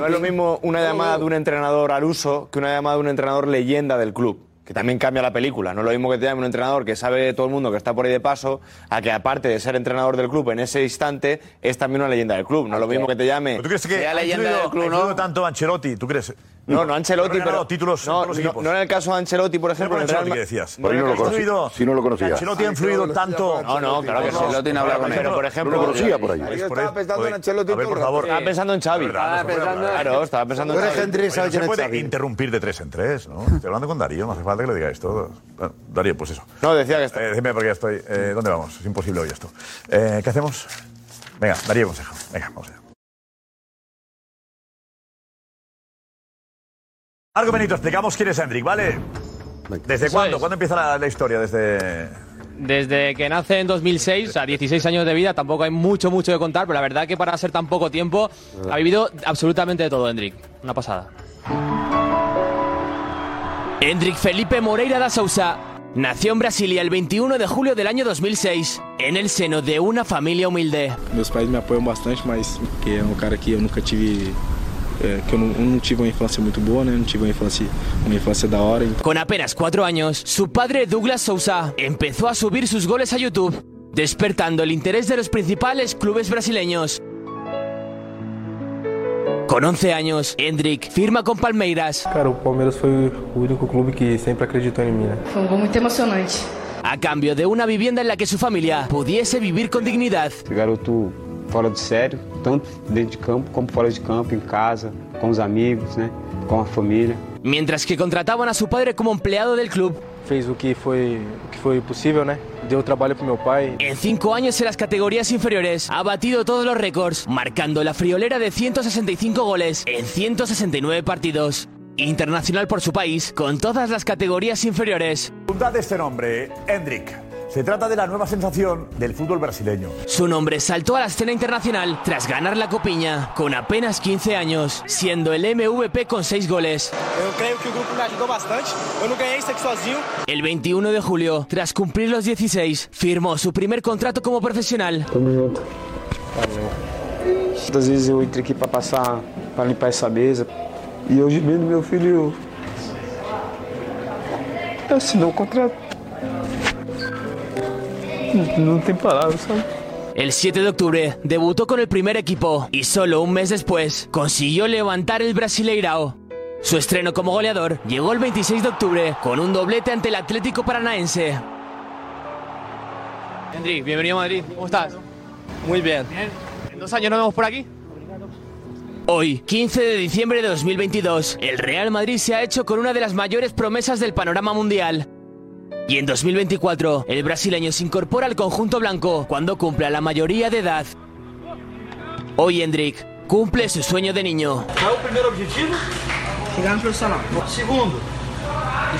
Speaker 1: No es lo mismo una llamada de un entrenador al uso que una llamada de un entrenador leyenda del club. Que también cambia la película. No es lo mismo que te llame un entrenador que sabe todo el mundo que está por ahí de paso, a que aparte de ser entrenador del club en ese instante, es también una leyenda del club. No es lo mismo que te llame.
Speaker 9: ¿Tú crees que
Speaker 1: sea
Speaker 9: ha influido, ha influido tanto Ancelotti? ¿Tú crees?
Speaker 1: No, no Ancelotti,
Speaker 9: Ha
Speaker 1: pero.
Speaker 9: ganado títulos en
Speaker 1: no,
Speaker 9: todos los
Speaker 1: no-
Speaker 9: equipos.
Speaker 1: no en el caso de Ancelotti, por ejemplo.
Speaker 9: por
Speaker 1: en el Real
Speaker 9: Ancelotti
Speaker 1: Ma-
Speaker 9: que decías.
Speaker 1: en el
Speaker 9: Por ahí no lo
Speaker 1: caso-
Speaker 9: conocí. Si no lo conocía. Ancelotti ha Ay, influido claro, tanto-
Speaker 1: No, no, claro que sí.
Speaker 9: Ancelotti no habla con él.
Speaker 1: Pero, por ejemplo.
Speaker 9: No lo conocía por ahí. Yo estaba
Speaker 1: Por ahí-
Speaker 9: pensando en
Speaker 1: A ver, por favor. Estaba pensando en Xavi.
Speaker 9: Estaba pensando-
Speaker 1: Claro, estaba pensando en Xavi.
Speaker 9: Oye, no se puede interrumpir de tres en tres, ¿no? Estoy hablando con Darío, no hace falta que le digáis todo. Bueno, Darío, pues eso.
Speaker 1: No, decía que
Speaker 9: está. dime porque ya estoy. eh, ¿Dónde vamos? Es imposible hoy esto. Eh, ¿Qué hacemos? Venga, Darío Consejo. Venga, vamos allá. Argo Benito, explicamos quién es Hendrik, ¿vale? ¿Desde
Speaker 27: Eso
Speaker 9: cuándo?
Speaker 27: es.
Speaker 9: ¿Cuándo empieza la, la historia? Desde.
Speaker 27: Desde que nace en 2006, a 16 años de vida, tampoco hay mucho, mucho que contar, pero la verdad que para ser tan poco tiempo ha vivido absolutamente de todo, Hendrik. Una pasada. Hendrik Felipe Moreira da Sousa nació en Brasilia el 21 de julio del año 2006, en el seno de una familia humilde.
Speaker 8: Meus pais me apoiam bastante, mas que é um cara que eu nunca tive. é, que eu não, eu não tive uma infância muito boa, né? Não tive uma infância, uma infância da hora. Então...
Speaker 27: Con apenas cuatro años, su padre Douglas Sousa empezó a subir sus goles a YouTube, despertando el interés de los principales clubes brasileños. Con 11 años, Hendrik firma con Palmeiras.
Speaker 8: Cara, o Palmeiras foi o único clube que sempre acreditou em mim, né?
Speaker 27: Fue un gol muy emocionante. A cambio de una vivienda en la que su familia pudiese vivir con dignidad.
Speaker 28: Esse garoto fora de sério, tanto dentro de campo como fora de campo, em casa, com os amigos, né? Com a família.
Speaker 27: Mientras que contrataban a su padre como empleado del club.
Speaker 8: Fez o que foi, o que foi possível, né? Deu trabalho pro meu pai.
Speaker 27: En cinco años en las categorías inferiores ha batido todos los récords, marcando la friolera de 165 goles en 169 partidos. Internacional por su país, con todas las categorías inferiores.
Speaker 9: Preguntad este nombre, Hendrik. Se trata de la nueva sensación del fútbol brasileño.
Speaker 27: Su nombre saltó a la escena internacional tras ganar la copiña, con apenas 15 años, siendo el MVP con 6 goles.
Speaker 24: Eu creio que o grupo me ajudou bastante. Eu não ganhei isso aqui sozinho.
Speaker 27: El 21 de julio, tras cumplir los 16, firmó su primer contrato como profesional.
Speaker 8: Tamo junto. Muitas vezes eu entrei aqui pra passar, pra limpar essa mesa. E hoje mesmo meu filho. assinou o contrato. Não, não tem palavras, sabe?
Speaker 27: El 7 de octubre debutó con el primer equipo y solo un mes después consiguió levantar el Brasileirao. Su estreno como goleador llegó el 26 de octubre con un doblete ante el Atlético Paranaense. Hendrik, bienvenido a Madrid. ¿Cómo estás? Muy bien. ¿En dos años nos vemos por aquí? Hoy, 15 de diciembre de 2022, el Real Madrid se ha hecho con una de las mayores promesas del panorama mundial. Y en 2024, el brasileño se incorpora al conjunto blanco cuando cumpla la mayoría de edad. Hoy Hendrik cumple su sueño de niño.
Speaker 24: Qual é o primeiro objetivo? Chegar no profissional. Segundo?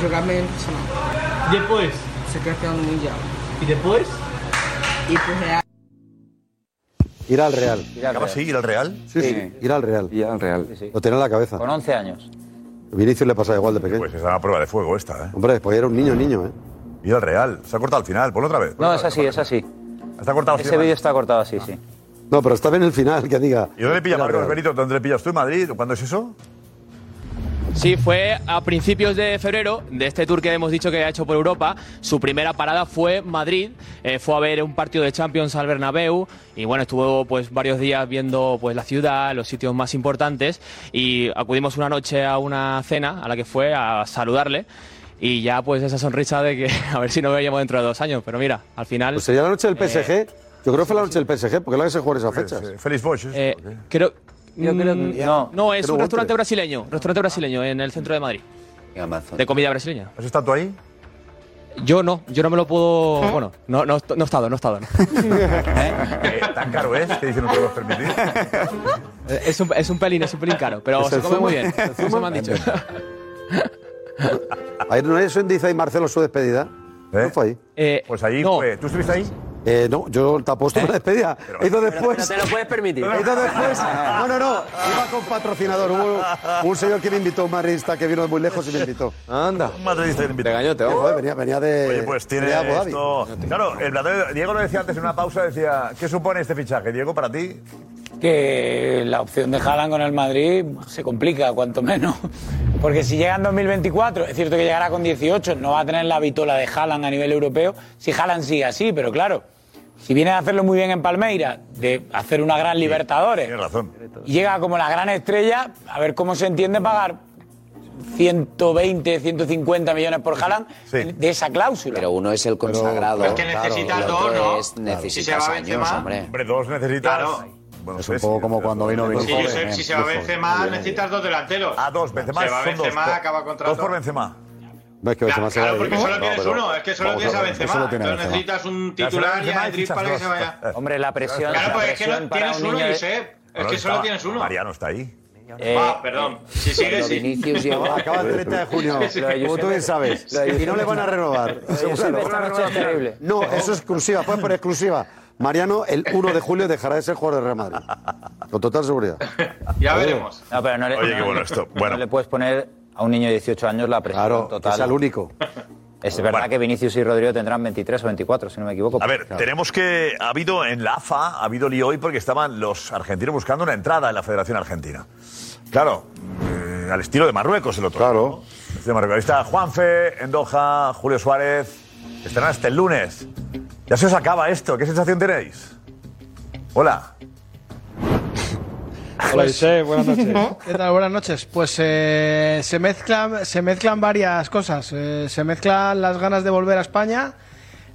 Speaker 24: Jogar bem no profissional. Depois? Ser campeão do Mundial. E depois? Ir pro Real.
Speaker 6: Ir al Real.
Speaker 9: ¿Acaba así, ir al Real?
Speaker 6: Sí, sí, ir al Real. Ir al Real. Lo tenía en la cabeza.
Speaker 3: Con 11 años.
Speaker 6: Vinicius le pasaba igual de pequeño.
Speaker 9: Pues es una prueba de fuego esta, ¿eh?
Speaker 6: Hombre, pues era un niño, niño, ¿eh?
Speaker 9: Ir al Real. Se ha cortado al final, ponlo otra vez.
Speaker 3: No, es así, es así.
Speaker 9: Está cortado
Speaker 3: Ese
Speaker 9: Sierra.
Speaker 3: vídeo está cortado así, sí.
Speaker 6: No, pero está bien el final, que diga.
Speaker 9: ¿Y dónde le pilla
Speaker 6: Ir al
Speaker 9: Marcos
Speaker 6: Real.
Speaker 9: Benito? ¿Dónde le pillas tú en Madrid? ¿Cuándo es eso?
Speaker 27: Sí, fue a principios de febrero de este tour que hemos dicho que ha hecho por Europa. Su primera parada fue Madrid. Eh, fue a ver un partido de Champions al Bernabéu y bueno estuvo pues varios días viendo pues la ciudad, los sitios más importantes y acudimos una noche a una cena a la que fue a saludarle y ya pues esa sonrisa de que a ver si nos veíamos dentro de dos años. Pero mira, al final.
Speaker 6: Pues sería la noche del
Speaker 27: Eh,
Speaker 6: PSG. Yo creo que fue la noche del PSG, porque es la que se juega esas fechas.
Speaker 9: Feliz Bosch.
Speaker 27: eh, creo. mm, no, es
Speaker 6: Creo
Speaker 27: un
Speaker 6: que
Speaker 27: restaurante brasileño, restaurante brasileño en el centro de Madrid.
Speaker 9: Amazon.
Speaker 27: De comida brasileña.
Speaker 9: ¿Has estado tú ahí?
Speaker 1: Yo no, yo no me lo puedo. Bueno, no, no, no he estado, no he estado. no.
Speaker 9: Eh, ¿Tan caro es? ¿Qué dicen ustedes los permitir?
Speaker 1: Eh, Es, un, es un pelín, es un pelín caro, pero
Speaker 9: ¿Se
Speaker 1: se come
Speaker 9: suma?
Speaker 1: muy bien.
Speaker 9: ¿Se
Speaker 1: Eso me han dicho.
Speaker 6: Ahí no es donde hizo ahí Marcelo su despedida.
Speaker 9: ¿Eh?
Speaker 6: ¿No fue ahí?
Speaker 9: pues ahí fue. ¿Tú estuviste ahí?
Speaker 6: Eh, no, yo te apuesto una despedida. He ido después.
Speaker 22: Pero te lo puedes permitir.
Speaker 6: He ido después. No, no, no. Iba con patrocinador. Hubo un señor que me invitó, un madridista que vino de muy lejos y me invitó. Anda.
Speaker 9: Un madridista que me invitó.
Speaker 6: Te
Speaker 1: eh,
Speaker 6: Joder, venía, venía de.
Speaker 5: Eh,
Speaker 9: Oye, pues tiene
Speaker 6: venía de Abu Dhabi.
Speaker 9: esto... Claro, el plató- Diego lo decía antes en una pausa, decía, ¿qué supone este fichaje, Diego, para ti?
Speaker 2: que la opción de Haaland con el Madrid se complica, cuanto menos. Porque si llega en 2024, es cierto que llegará con 18, no va a tener la vitola de Haaland a nivel europeo, si Haaland sigue así, pero claro, si viene a hacerlo muy bien en Palmeiras, de hacer una gran Libertadores,
Speaker 9: razón.
Speaker 2: y llega como la gran estrella, a ver cómo se entiende pagar 120, 150 millones por Haaland de esa cláusula. Pero
Speaker 17: uno es el
Speaker 9: consagrado,
Speaker 17: Es que necesitas
Speaker 18: Ah,
Speaker 17: claro, dos, ¿no? es- necesitas
Speaker 9: va
Speaker 17: años,
Speaker 9: Benzema,
Speaker 17: hombre.
Speaker 9: dos necesitas...
Speaker 5: es un poco como cuando vino
Speaker 9: Sí,
Speaker 5: Vinicius.
Speaker 9: yo sé,
Speaker 5: Bien,
Speaker 9: si se va
Speaker 5: lujo.
Speaker 9: Benzema,
Speaker 5: Bien.
Speaker 18: Necesitas dos delanteros.
Speaker 9: Ah, dos, Benzema
Speaker 18: Se va
Speaker 9: son dos.
Speaker 18: Benzema,
Speaker 9: Dos-
Speaker 18: acaba contrato.
Speaker 9: Dos por Benzema.
Speaker 5: No es que Benzema se
Speaker 18: Claro,
Speaker 5: vaya.
Speaker 18: porque solo tienes
Speaker 5: pero-
Speaker 18: uno, es que solo
Speaker 5: vamos
Speaker 18: tienes a
Speaker 5: ver,
Speaker 18: Benzema.
Speaker 5: solo tiene
Speaker 18: Entonces
Speaker 5: Benzema.
Speaker 18: necesitas un
Speaker 5: Ya, solo
Speaker 18: titular y
Speaker 9: Benzema
Speaker 18: a
Speaker 9: y
Speaker 18: Endrick
Speaker 9: fichas
Speaker 18: para que
Speaker 9: dos.
Speaker 18: se vaya.
Speaker 9: Hombre, la presión-
Speaker 18: Claro,
Speaker 9: la
Speaker 18: pues es que
Speaker 9: presión
Speaker 18: no-
Speaker 9: para
Speaker 18: tienes
Speaker 9: un
Speaker 18: uno,
Speaker 9: niño de- Eh,
Speaker 18: Josep. Es
Speaker 9: Pero
Speaker 18: que solo
Speaker 9: está-
Speaker 18: tienes uno.
Speaker 9: Mariano está ahí.
Speaker 18: Ah, perdón. Si sigue,
Speaker 17: cuando
Speaker 18: sí.
Speaker 17: Vinicius llegó-
Speaker 6: Acaba el 30 de junio,
Speaker 18: Sí, sí.
Speaker 6: como tú bien sabes.
Speaker 18: Lo de
Speaker 6: Y no
Speaker 18: Josep-
Speaker 6: le van a renovar.
Speaker 18: Lo de Josep
Speaker 6: Seguro.
Speaker 18: esta noche es terrible.
Speaker 6: No, eso es exclusiva, pues por exclusiva. Mariano, el 1 de julio dejará de ser jugador de Real Madrid. Con total seguridad.
Speaker 18: Ya veremos.
Speaker 3: No, pero no le,
Speaker 6: Oye, qué
Speaker 3: no-
Speaker 6: bueno esto.
Speaker 3: no
Speaker 6: Bueno.
Speaker 3: le puedes poner a un niño de 18 años la presión total.
Speaker 6: que sea el único.
Speaker 3: Es verdad que Vinicius y Rodrigo tendrán 23 o 24, si no me equivoco.
Speaker 9: A ver, tenemos que. Ha habido en la AFA, ha habido lío hoy porque estaban los argentinos buscando una entrada en la Federación Argentina. Claro, eh, al estilo de Marruecos el otro. Claro. de Marruecos. Ahí está Juanfe, Endoja, Julio Suárez. Estarán hasta el lunes. Ya se os acaba esto. ¿Qué sensación tenéis? Hola.
Speaker 12: Hola, José, buenas noches. ¿Qué tal? Buenas noches. Pues eh, se, mezclan, se mezclan varias cosas. Eh, se mezclan las ganas de volver a España,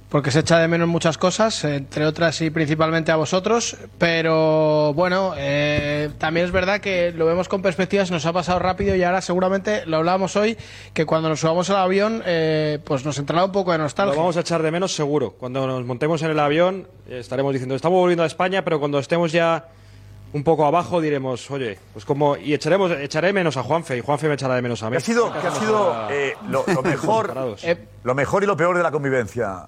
Speaker 12: porque se echa de menos muchas cosas, entre otras y principalmente a vosotros. Pero bueno, eh, también es verdad que lo vemos con perspectivas, nos ha pasado rápido y ahora seguramente lo hablábamos hoy, que cuando nos subamos al avión, eh, pues nos entrará un poco de nostalgia.
Speaker 15: Lo vamos a echar de menos seguro. Cuando nos montemos en el avión eh, estaremos diciendo, estamos volviendo a España, pero cuando estemos ya un poco abajo diremos, oye, pues como... Y echaremos, echaré menos a Juanfe y Juanfe me echará de menos a mí.
Speaker 9: ¿Qué ha sido, qué ha sido eh, lo, lo mejor, lo mejor y lo peor de la convivencia?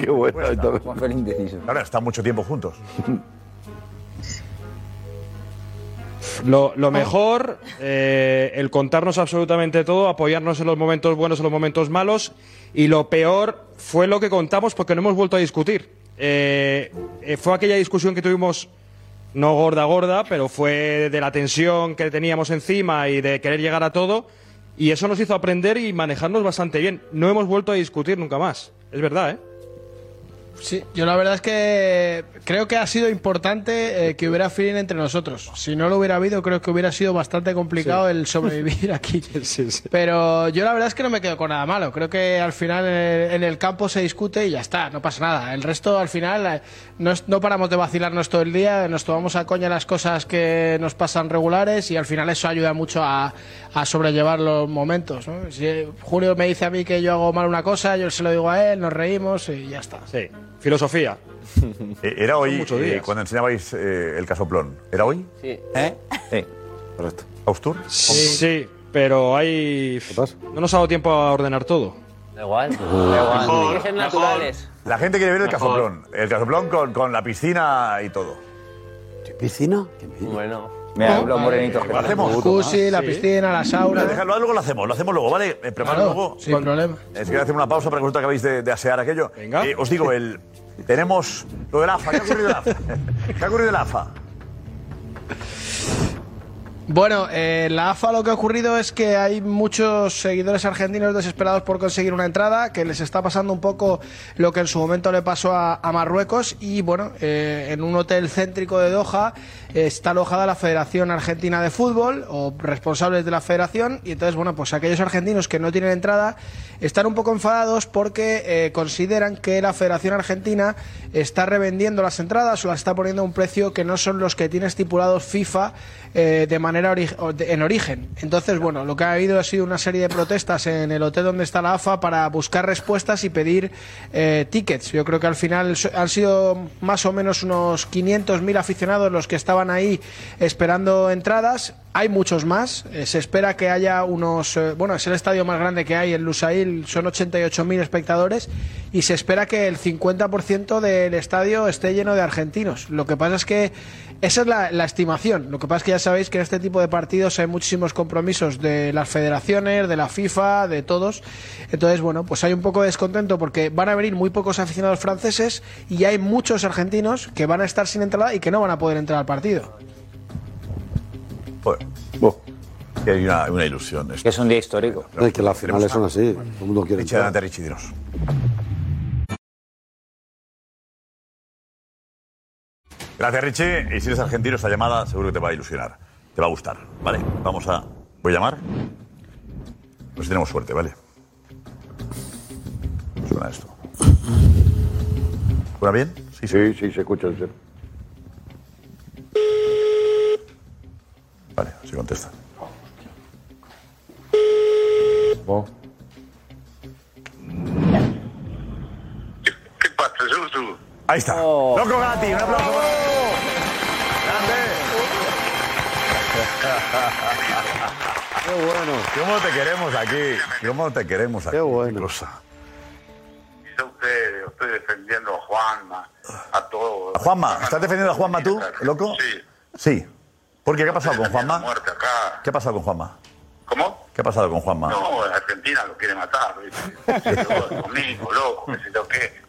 Speaker 4: Qué bueno.
Speaker 9: Ahora están mucho tiempo juntos.
Speaker 15: Lo, lo mejor, eh, el contarnos absolutamente todo, apoyarnos en los momentos buenos, en los momentos malos. Y lo peor fue lo que contamos porque no hemos vuelto a discutir. Eh, eh, fue aquella discusión que tuvimos, no gorda, gorda, pero fue de la tensión que teníamos encima y de querer llegar a todo. Y eso nos hizo aprender y manejarnos bastante bien. No hemos vuelto a discutir nunca más. Es verdad, ¿eh?
Speaker 12: Sí, yo la verdad es que creo que ha sido importante eh, que hubiera feeling entre nosotros. Si no lo hubiera habido, creo que hubiera sido bastante complicado el sobrevivir aquí. Pero yo la verdad es que no me quedo con nada malo. Creo que al final eh, en el campo se discute y ya está, no pasa nada. El resto al final eh, no, es- no paramos de vacilarnos todo el día, nos tomamos a coña las cosas que nos pasan regulares y al final eso ayuda mucho a, a sobrellevar los momentos. ¿no? Si eh, Julio me dice a mí que yo hago mal una cosa, yo se lo digo a él, nos reímos y ya está.
Speaker 15: Sí. Filosofía.
Speaker 9: Eh, Era hoy,
Speaker 15: muchos
Speaker 9: eh,
Speaker 15: días.
Speaker 9: cuando enseñabais eh, el casoplón. ¿Era hoy?
Speaker 15: Sí.
Speaker 9: ¿Eh? Sí. Correcto. ¿Austur?
Speaker 15: Sí, sí, pero hay. No nos ha dado tiempo a ordenar todo.
Speaker 9: Da igual.
Speaker 15: igual. Mejor, Hay que ser mejor. naturales.
Speaker 9: La gente quiere ver el
Speaker 15: Mejor.
Speaker 9: casoplón. El casoplón con, con la piscina y todo. ¿Qué
Speaker 6: piscina?
Speaker 9: Bueno.
Speaker 12: Mira, los morenitos que
Speaker 9: Lo hacemos.
Speaker 12: El jacuzzi, la piscina, la sauna.
Speaker 9: Déjalo, algo lo hacemos, lo hacemos luego, ¿vale? Eh, Preparo
Speaker 12: Claro,
Speaker 9: luego.
Speaker 12: sin problema.
Speaker 9: Es que voy a hacer una pausa para que vosotros acabéis de, de asear aquello. Venga. os digo, el, tenemos lo del AFA. ¿Qué ha ocurrido el AFA? ¿Qué ha ocurrido el AFA?
Speaker 12: Bueno, eh, la AFA lo que ha ocurrido es que hay muchos seguidores argentinos desesperados por conseguir una entrada, que les está pasando un poco lo que en su momento le pasó a, a Marruecos y bueno, eh, en un hotel céntrico de Doha eh, está alojada la Federación Argentina de Fútbol o responsables de la federación y entonces bueno, pues aquellos argentinos que no tienen entrada están un poco enfadados porque eh, consideran que la Federación Argentina está revendiendo las entradas o las está poniendo a un precio que no son los que tiene estipulados FIFA eh, de manera manera ori- o de- en origen. Entonces, bueno, lo que ha habido ha sido una serie de protestas en el hotel donde está la AFA para buscar respuestas y pedir eh, tickets. Yo creo que al final so- han sido más o menos unos 500.000 aficionados los que estaban ahí esperando entradas. Hay muchos más. Eh, se espera que haya unos. eh, bueno, es el estadio más grande que hay en Lusail, son 88.000 espectadores. Y se espera que el 50% del estadio esté lleno de argentinos. Lo que pasa es que esa es la, la estimación. Lo que pasa es que ya sabéis que en este tipo de partidos hay muchísimos compromisos de las federaciones, de la FIFA, de todos. Entonces, bueno, pues hay un poco de descontento porque van a venir muy pocos aficionados franceses y hay muchos argentinos que van a estar sin entrada y que no van a poder entrar al partido.
Speaker 9: Joder. oh, Que hay una, una ilusión. esto.
Speaker 3: Es un día histórico.
Speaker 6: Es que las finales son así. Todo el mundo quiere
Speaker 9: Richie,
Speaker 6: entrar.
Speaker 9: adelante, Richie, dinos. Gracias, Richie. Y si eres argentino, esta llamada seguro que te va a ilusionar. Te va a gustar. Vale, vamos a. Voy a llamar. Pues si tenemos suerte, ¿vale? Suena esto. ¿Suena bien? Sí,
Speaker 4: sí, se escucha. sí.
Speaker 9: Vale, si contesta. Ahí está.
Speaker 6: Oh.
Speaker 9: Loco Gatti, un aplauso para Qué bueno. ¿Cómo te queremos aquí? ¿Cómo te queremos aquí? Qué bueno.
Speaker 19: Yo a ustedes, yo estoy defendiendo a Juanma, a todos.
Speaker 9: ¿A Juanma, ¿estás defendiendo a Juanma tú, loco?
Speaker 19: Sí.
Speaker 9: Sí. ¿Por qué? ¿Qué ha pasado con Juanma?
Speaker 19: Muerte acá.
Speaker 9: ¿Qué ha pasado con Juanma?
Speaker 19: ¿Cómo?
Speaker 9: ¿Qué ha pasado con Juanma?
Speaker 19: No, Argentina lo quiere matar. ¿viste? Yo, Domingo, loco, que sé yo qué.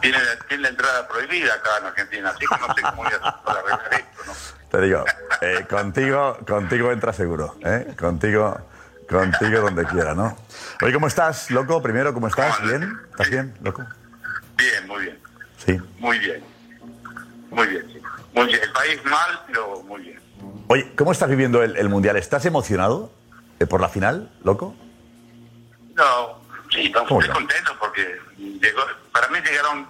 Speaker 19: Tiene, tiene la entrada prohibida acá en Argentina, así que no sé cómo voy a hacer para arreglar esto.
Speaker 9: Te digo, eh, contigo, contigo entra seguro, ¿eh? Contigo, contigo donde quiera, ¿no? Oye, ¿cómo estás, loco? Primero, ¿cómo estás? ¿Bien? ¿Estás bien, loco?
Speaker 19: Bien, muy bien,
Speaker 9: Sí.
Speaker 19: muy bien. Muy bien, sí. Muy bien. El país mal, pero muy bien.
Speaker 9: Oye, ¿cómo estás viviendo el, el Mundial? ¿Estás emocionado eh, por la final, loco?
Speaker 19: No, sí, estamos
Speaker 9: ¿Cómo
Speaker 19: muy
Speaker 9: no?
Speaker 19: contentos porque llegó, para mí llegaron,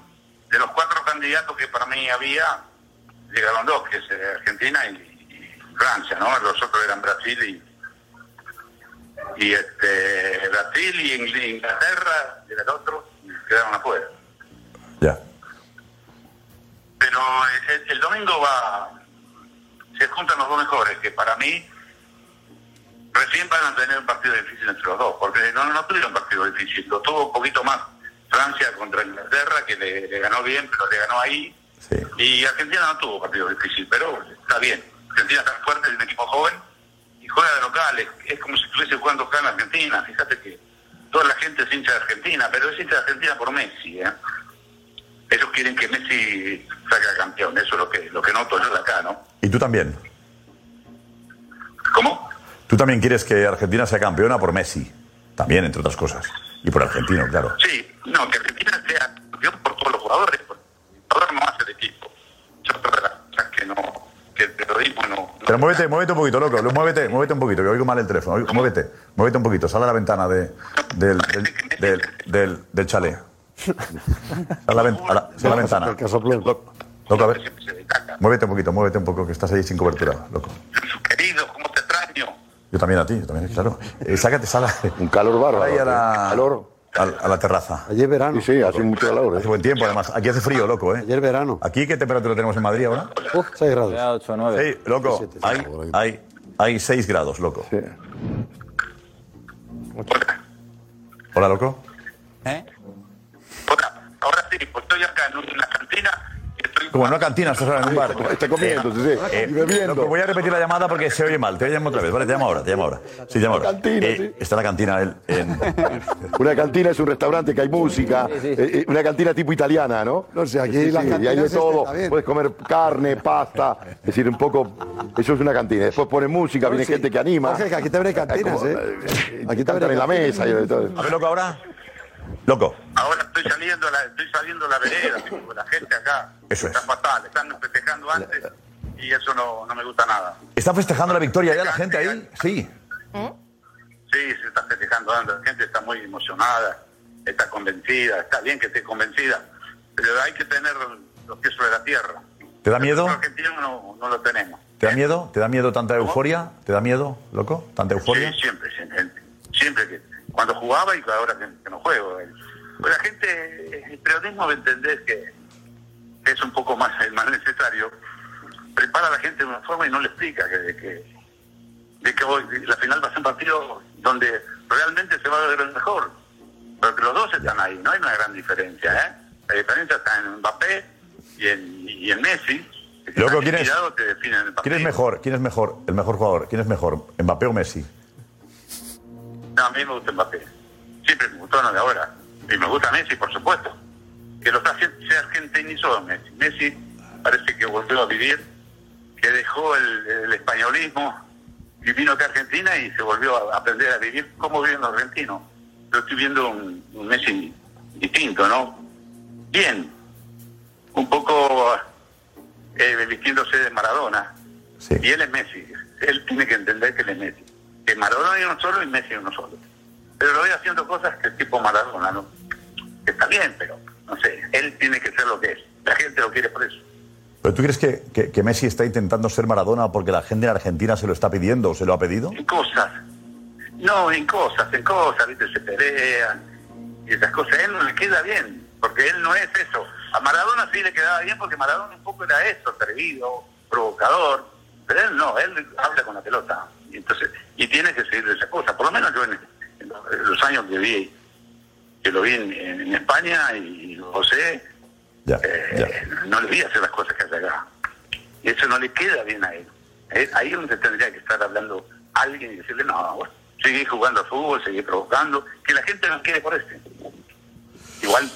Speaker 19: de los cuatro candidatos que para mí había, llegaron dos, que es eh, Argentina y, y Francia, ¿no? Los otros eran Brasil y y este Brasil y Ingl- Inglaterra y el otro y quedaron afuera.
Speaker 9: Ya.
Speaker 19: Pero eh, el, el domingo va, se juntan los dos mejores, que para mí recién van a tener un partido difícil entre los dos, porque no, no tuvieron partido difícil, lo tuvo un poquito más Francia contra Inglaterra, que le, le ganó bien, pero le ganó ahí, y Argentina no tuvo partido difícil, pero está bien, Argentina está fuerte, es un equipo joven, y juega de local, es, es como si estuviese jugando acá en Argentina, fíjate que toda la gente es hincha de Argentina, pero es hincha de Argentina por Messi, ¿eh? Ellos quieren que Messi salga campeón, eso es lo que, lo que noto yo de acá, ¿no?
Speaker 9: ¿Y tú también?
Speaker 19: ¿Cómo?
Speaker 9: Tú también quieres que Argentina sea campeona por Messi. También, entre otras cosas. Y por argentino, claro.
Speaker 19: Sí, no, que Argentina sea campeón por todos los jugadores, porque ahora no hace el equipo. Yo otra de las cosas que no, que el periodismo no.
Speaker 9: Pero muévete, muévete un poquito, loco. Lu- Muévete, muévete un poquito, que oigo mal el teléfono. Oigo- Muévete, muévete un poquito. Sal a la ventana de, del, del, del, del, del chalet. Sal a la, ven- a la- sal a la ventana. Loco, loco, a ver. Muévete un poquito, muévete un poco, que estás ahí sin cobertura, loco.
Speaker 19: Querido, ¿cómo te extraño?
Speaker 9: Yo también a ti, yo también, claro. Eh, sácate, sala. Un
Speaker 4: calor bárbaro.
Speaker 9: Ahí a la,
Speaker 4: Calor.
Speaker 9: A, a la terraza.
Speaker 6: Ayer verano.
Speaker 4: Sí, sí, hace mucho calor. ¿eh?
Speaker 9: Hace buen tiempo, además. Aquí hace frío, loco, ¿eh?
Speaker 6: Ayer verano.
Speaker 9: ¿Aquí qué temperatura tenemos en Madrid ahora?
Speaker 6: 6 grados.
Speaker 9: 8 9. Sí, loco. Hay, hay, hay 6 grados, loco. Hola, loco.
Speaker 19: pues
Speaker 9: Como en una cantina, estás ahora en un bar. Eh,
Speaker 4: Está comiendo, sí, sí. Y bebiendo.
Speaker 9: loco, voy a repetir la llamada porque se oye mal. Te llamo otra vez, ¿vale? Te llamo ahora, te llamo ahora. Sí, te llamo ahora.
Speaker 4: Cantina,
Speaker 9: Eh,
Speaker 4: sí.
Speaker 9: Está la cantina él en...
Speaker 4: Una cantina es un restaurante que hay música, eh, eh, una cantina tipo italiana, ¿no? No sé,
Speaker 6: aquí las
Speaker 4: y hay
Speaker 6: cantinas
Speaker 4: de
Speaker 6: este,
Speaker 4: todo.
Speaker 6: está bien.
Speaker 4: Puedes comer carne, pasta, es decir, un poco. Eso es una cantina. Después ponen música, viene
Speaker 6: este- Sí.
Speaker 4: gente que anima.
Speaker 6: Jorge, que aquí te abren cantinas, ¿eh?
Speaker 4: Aquí te
Speaker 6: abren
Speaker 4: en la
Speaker 6: cantinas.
Speaker 4: mesa. Y todo.
Speaker 9: A ver, loco, ahora. Loco.
Speaker 19: Ahora estoy saliendo a la, estoy saliendo a la vereda, porque la gente acá
Speaker 9: Eso
Speaker 19: está
Speaker 9: es.
Speaker 19: fatal, están festejando antes y eso no, no me gusta nada.
Speaker 9: ¿Está festejando la victoria ya la gente ahí? Sí.
Speaker 19: Sí, se está festejando antes, la gente está muy emocionada, está convencida, está bien que esté convencida, pero hay que tener los pies sobre la tierra.
Speaker 9: ¿Te da miedo?
Speaker 19: Los argentinos no, no lo tenemos.
Speaker 9: ¿Te da miedo? ¿Te da miedo tanta euforia? ¿Te da miedo, loco? ¿Tanta euforia?
Speaker 19: Sí, siempre, siempre, siempre que cuando jugaba y ahora que, que no juego. eh. Pues la gente, el periodismo de entender que es un poco más el más necesario, prepara a la gente de una forma y no le explica que, que- de que hoy la final va a ser un partido donde realmente se va a ver el mejor. Pero que los dos están ahí, no hay una gran diferencia, ¿eh? La diferencia está en Mbappé y en, y en Messi. que si
Speaker 9: Loco,
Speaker 19: están
Speaker 9: ¿quién es?
Speaker 19: inspirados, te definen el
Speaker 9: ¿Quién es mejor? ¿Quién es mejor? ¿El mejor jugador? ¿Quién es mejor? ¿Mbappé o Messi?
Speaker 19: No, a mí me gusta Mbappé. Siempre me gustó, no de ahora. Y me gusta Messi, por supuesto. Que lo está haciendo, se argentinizó a Messi. Messi parece que volvió a vivir, que dejó el, el españolismo y vino acá a Argentina y se volvió a aprender a vivir como viven los argentinos. Pero estoy viendo un, un Messi distinto, ¿no? Bien. Un poco eh, vistiéndose de Maradona. Y él es Messi. Él tiene que entender que él es Messi que Maradona es uno solo y Messi es uno solo. Pero lo veo haciendo cosas que tipo Maradona, ¿no? Que está bien, pero no sé, él tiene que ser lo que es. La gente lo quiere por eso.
Speaker 9: ¿Pero tú crees que, que- que Messi está intentando ser Maradona porque la gente en Argentina se lo está pidiendo o se lo ha pedido?
Speaker 19: En cosas. No, en cosas, en cosas, ¿viste? Se pelean y esas cosas. A él no le queda bien, porque él no es eso. A Maradona sí le quedaba bien porque Maradona un poco era eso, atrevido, provocador. Pero él no, él habla con la pelota. Y entonces y tiene que seguir esa cosa. Por lo menos yo en, en los- en los años que vi, que lo vi en, en- en España y lo sé, eh, no le vi hacer las cosas que hace acá. Y eso no le queda bien a él. Eh, Ahí es donde tendría que estar hablando alguien y decirle, no, bueno, seguir jugando a fútbol, seguir provocando, que la gente no quiere por este. Igual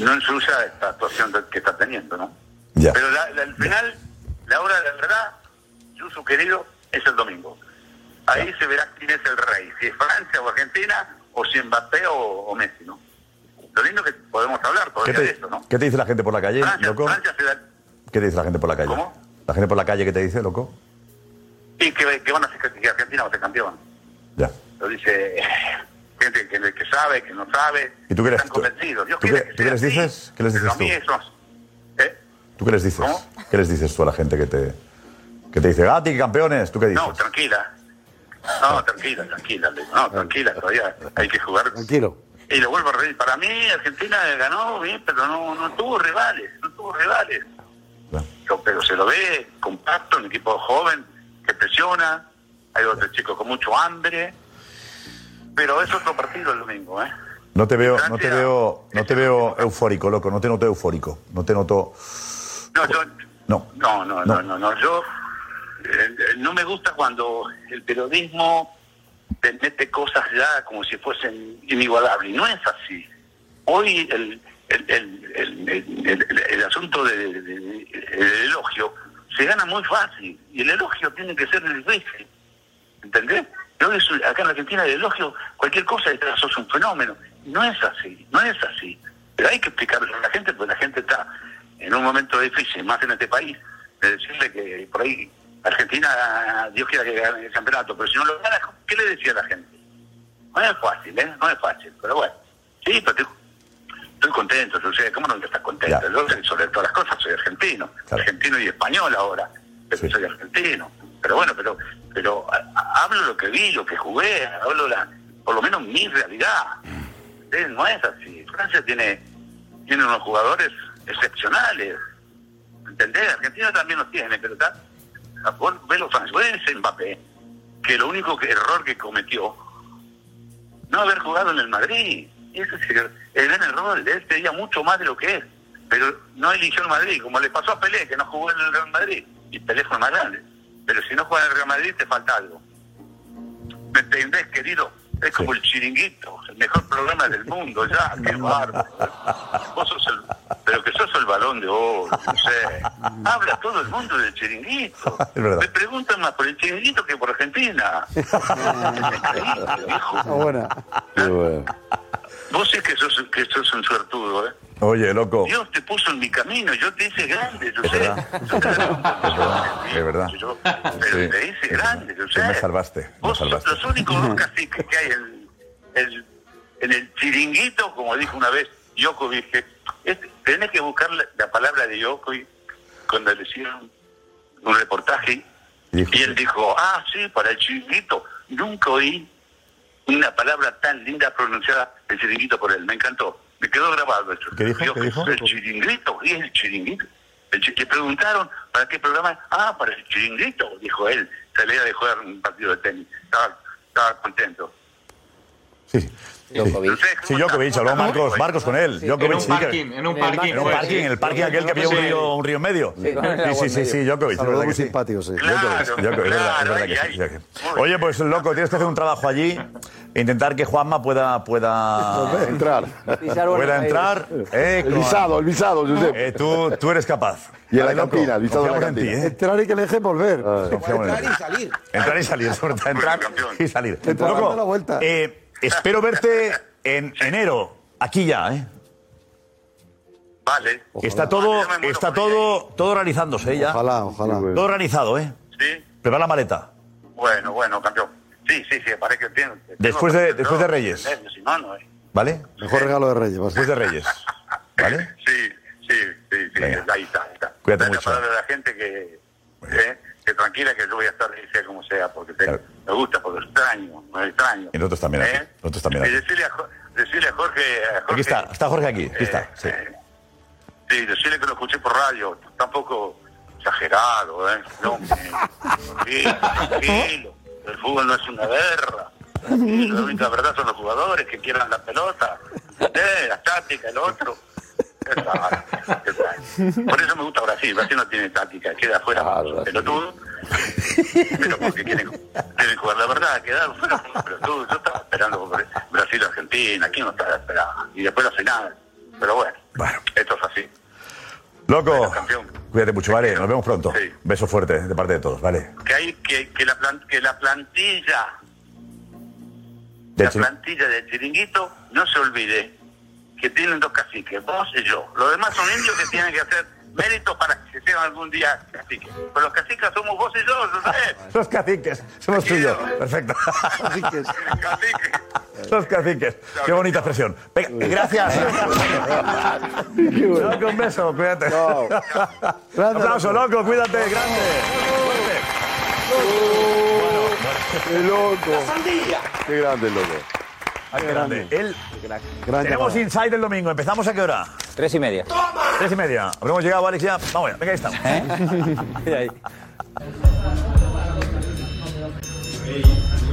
Speaker 19: no ensucia esta actuación que está teniendo, ¿no? Pero la- la- al final, la hora de la verdad, su querido, es el domingo. Ahí se verá quién es el rey, si es Francia o Argentina, o si Mbappé o, o Messi, ¿no? Lo lindo que podemos hablar
Speaker 9: ¿Qué
Speaker 19: todavía de
Speaker 9: te,
Speaker 19: esto, ¿no?
Speaker 9: qué te dice la gente por la calle, loco?
Speaker 19: Francia se da-
Speaker 9: ¿Qué te dice la gente por la calle? ¿La gente por la calle qué te dice, loco?
Speaker 19: y que, que van a ser, que Argentina va a ser campeón.
Speaker 9: Ya.
Speaker 19: Lo dice eh, gente que, que sabe, que no sabe,
Speaker 9: ¿Y tú qué les,
Speaker 19: están convencidos. Dios
Speaker 9: tú
Speaker 19: quiere
Speaker 9: qué-
Speaker 19: que
Speaker 9: tú qué les dices? ¿Qué les
Speaker 19: pero
Speaker 9: dices
Speaker 19: a
Speaker 9: tú?
Speaker 19: mí ¿Eh? esos-
Speaker 9: ¿Tú qué les dices? ¿Qué les dices tú a la gente que te, que te dice, Gati, campeones? ¿Tú qué dices?
Speaker 19: No, tranquila. No, tranquila, tranquila. le digo, No, tranquila, todavía hay que jugar.
Speaker 6: Tranquilo.
Speaker 19: Y lo vuelvo a reír. Para mí, Argentina ganó bien, pero no, no tuvo rivales, no tuvo rivales. Pero- Pero se lo ve compacto, un equipo joven que presiona. Hay otros chicos con mucho hambre. Pero es otro partido el domingo, ¿eh?
Speaker 9: No te veo, no te veo, no
Speaker 19: Este
Speaker 9: te veo eufórico, loco. No te noto eufórico. No te noto.
Speaker 19: No, yo,
Speaker 9: No.
Speaker 19: no, no, no, no, no. Yo eh, eh, no me gusta cuando el periodismo te mete cosas ya como si fuesen inigualables. Y No es así. Hoy el, el, el, el- el- el- el asunto del de, de- el elogio se gana muy fácil. Y el elogio tiene que ser difícil. ¿Entendés? Yo eso- acá en Argentina el elogio, cualquier cosa, es, sos un fenómeno. No es así, no es así. Pero hay que explicarlo a la gente, porque la gente está en un momento difícil, más en este país, de decirle que por ahí Argentina, Dios quiera que gane el campeonato, pero si no lo gana, ¿qué le decía a la gente? No es fácil, ¿eh? No es fácil, pero bueno. Sí, pero estoy, estoy contento, o sea, ¿cómo no estás contento? Yo, sobre todas las cosas, soy argentino, argentino y español ahora, pero soy argentino. Pero bueno, pero pero a- a- hablo lo que vi, lo que jugué, hablo la, por lo menos mi realidad. ¿Entendés? No es así. Francia tiene tiene unos jugadores excepcionales. ¿Entendés? Argentina también los tiene, pero está. Vos ves los franceses, Mbappé, que lo único que- error que cometió, no haber jugado en el Madrid. Ese es el, el gran error, él pedía mucho más de lo que es. Pero no eligió el Madrid, como le pasó a Pelé, que no jugó en el Real Madrid. Y Pelé fue el más grande. Pero si no juega en el Real Madrid, te falta algo. ¿Me entendés, querido? Es como el chiringuito, el mejor programa del mundo, ya, qué bárbaro. Vos sos el, pero que sos el balón de oro, no sé. Habla todo el mundo del chiringuito.
Speaker 5: Ah,
Speaker 9: Es verdad.
Speaker 19: Me preguntan más por el chiringuito que por Argentina. Increíble, viejo. Vos es que sos, que sos un suertudo, ¿eh?
Speaker 9: Oye, loco.
Speaker 19: Dios te puso en mi camino, yo te hice grande, yo
Speaker 9: Es
Speaker 19: sé.
Speaker 9: verdad. De verdad. Sí.
Speaker 19: Te hice grande, yo
Speaker 9: Sí,
Speaker 19: sé.
Speaker 9: me salvaste. Me
Speaker 19: Vos sos
Speaker 9: salvaste.
Speaker 19: los únicos dos caciques que hay en, en- en el chiringuito, como dijo una vez Djokovic, que es- tenés que buscar la, la palabra de Djokovic cuando le hicieron un reportaje y él dijo, ah, sí, para el chiringuito. Nunca oí una palabra tan linda pronunciada, el chiringuito por él. Me encantó. Me quedó grabado eso.
Speaker 9: ¿Qué dijo?
Speaker 19: Yo,
Speaker 9: ¿Qué dijo?
Speaker 19: El chiringuito, y el chiringuito. El chi- le preguntaron, ¿para qué programa? Ah, para el chiringuito, dijo él. Salía de jugar un partido de tenis. Estaba, estaba contento.
Speaker 9: Sí, Djokovic, habló Marcos, Marcos con él. Djokovic,
Speaker 18: En un
Speaker 9: sí que-
Speaker 18: parking, en un parking,
Speaker 9: En un
Speaker 18: pues,
Speaker 9: parking,
Speaker 18: sí.
Speaker 9: en el parking aquel que había un
Speaker 18: Sí.
Speaker 9: río, un río en medio.
Speaker 18: Sí, con el
Speaker 9: Sí,
Speaker 18: agua
Speaker 9: sí,
Speaker 18: en
Speaker 9: sí, sí,
Speaker 18: medio.
Speaker 9: Djokovic. es
Speaker 18: Saludó
Speaker 9: verdad
Speaker 18: muy
Speaker 9: que sí.
Speaker 4: simpático, sí.
Speaker 9: Djokovic, Djokovic, es verdad, es verdad que sí, Djokovic. Oye, pues loco, tienes que hacer un trabajo allí, intentar que Juanma pueda, pueda
Speaker 4: Entrar. Pisar Buenos
Speaker 9: pueda
Speaker 4: Aires.
Speaker 9: entrar. eh,
Speaker 4: El
Speaker 9: con-
Speaker 4: visado, el visado, Josep.
Speaker 9: Eh, tú, tú eres capaz.
Speaker 4: Y en la
Speaker 9: Vale, loco,
Speaker 4: cantina, el visado en la
Speaker 9: confiamos en
Speaker 4: cantina.
Speaker 9: ti, eh.
Speaker 4: Entrar y que le dejen volver.
Speaker 9: Confiamos en ti. eh.
Speaker 6: salir.
Speaker 9: Entrar y salir, sobre todo, entrar y salir.
Speaker 4: Entrar,
Speaker 9: Loco,
Speaker 4: dando la vuelta.
Speaker 9: eh, espero verte en enero, aquí ya, ¿eh?
Speaker 19: Vale.
Speaker 9: Está todo, está todo, todo organizándose ¿eh? ya.
Speaker 19: Ojalá, ojalá.
Speaker 9: Todo organizado, ¿eh?
Speaker 19: Sí.
Speaker 9: Prepara la maleta.
Speaker 19: Bueno, bueno, campeón. Sí, sí, sí, parece que tiene. tengo
Speaker 9: Después de-
Speaker 19: nervios,
Speaker 9: después de Reyes.
Speaker 19: nervios, si no, no, eh.
Speaker 9: ¿Vale?
Speaker 4: Mejor regalo de Reyes. Después
Speaker 9: de Reyes. ¿Vale?
Speaker 19: Sí, sí, sí, sí, ahí está, ahí está. Dale
Speaker 9: Cuídate
Speaker 19: la
Speaker 9: mucho.
Speaker 19: palabra a la gente que, eh, que tranquila, que yo voy a estar, sea como sea, porque te- me gusta, porque extraño, me extraño.
Speaker 9: Y nosotros también.
Speaker 19: ¿Eh?
Speaker 9: Nosotros también.
Speaker 19: Y decirle a, Jo- decirle a Jorge, a Jorge- eh,
Speaker 9: Aquí está, está Jorge aquí. Aquí está. Sí.
Speaker 19: sí, decirle que lo escuché por radio, tampoco exagerado, ¿eh? No, hombre. tranquilo, tranquilo, el fútbol no es una guerra. Tranquilo, La única verdad son los jugadores que quieran la pelota, ¿eh? la táctica, el otro. Qué tal, qué tal. Por eso me gusta Brasil, Brasil no tiene táctica, queda afuera con pelotudo. Pero porque quieren, quieren jugar la verdad, quedar fuera con los pelotudos. Yo estaba esperando Brasil-Argentina, aquí no estaba esperando. Y después la final. Pero bueno, esto es así.
Speaker 9: Loco, cuídate mucho, ¿vale? Nos vemos pronto. Beso fuerte de parte de todos, ¿vale?
Speaker 19: Que hay que, que la plan- que la plantilla
Speaker 9: De
Speaker 19: la
Speaker 9: hecho,
Speaker 19: plantilla del chiringuito, no se olvide que tienen dos caciques, vos y yo. Los demás son indios que tienen que hacer méritos para que sean algún día caciques. Pero los caciques somos vos y yo, ¿no sabes?
Speaker 9: los caciques, somos tuyos. Perfecto. Los caciques. Qué bonita expresión. Venga, eh, gracias. Loco, un beso, cuídate. Un aplauso, loco, cuídate, grande.
Speaker 4: ¡Qué loco! ¡Qué grande, loco!
Speaker 9: Ay, qué grande. Él-
Speaker 4: Gran
Speaker 9: Tenemos
Speaker 4: llamada.
Speaker 9: Inside el domingo. ¿Empezamos a qué hora?
Speaker 3: Tres y media. ¿Eh?
Speaker 9: Tres y media. Habremos llegado, Alex, ya. Vamos ya, venga, ahí estamos.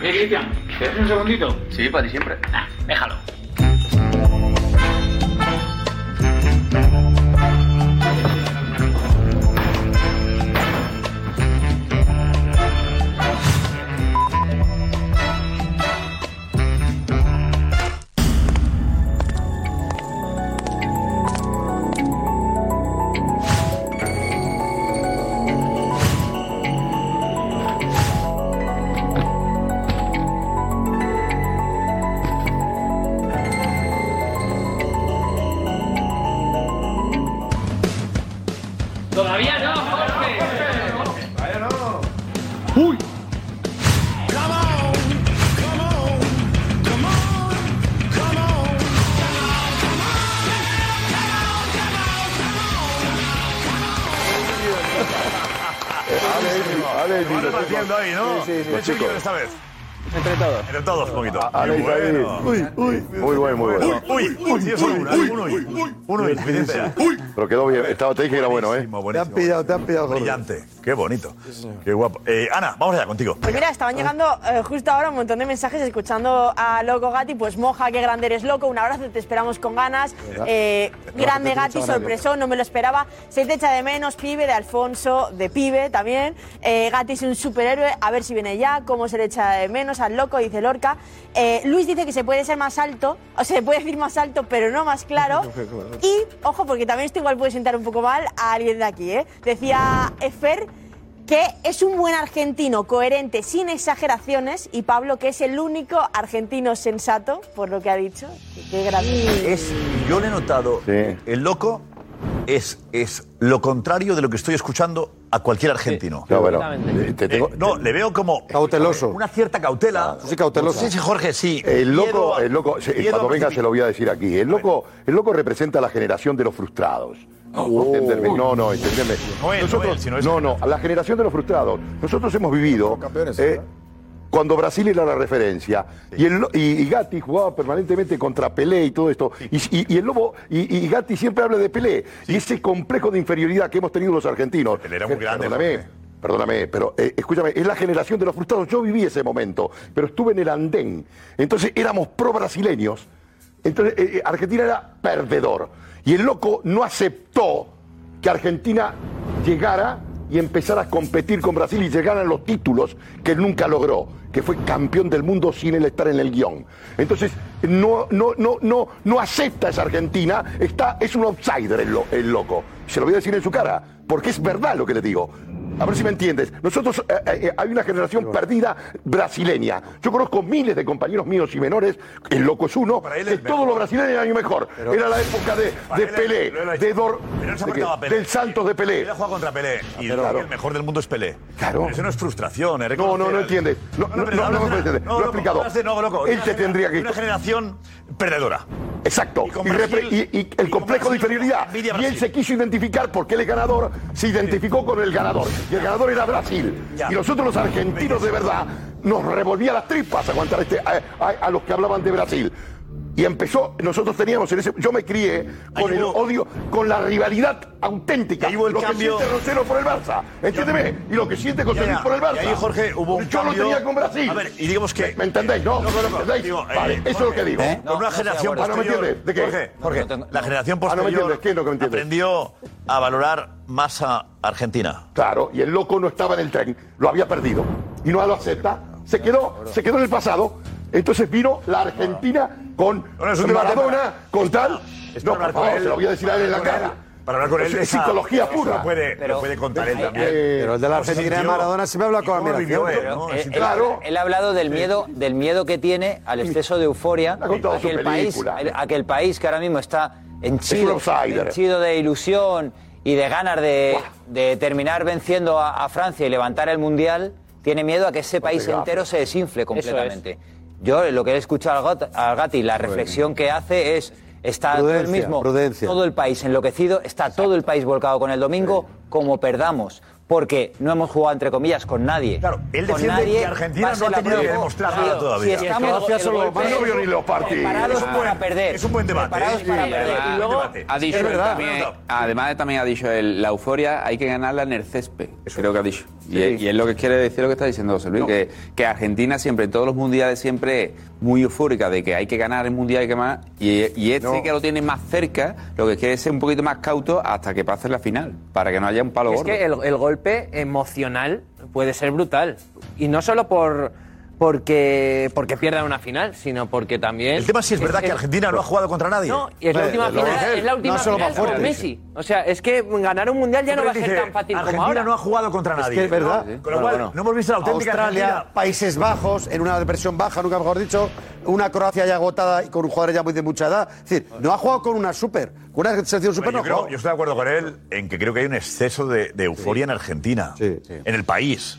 Speaker 10: Eh, Cristian, ¿te das un segundito? Sí, para ti siempre. déjalo.
Speaker 24: Todavía no, Jorge. Todavía no.
Speaker 10: ¡Uy!
Speaker 4: Ale,
Speaker 9: Lo van repartiendo ahí, ¿no?
Speaker 4: Sí, sí, sí.
Speaker 9: Los chicos esta vez.
Speaker 10: Entre todos.
Speaker 9: Entre todos, un poquito.
Speaker 4: Ale,
Speaker 9: Muy bueno.
Speaker 4: Uy, uy. Muy bueno, muy bueno.
Speaker 9: Uy, uy, sí, es solo una, uno, uy, uno, insuficiente ya.
Speaker 4: Pero quedó bien. Estaba, te dije que era bueno, ¿eh?
Speaker 9: Te han pillado, te han pillado. Brillante, qué bonito, qué guapo. Eh, Ana, vamos allá contigo.
Speaker 29: Pues mira,
Speaker 6: Ah.
Speaker 29: estaban llegando eh, justo ahora un montón de mensajes escuchando a Loco Gatti, pues moja, qué grande eres loco, un abrazo, te esperamos con ganas.
Speaker 23: Venga.
Speaker 29: Eh,
Speaker 23: Espero
Speaker 29: grande
Speaker 23: que te
Speaker 29: Gatti,
Speaker 23: echen ahora,
Speaker 29: sorpresón, no me lo esperaba. Se te echa de menos, pibe, de Alfonso, de pibe también. Eh, Gatti es un superhéroe, a ver si viene ya, cómo se le echa de menos.
Speaker 10: Vamos al loco, dice Lorca. Eh, Luis dice que se puede ser más alto, o se puede decir más alto, pero no más claro. Y, ojo, porque también esto igual puede sentar un poco mal a alguien de aquí, ¿eh? Decía Efer que es un buen argentino, coherente, sin exageraciones, y Pablo que es el único argentino sensato, por lo que ha dicho. Qué grande.
Speaker 9: Es, yo le he notado, el loco es, es lo contrario de lo que estoy escuchando a cualquier argentino.
Speaker 4: No, bueno,
Speaker 9: Completamente.
Speaker 4: eh, te tengo-
Speaker 9: Eh, no, le veo como... eh,
Speaker 4: Cauteloso.
Speaker 9: Una cierta cautela. Sí,
Speaker 4: cauteloso.
Speaker 9: Sí, sí, Jorge, sí.
Speaker 4: El
Speaker 9: Miedo
Speaker 4: loco,
Speaker 9: a-
Speaker 4: el loco, se-
Speaker 9: miedo
Speaker 4: cuando
Speaker 9: a
Speaker 4: venga
Speaker 9: recibir-
Speaker 4: se lo voy a decir aquí. El loco, el loco representa la generación de los frustrados.
Speaker 9: Oh.
Speaker 4: Entenderme. No, no, entenderme. Nosotros, no, no, la generación de los frustrados. Nosotros hemos vivido eh, cuando Brasil era la referencia y, el lo- y- y Gatti jugaba permanentemente contra Pelé y todo esto. Y, y- y el lobo y, y Gatti siempre habla de Pelé y ese complejo de inferioridad que hemos tenido los argentinos. Pelé era muy grande. Perdóname. Perdóname, pero eh, escúchame, es la generación de los frustrados. Yo viví ese momento, pero estuve en el andén. Entonces éramos pro-brasileños. Entonces eh, eh, Argentina era perdedor. Y el loco no aceptó que Argentina llegara y empezara a competir con Brasil y llegaran los títulos que nunca logró, que fue campeón del mundo sin él estar en el guión. Entonces, no, no, no, no, no acepta esa Argentina, está, es un outsider el, lo- el loco. Se lo voy a decir en su cara, porque es verdad lo que le digo. A ver si me entiendes. Nosotros eh, eh, hay una generación perdida brasileña. Yo conozco miles de compañeros míos y menores, el loco es uno, que todos los brasileños eran mejor.
Speaker 9: Pero-
Speaker 4: Era la época de,
Speaker 9: Para
Speaker 4: de
Speaker 9: él es-
Speaker 4: Pelé,
Speaker 9: lo era-
Speaker 4: de Dor,
Speaker 9: Pero él se
Speaker 4: de
Speaker 9: apartaba a
Speaker 4: qué?
Speaker 9: Pelé.
Speaker 4: del Santos de Pelé.
Speaker 9: Él ha jugado contra Pelé. Y
Speaker 4: Claro.
Speaker 9: dice que el mejor del mundo es Pelé.
Speaker 4: Claro.
Speaker 9: Pero eso no es frustración, es
Speaker 4: No, no,
Speaker 9: reconocer
Speaker 4: no
Speaker 9: al-
Speaker 4: entiendes. No, no,
Speaker 9: pero hablas
Speaker 4: no, no
Speaker 9: de
Speaker 4: me
Speaker 9: una-
Speaker 4: entiendes.
Speaker 9: no,
Speaker 4: Lo he
Speaker 9: loco,
Speaker 4: explicado.
Speaker 9: hablas de- no, loco,
Speaker 4: Él
Speaker 9: una
Speaker 4: te
Speaker 9: genera-
Speaker 4: tendría que.
Speaker 9: Una generación perdedora.
Speaker 4: Exacto.
Speaker 9: Y con
Speaker 4: Y, repre-
Speaker 9: Brasil-
Speaker 4: y- y el complejo de inferioridad.
Speaker 9: envidia
Speaker 4: Y él
Speaker 9: Brasil.
Speaker 4: se quiso identificar porque él es ganador, se identificó con el ganador. Y el ganador era Brasil.
Speaker 9: Ya.
Speaker 4: Y nosotros los argentinos de verdad nos revolvía las tripas aguantar este, a, a- a los que hablaban de Brasil. Y empezó, nosotros teníamos en ese. Yo me crié con el odio, con la rivalidad auténtica.
Speaker 9: hubo el
Speaker 4: lo
Speaker 9: cambio-
Speaker 4: que siente Rosero por el Barça. Entiéndeme. Y lo que siente
Speaker 9: Ya,
Speaker 4: José Luis
Speaker 9: ya.
Speaker 4: por el Barça.
Speaker 9: Y ahí, Jorge, hubo un
Speaker 4: Yo
Speaker 9: cambio-
Speaker 4: lo tenía con Brasil.
Speaker 9: A ver, y digamos que-
Speaker 4: ¿Me, me entendéis? ¿No?
Speaker 9: Loco, loco,
Speaker 4: ¿Entendéis?
Speaker 9: digo, eh,
Speaker 4: vale, eso es lo que
Speaker 9: Jorge,
Speaker 4: digo.
Speaker 9: ¿eh? Con una generación
Speaker 4: Ah, no me
Speaker 9: posterior-
Speaker 4: entiendes. ¿De qué?
Speaker 9: Jorge, Jorge, la generación
Speaker 4: Ah, no me
Speaker 9: posterior
Speaker 4: entiendes. ¿Qué es lo que me entiendes?
Speaker 9: aprendió a valorar más a Argentina.
Speaker 4: Claro, y el loco no estaba en el tren, lo había perdido. Y no lo acepta. Se quedó, se quedó en el pasado. Entonces vino la Argentina con
Speaker 9: Ahora es un
Speaker 4: Maradona,
Speaker 9: debate.
Speaker 4: con tal.
Speaker 9: Es
Speaker 4: No,
Speaker 9: para hablar
Speaker 4: por favor,
Speaker 9: con él.
Speaker 4: se lo voy a decir a él en la
Speaker 9: Para hablar
Speaker 4: cara.
Speaker 9: con él. Para hablar con él de
Speaker 4: Es
Speaker 9: esa-
Speaker 4: psicología
Speaker 9: eso lo
Speaker 4: pura.
Speaker 9: puede- lo Pero- puede
Speaker 6: pues,
Speaker 9: contar él
Speaker 4: Ay,
Speaker 9: también.
Speaker 4: eh,
Speaker 22: Pero el de la Argentina de Maradona
Speaker 4: sí me habla con
Speaker 22: la
Speaker 3: Eh, él,
Speaker 4: Claro.
Speaker 3: él ha hablado del miedo, del miedo que tiene al exceso de euforia
Speaker 4: Ha contado
Speaker 3: a
Speaker 4: su
Speaker 3: que, el país,
Speaker 4: película.
Speaker 3: a que el país que ahora mismo está
Speaker 4: un
Speaker 3: henchido,
Speaker 4: outsider.
Speaker 3: henchido de ilusión y de ganas de, de terminar venciendo a, a Francia y levantar el Mundial, tiene miedo a que
Speaker 4: Pues
Speaker 3: ese país
Speaker 22: gafes.
Speaker 3: entero se desinfle completamente. Yo lo que he escuchado al Gat- al Gatti, la reflexión que hace es... Está todo el
Speaker 7: Prudencia,
Speaker 3: mismo,
Speaker 7: prudencia.
Speaker 3: todo el país enloquecido, está todo el país volcado con el domingo, como perdamos, porque no hemos jugado entre comillas con nadie. Claro,
Speaker 9: él defiende que Argentina no ha tenido que demostrar nada todavia.
Speaker 3: Si
Speaker 9: Y
Speaker 3: estamos
Speaker 9: Escocia
Speaker 3: el
Speaker 9: solo-
Speaker 3: golpe-
Speaker 9: no vio ni los partidos.
Speaker 3: Preparados
Speaker 9: Es un
Speaker 3: para
Speaker 9: buen-
Speaker 3: perder.
Speaker 9: es un buen debate,
Speaker 3: Preparados
Speaker 9: ¿eh?
Speaker 3: para
Speaker 9: Sí,
Speaker 3: perder.
Speaker 9: además-
Speaker 3: Y luego,
Speaker 7: Ha dicho
Speaker 3: Es
Speaker 7: él
Speaker 3: verdad.
Speaker 7: también, además también ha dicho él, la euforia hay que ganarla en el césped, creo que ha dicho. Y, es, y es lo que quiere decir lo que está diciendo José Luis, que, que Argentina siempre, en todos los mundiales siempre es muy eufórica de que hay que ganar el mundial y que más, y, y este
Speaker 3: No.
Speaker 7: que lo tiene más cerca, lo que quiere es ser un poquito más cauto hasta que pase la final, para que no haya un palo
Speaker 3: Es
Speaker 7: gordo.
Speaker 3: que el, el golpe emocional puede ser brutal. Y no solo por porque, porque pierdan una final, sino porque también.
Speaker 9: El tema es si es verdad que Argentina no ha jugado contra nadie.
Speaker 3: No, y es la
Speaker 9: Eh,
Speaker 3: última
Speaker 9: lo
Speaker 3: final,
Speaker 9: dice él.
Speaker 3: es la última
Speaker 9: No, eso lo
Speaker 3: final
Speaker 9: más fuerte,
Speaker 3: con
Speaker 9: dice.
Speaker 3: Messi. O sea, es que ganar un mundial ya no va a ser
Speaker 9: Siempre
Speaker 3: tan fácil
Speaker 9: dice,
Speaker 3: como ahora.
Speaker 9: Argentina no ha jugado contra nadie.
Speaker 3: que es verdad.
Speaker 9: Con lo
Speaker 3: Bueno,
Speaker 9: cual,
Speaker 3: bueno.
Speaker 9: no hemos visto la auténtica
Speaker 6: Australia,
Speaker 9: Argentina.
Speaker 6: Países Bajos, en una depresión baja, nunca mejor dicho, una Croacia ya agotada y con un jugador ya muy de mucha edad. Es decir, no ha jugado con una super, con una selección super
Speaker 9: Yo,
Speaker 6: no ha
Speaker 9: creo-
Speaker 6: jugado.
Speaker 9: yo estoy de acuerdo con él en que creo que hay un exceso de, de euforia en Argentina, en el país.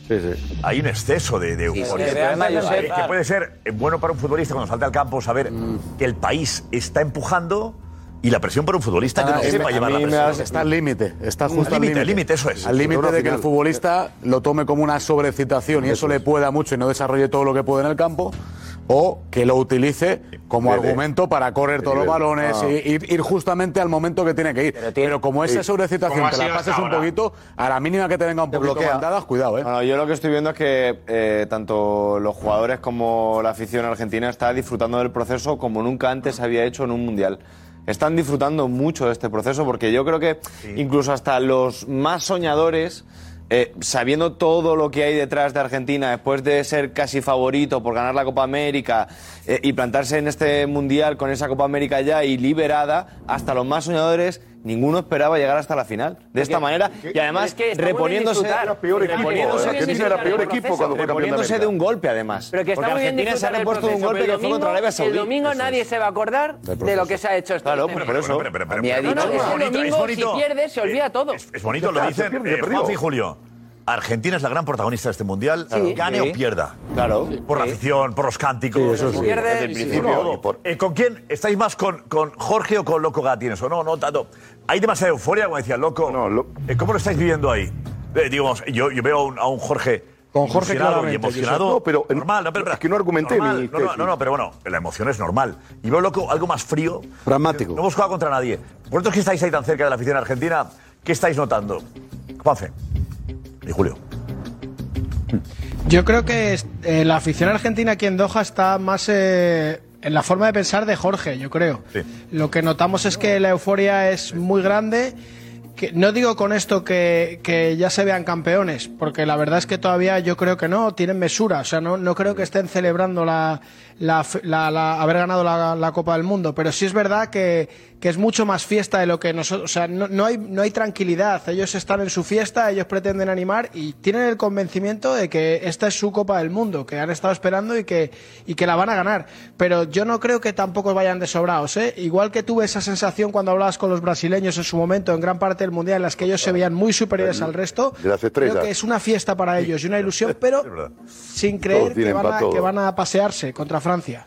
Speaker 9: Hay un exceso de, de
Speaker 3: Sí,
Speaker 9: euforia.
Speaker 3: sí, el problema,
Speaker 9: Que-
Speaker 3: Josep,
Speaker 9: que
Speaker 3: claro.
Speaker 9: puede ser eh, bueno para un futbolista cuando salta al campo saber que el país está empujando y la presión para un futbolista que
Speaker 5: Ah,
Speaker 9: no
Speaker 5: es-
Speaker 9: sepa
Speaker 5: a
Speaker 9: llevar la
Speaker 5: mí me
Speaker 9: presión.
Speaker 5: das- está al límite, está
Speaker 9: Al
Speaker 5: justo al
Speaker 9: límite,
Speaker 5: límite.
Speaker 9: al límite, eso es.
Speaker 5: Al límite
Speaker 9: Una
Speaker 5: de que
Speaker 9: final.
Speaker 5: el futbolista lo tome como una sobrecitación y eso le pueda mucho y no desarrolle todo lo que puede en el campo. O que lo utilice como
Speaker 4: Debe.
Speaker 5: argumento para correr todos los
Speaker 4: Debe.
Speaker 5: balones
Speaker 4: Ah.
Speaker 5: y ir, ir justamente al momento que tiene que ir. Pero, como esa
Speaker 1: Sí.
Speaker 5: sobrecitación
Speaker 1: Como ha
Speaker 5: te la
Speaker 1: sido hasta
Speaker 5: pases un
Speaker 1: ahora.
Speaker 5: poquito, a la mínima que te venga un poquito
Speaker 1: bloquea.
Speaker 5: mandadas, cuidado, ¿eh?
Speaker 1: Bueno, yo lo que estoy viendo es que eh, tanto los jugadores como la afición argentina está disfrutando del proceso como nunca antes había hecho en un mundial. Están disfrutando mucho de este proceso porque yo creo que incluso hasta los más soñadores
Speaker 11: eh, sabiendo todo lo que hay detrás de Argentina, después de ser casi favorito por ganar la Copa América eh, y plantarse en este mundial con esa Copa América ya y liberada, hasta los más soñadores, ninguno esperaba llegar hasta la final. De esta manera, y además
Speaker 22: Es que está
Speaker 11: reponiéndose,
Speaker 22: muy bien disfrutar.
Speaker 11: Era peor equipo,
Speaker 22: Reponiéndose-
Speaker 11: Argentina era peor equipo cuando fue campeón de reponiéndose de un golpe, además.
Speaker 22: Pero que está
Speaker 11: Porque
Speaker 22: muy bien
Speaker 11: Argentina se ha
Speaker 22: disfrutar del
Speaker 11: repuesto de un
Speaker 22: proceso,
Speaker 11: golpe
Speaker 22: pero
Speaker 11: que
Speaker 22: el
Speaker 11: fue contra
Speaker 22: domingo-
Speaker 11: Arabia Saudí.
Speaker 22: El domingo nadie se va a acordar de lo que se ha hecho
Speaker 3: este
Speaker 22: esto.
Speaker 11: Claro, pero por eso.
Speaker 22: Me ha dicho
Speaker 9: No, no,
Speaker 22: que
Speaker 9: es
Speaker 22: el
Speaker 9: bonito, es
Speaker 22: domingo,
Speaker 9: bonito.
Speaker 22: si pierdes, se olvida todo.
Speaker 9: Es bonito, lo dicen eh, Juanfe y Julio. Argentina es la gran protagonista de este mundial,
Speaker 22: Sí.
Speaker 9: gane
Speaker 22: Sí.
Speaker 9: o pierda.
Speaker 11: Claro.
Speaker 9: Por la afición, por los cánticos.
Speaker 11: Sí, eso sí. Pierde,
Speaker 9: Desde el
Speaker 11: sí,
Speaker 9: principio.
Speaker 11: sí.
Speaker 9: Todo. Eh, ¿Con quién estáis más con, con Jorge o con Loco Gatines? ¿O no? No tanto. Hay demasiada euforia, como decía Loco. Eh, ¿Cómo lo estáis viviendo ahí? Eh, digamos, yo, yo veo a un, a un Jorge.
Speaker 15: Con Jorge
Speaker 9: emocionado y
Speaker 15: claramente,
Speaker 9: emocionado.
Speaker 15: Josep. No,
Speaker 9: pero normal, no, pero, es que no argumenté
Speaker 15: mi
Speaker 9: no, no,
Speaker 15: tesis.
Speaker 9: no, no, pero bueno, la emoción es normal. Y veo loco algo más frío. Dramático. No hemos jugado contra nadie. Vosotros que estáis ahí tan cerca de la afición argentina, ¿qué estáis notando? Juanfe. Y Julio.
Speaker 12: Yo creo que eh, la afición argentina aquí en Doha está más eh, en la forma de pensar de Jorge, yo creo. Lo que notamos es que la euforia es muy grande. Que, no digo con esto que, que ya se vean campeones, porque la verdad es que todavía yo creo que no, tienen mesura. O sea, no, no creo que estén celebrando la, la f- la- la- haber ganado la, la Copa del Mundo. Pero sí es verdad que, que es mucho más fiesta de lo que nosotros. O sea, no, no hay, no hay tranquilidad. Ellos están en su fiesta, ellos pretenden animar y tienen el convencimiento de que esta es su Copa del Mundo, que han estado esperando y que, y que la van a ganar. Pero yo no creo que tampoco vayan desobrados, ¿eh? Igual que tuve esa sensación cuando hablabas con los brasileños en su momento, en gran parte del Mundial, en las que ellos se veían muy superiores al resto.
Speaker 4: De las estrellas.
Speaker 12: Creo que es una fiesta para ellos y una ilusión, pero sin creer que
Speaker 4: tienen
Speaker 12: van,
Speaker 4: pa'
Speaker 12: a,
Speaker 4: todo.
Speaker 12: que van a pasearse contra Francia.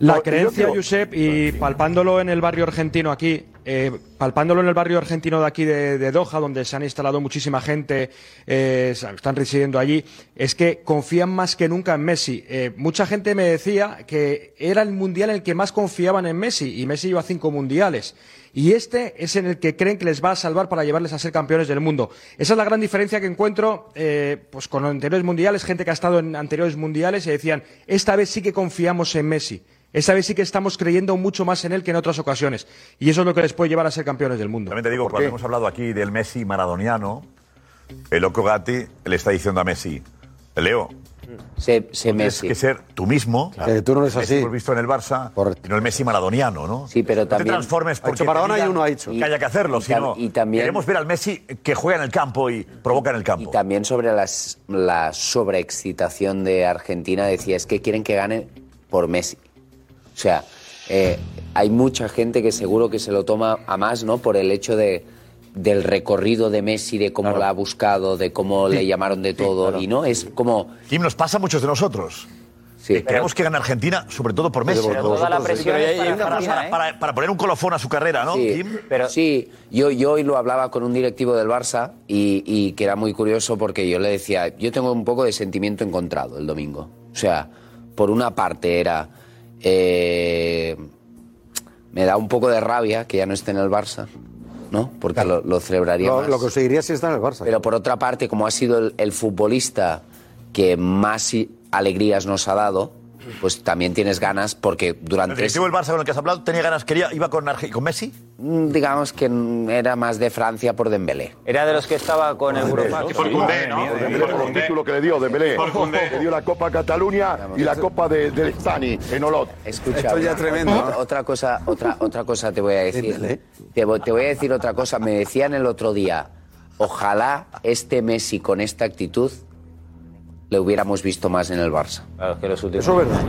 Speaker 15: La
Speaker 12: No,
Speaker 15: creencia,
Speaker 12: yo creo-
Speaker 15: Josep, y palpándolo en el barrio argentino aquí, eh, palpándolo en el barrio argentino de aquí de, de Doha, donde se han instalado muchísima gente, eh, se- están residiendo allí, es que confían más que nunca en Messi. Eh, mucha gente me decía que era el mundial en el que más confiaban en Messi, y Messi lleva cinco mundiales. Y este es en el que creen que les va a salvar para llevarles a ser campeones del mundo. Esa es la gran diferencia que encuentro eh, pues con los anteriores mundiales, gente que ha estado en anteriores mundiales y decían, esta vez sí que confiamos en Messi. Esta vez sí que estamos creyendo mucho más en él que en otras ocasiones. Y eso es lo que les puede llevar a ser campeones del mundo.
Speaker 9: También te digo, cuando hemos hablado aquí del Messi maradoniano, el loco Gatti le está diciendo a Messi, Leo,
Speaker 17: Se, se
Speaker 9: tienes
Speaker 17: Messi.
Speaker 9: que ser tú mismo.
Speaker 17: Eh, tú no eres
Speaker 9: El Messi
Speaker 17: así.
Speaker 9: que Hemos visto en el Barça, y no el Messi maradoniano, ¿no?
Speaker 17: Sí, pero
Speaker 9: No te
Speaker 17: también-
Speaker 9: transformes
Speaker 17: Ha
Speaker 9: porque
Speaker 17: hecho Maradona
Speaker 9: te digan
Speaker 17: y uno ha hecho.
Speaker 9: que haya que hacerlo,
Speaker 17: Y tam-
Speaker 9: sino
Speaker 17: y también-
Speaker 9: queremos ver al Messi que juega en el campo y provoca en el campo.
Speaker 17: Y también sobre las, la sobreexcitación de Argentina, decía, es que quieren que gane por Messi. O sea, eh, hay mucha gente que seguro que se lo toma a más, ¿no? Por el hecho de, del recorrido de Messi, de cómo la ha buscado, de cómo le llamaron de todo. Y no, es como...
Speaker 9: Kim, nos pasa a muchos de nosotros.
Speaker 17: Sí.
Speaker 9: Que queremos que gane Argentina, sobre todo por Messi.
Speaker 17: Pero toda la presión
Speaker 9: Pero
Speaker 17: es
Speaker 9: hay- hay
Speaker 17: para
Speaker 9: una
Speaker 17: Argentina,
Speaker 9: cosa
Speaker 17: ¿eh?
Speaker 9: para- para poner un colofón a su carrera, ¿no?
Speaker 17: Sí,
Speaker 9: Kim?
Speaker 17: pero... sí yo, yo hoy lo hablaba con un directivo del Barça y, y que era muy curioso porque yo le decía, yo tengo un poco de sentimiento encontrado el domingo. O sea, por una parte era, eh, me da un poco de rabia que ya no esté en el Barça, ¿no? Porque lo, lo celebraría
Speaker 6: Lo,
Speaker 17: más.
Speaker 6: lo conseguiría si está Pues en el Barça.
Speaker 17: Pero por otra parte, como ha sido el, el futbolista que más i- alegrías nos ha dado, pues también tienes ganas porque
Speaker 9: El
Speaker 17: durante...
Speaker 9: directivo del Barça con el que has hablado tenía ganas, quería, iba con, Arge- con Messi.
Speaker 17: Mm, Digamos que mm, era más de Francia por Dembélé.
Speaker 3: Era de los que estaba con el Europa.
Speaker 4: Dembélé por los títulos que le dio Dembélé. Le dio la Copa Cataluña y la Copa de, del Stani en Olot.
Speaker 17: Escucha, una- Otra, otra cosa, otra, otra cosa te voy a decir. Te, vo- te voy a decir otra cosa. Me decían el otro día, ojalá este Messi con esta actitud le hubiéramos visto más en el Barça. que los últimos
Speaker 6: Eso es verdad.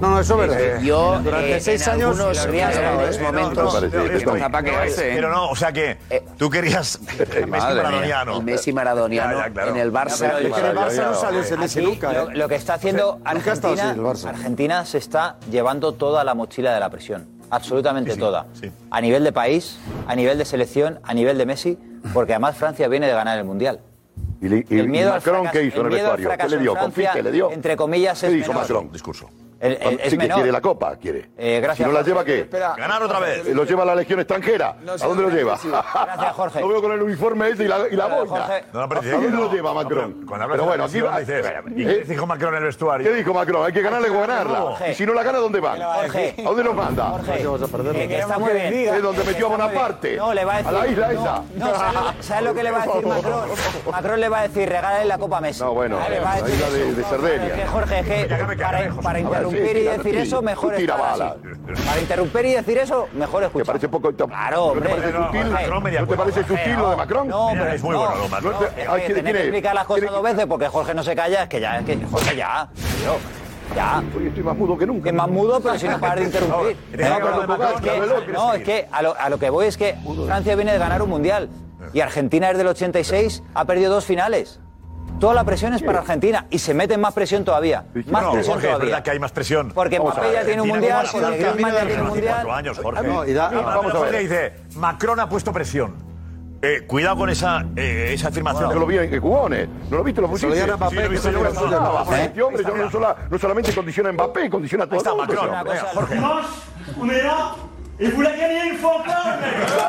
Speaker 6: No, no, eso es verdad.
Speaker 17: Yo
Speaker 6: Durante
Speaker 17: eh,
Speaker 6: seis
Speaker 17: en
Speaker 6: años.
Speaker 17: algunos días, en algunos momentos,
Speaker 9: estoy. No es,
Speaker 3: ¿eh?
Speaker 9: Pero no, o sea que tú querías el Messi
Speaker 17: madre mía.
Speaker 9: maradoniano.
Speaker 17: El Messi maradoniano
Speaker 9: Ya, ya, claro.
Speaker 17: en el Barça.
Speaker 9: Ya, pero
Speaker 17: Es que en el Barça no salió ese Messi
Speaker 9: Aquí,
Speaker 17: nunca,
Speaker 9: lo-
Speaker 17: ¿eh?
Speaker 9: lo-
Speaker 3: Lo que está haciendo
Speaker 6: Nunca ha estado
Speaker 3: Argentina,
Speaker 6: así el Barça.
Speaker 3: Argentina se está llevando toda la mochila de la presión, absolutamente toda. A nivel de país, a nivel de selección, a nivel de Messi, porque además Francia viene de ganar el mundial.
Speaker 4: Y, le- y-
Speaker 3: El miedo
Speaker 4: y Macron
Speaker 3: al fracaso-
Speaker 4: qué hizo en
Speaker 3: el
Speaker 4: el
Speaker 3: miedo al
Speaker 4: vestuario? ¿Qué
Speaker 3: fracaso
Speaker 4: le dio?
Speaker 3: en
Speaker 4: ¿Con
Speaker 3: Francia,
Speaker 4: qué le dio?
Speaker 3: Entre comillas,
Speaker 4: ¿Qué
Speaker 3: es
Speaker 4: dijo
Speaker 3: menor.
Speaker 4: Macron?
Speaker 9: Discurso.
Speaker 3: El- el-
Speaker 4: Ah, sí
Speaker 3: es
Speaker 4: que
Speaker 3: menor.
Speaker 4: quiere la copa, quiere.
Speaker 3: Eh, gracias,
Speaker 4: si no la
Speaker 3: Jorge.
Speaker 4: lleva, ¿qué? Eh,
Speaker 3: Espera. Ganar otra vez.
Speaker 4: Lo lleva a la legión extranjera.
Speaker 3: No sé
Speaker 4: ¿A dónde lo
Speaker 3: dónde
Speaker 4: lleva?
Speaker 3: ha sido. Gracias, Jorge.
Speaker 4: Lo veo con el uniforme ese y la, y la
Speaker 3: Gracias,
Speaker 4: boina.
Speaker 3: Jorge. No,
Speaker 4: ¿A
Speaker 3: no, pero dice
Speaker 4: dónde
Speaker 3: que no.
Speaker 4: lo lleva
Speaker 9: No,
Speaker 4: Macron?
Speaker 9: pero cuando hablas
Speaker 4: pero
Speaker 9: de
Speaker 4: bueno,
Speaker 9: la
Speaker 4: aquí
Speaker 9: nación,
Speaker 4: va.
Speaker 9: dices,
Speaker 4: Espera,
Speaker 9: ¿y qué dijo Macron en el vestuario?
Speaker 4: ¿Qué dijo Macron? Hay que ganarle o ganarla.
Speaker 9: Jorge.
Speaker 4: Y si no la gana, ¿dónde va?
Speaker 3: Jorge.
Speaker 4: ¿A dónde nos manda?
Speaker 3: Jorge. Eh, que está
Speaker 4: Queremos
Speaker 3: muy
Speaker 4: que
Speaker 3: bien.
Speaker 4: diga. Es donde
Speaker 3: Que
Speaker 4: metió a
Speaker 3: está muy bien.
Speaker 4: Bonaparte.
Speaker 3: No, le va a
Speaker 4: A
Speaker 3: decir.
Speaker 4: la isla
Speaker 3: no,
Speaker 4: esa.
Speaker 3: No, ¿sabes lo, que- ¿sabes lo que le va a decir Macron? Macron le va a decir, regálale la copa a Messi.
Speaker 4: No, bueno,
Speaker 3: Ah, le va a
Speaker 4: la
Speaker 3: decir
Speaker 4: isla
Speaker 3: eso.
Speaker 4: de, de Cerdeña.
Speaker 3: Es que, Jorge, es que para, para
Speaker 4: eh, A ver,
Speaker 3: interrumpir
Speaker 4: sí,
Speaker 3: y
Speaker 4: tira,
Speaker 3: decir
Speaker 4: sí,
Speaker 3: eso,
Speaker 4: tú
Speaker 3: mejor
Speaker 4: tira
Speaker 3: estar
Speaker 4: bala.
Speaker 3: así. Para interrumpir y decir eso, mejor escuchar.
Speaker 4: ¿Te parece poco?
Speaker 3: Claro,
Speaker 4: ¿No
Speaker 3: hombre.
Speaker 4: te parece sutil? ¿No te parece sutil lo de Macron?
Speaker 3: No, pero no, no, es que tener que explicar las cosas dos veces porque Jorge no se calla, es que ya, es que Jorge ya, tío, ya.
Speaker 4: Hoy estoy más mudo que nunca.
Speaker 3: Es más mudo, pero si no parar de interrumpir.
Speaker 4: No, deja que hable Macron,
Speaker 3: es que-
Speaker 4: háblalo, que
Speaker 3: no, es que a lo, a lo que voy es que Francia viene de ganar un mundial y Argentina desde el 86 ha perdido dos finales. Toda la presión es para Argentina y se mete más presión todavía. Más
Speaker 9: no,
Speaker 3: presión
Speaker 9: Jorge, es
Speaker 3: todavía.
Speaker 9: verdad que hay más presión.
Speaker 3: Porque
Speaker 9: Vamos a
Speaker 3: Mbappé
Speaker 9: ver,
Speaker 3: ya tiene un
Speaker 9: Argentina
Speaker 3: mundial,
Speaker 9: como
Speaker 3: porque
Speaker 9: Francia,
Speaker 3: Griezmann ya
Speaker 9: mira,
Speaker 3: tiene un mundial.
Speaker 9: 24 años, Jorge.
Speaker 3: No, y da-
Speaker 9: Griezmann
Speaker 3: vamos a
Speaker 9: Jorge
Speaker 3: ver.
Speaker 9: dice, Macron ha puesto presión. Eh, cuidado con esa, eh, esa afirmación.
Speaker 4: Yo lo vi en Cubones. ¿No lo viste? Lo
Speaker 9: Sí, lo
Speaker 4: pusiste.
Speaker 9: vi en Mbappé,
Speaker 4: Sí, lo
Speaker 9: que
Speaker 4: viste,
Speaker 9: se
Speaker 4: yo
Speaker 9: lleva
Speaker 4: lo
Speaker 9: la
Speaker 4: puse.
Speaker 9: bola.
Speaker 4: Ah, Este hombre yo no, sola- no solamente condiciona a Mbappé, condiciona a todo
Speaker 9: está
Speaker 4: el mundo.
Speaker 9: Macron. Venga, Jorge.
Speaker 24: On est là et vous la gagnez une fois encore, les mecs.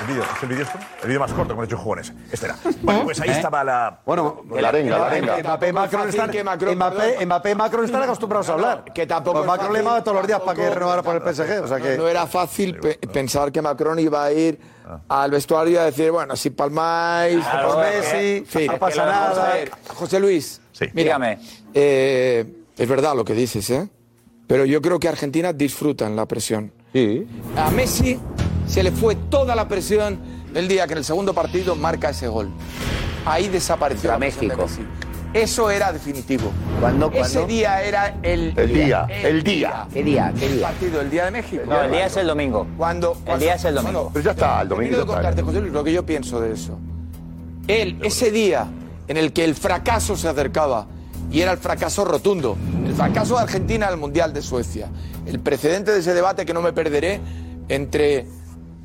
Speaker 9: ¿El vídeo? ¿Es el vídeo esto? El vídeo más corto que hemos hecho en jugones. Este era. Bueno, pues ahí
Speaker 6: ¿Eh?
Speaker 9: estaba la...
Speaker 6: Bueno, Mbappé, Macron están, Mbappé, Mbappé, Macron están acostumbrados a hablar.
Speaker 14: que tampoco
Speaker 6: Pues
Speaker 14: es
Speaker 6: Macron
Speaker 14: fácil,
Speaker 6: le manda todos los días para que
Speaker 14: tampoco-
Speaker 6: renovara por el PSG. O sea que.
Speaker 14: No, no era fácil pe- pensar que Macron iba a ir al vestuario y a decir, bueno, si palmáis,
Speaker 6: Ah. Claro,
Speaker 14: por
Speaker 6: es que-
Speaker 14: Messi,
Speaker 6: es que
Speaker 14: no
Speaker 6: lo vamos
Speaker 14: pasa
Speaker 6: a
Speaker 14: nada.
Speaker 6: ver.
Speaker 14: José Luis, mira,
Speaker 3: Dígame.
Speaker 14: eh, es verdad lo que dices, ¿eh? Pero yo creo que Argentina disfruta en la presión. A Messi se le fue toda la presión el día que en el segundo partido marca ese gol. Ahí desapareció la presión de
Speaker 30: México.
Speaker 14: Messi. Eso era definitivo. Ese
Speaker 30: cuándo?
Speaker 14: día era el,
Speaker 30: El día, el día. ¿Qué día? ¿Qué
Speaker 14: El
Speaker 30: día?
Speaker 14: partido, el día de México.
Speaker 30: No, el día es el
Speaker 14: domingo. Cuando, cuando-
Speaker 30: día es el domingo.
Speaker 14: bueno,
Speaker 30: Pero ya está, el domingo
Speaker 14: termino de
Speaker 30: ya está.
Speaker 14: contarte, José Luis, lo que yo pienso de eso. Él, ese día en el que el fracaso se acercaba, y era el fracaso rotundo, el fracaso de Argentina al Mundial de Suecia, el precedente de ese debate que no me perderé entre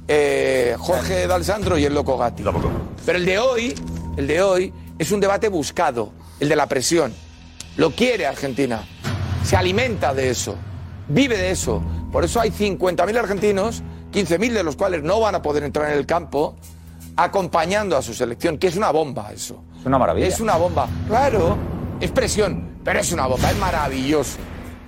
Speaker 14: eh, Jorge D'Alessandro y el Loco Gatti. Pero el de hoy, el de hoy, es un debate buscado, el de la presión. Lo quiere Argentina, se alimenta de eso, vive de eso. Por eso hay 50.000 argentinos, 15.000 de los cuales no van a poder entrar en el campo, acompañando a su selección, que es una bomba eso.
Speaker 3: Es una maravilla.
Speaker 14: Es una bomba. Claro, es presión, pero es una bomba, es maravilloso.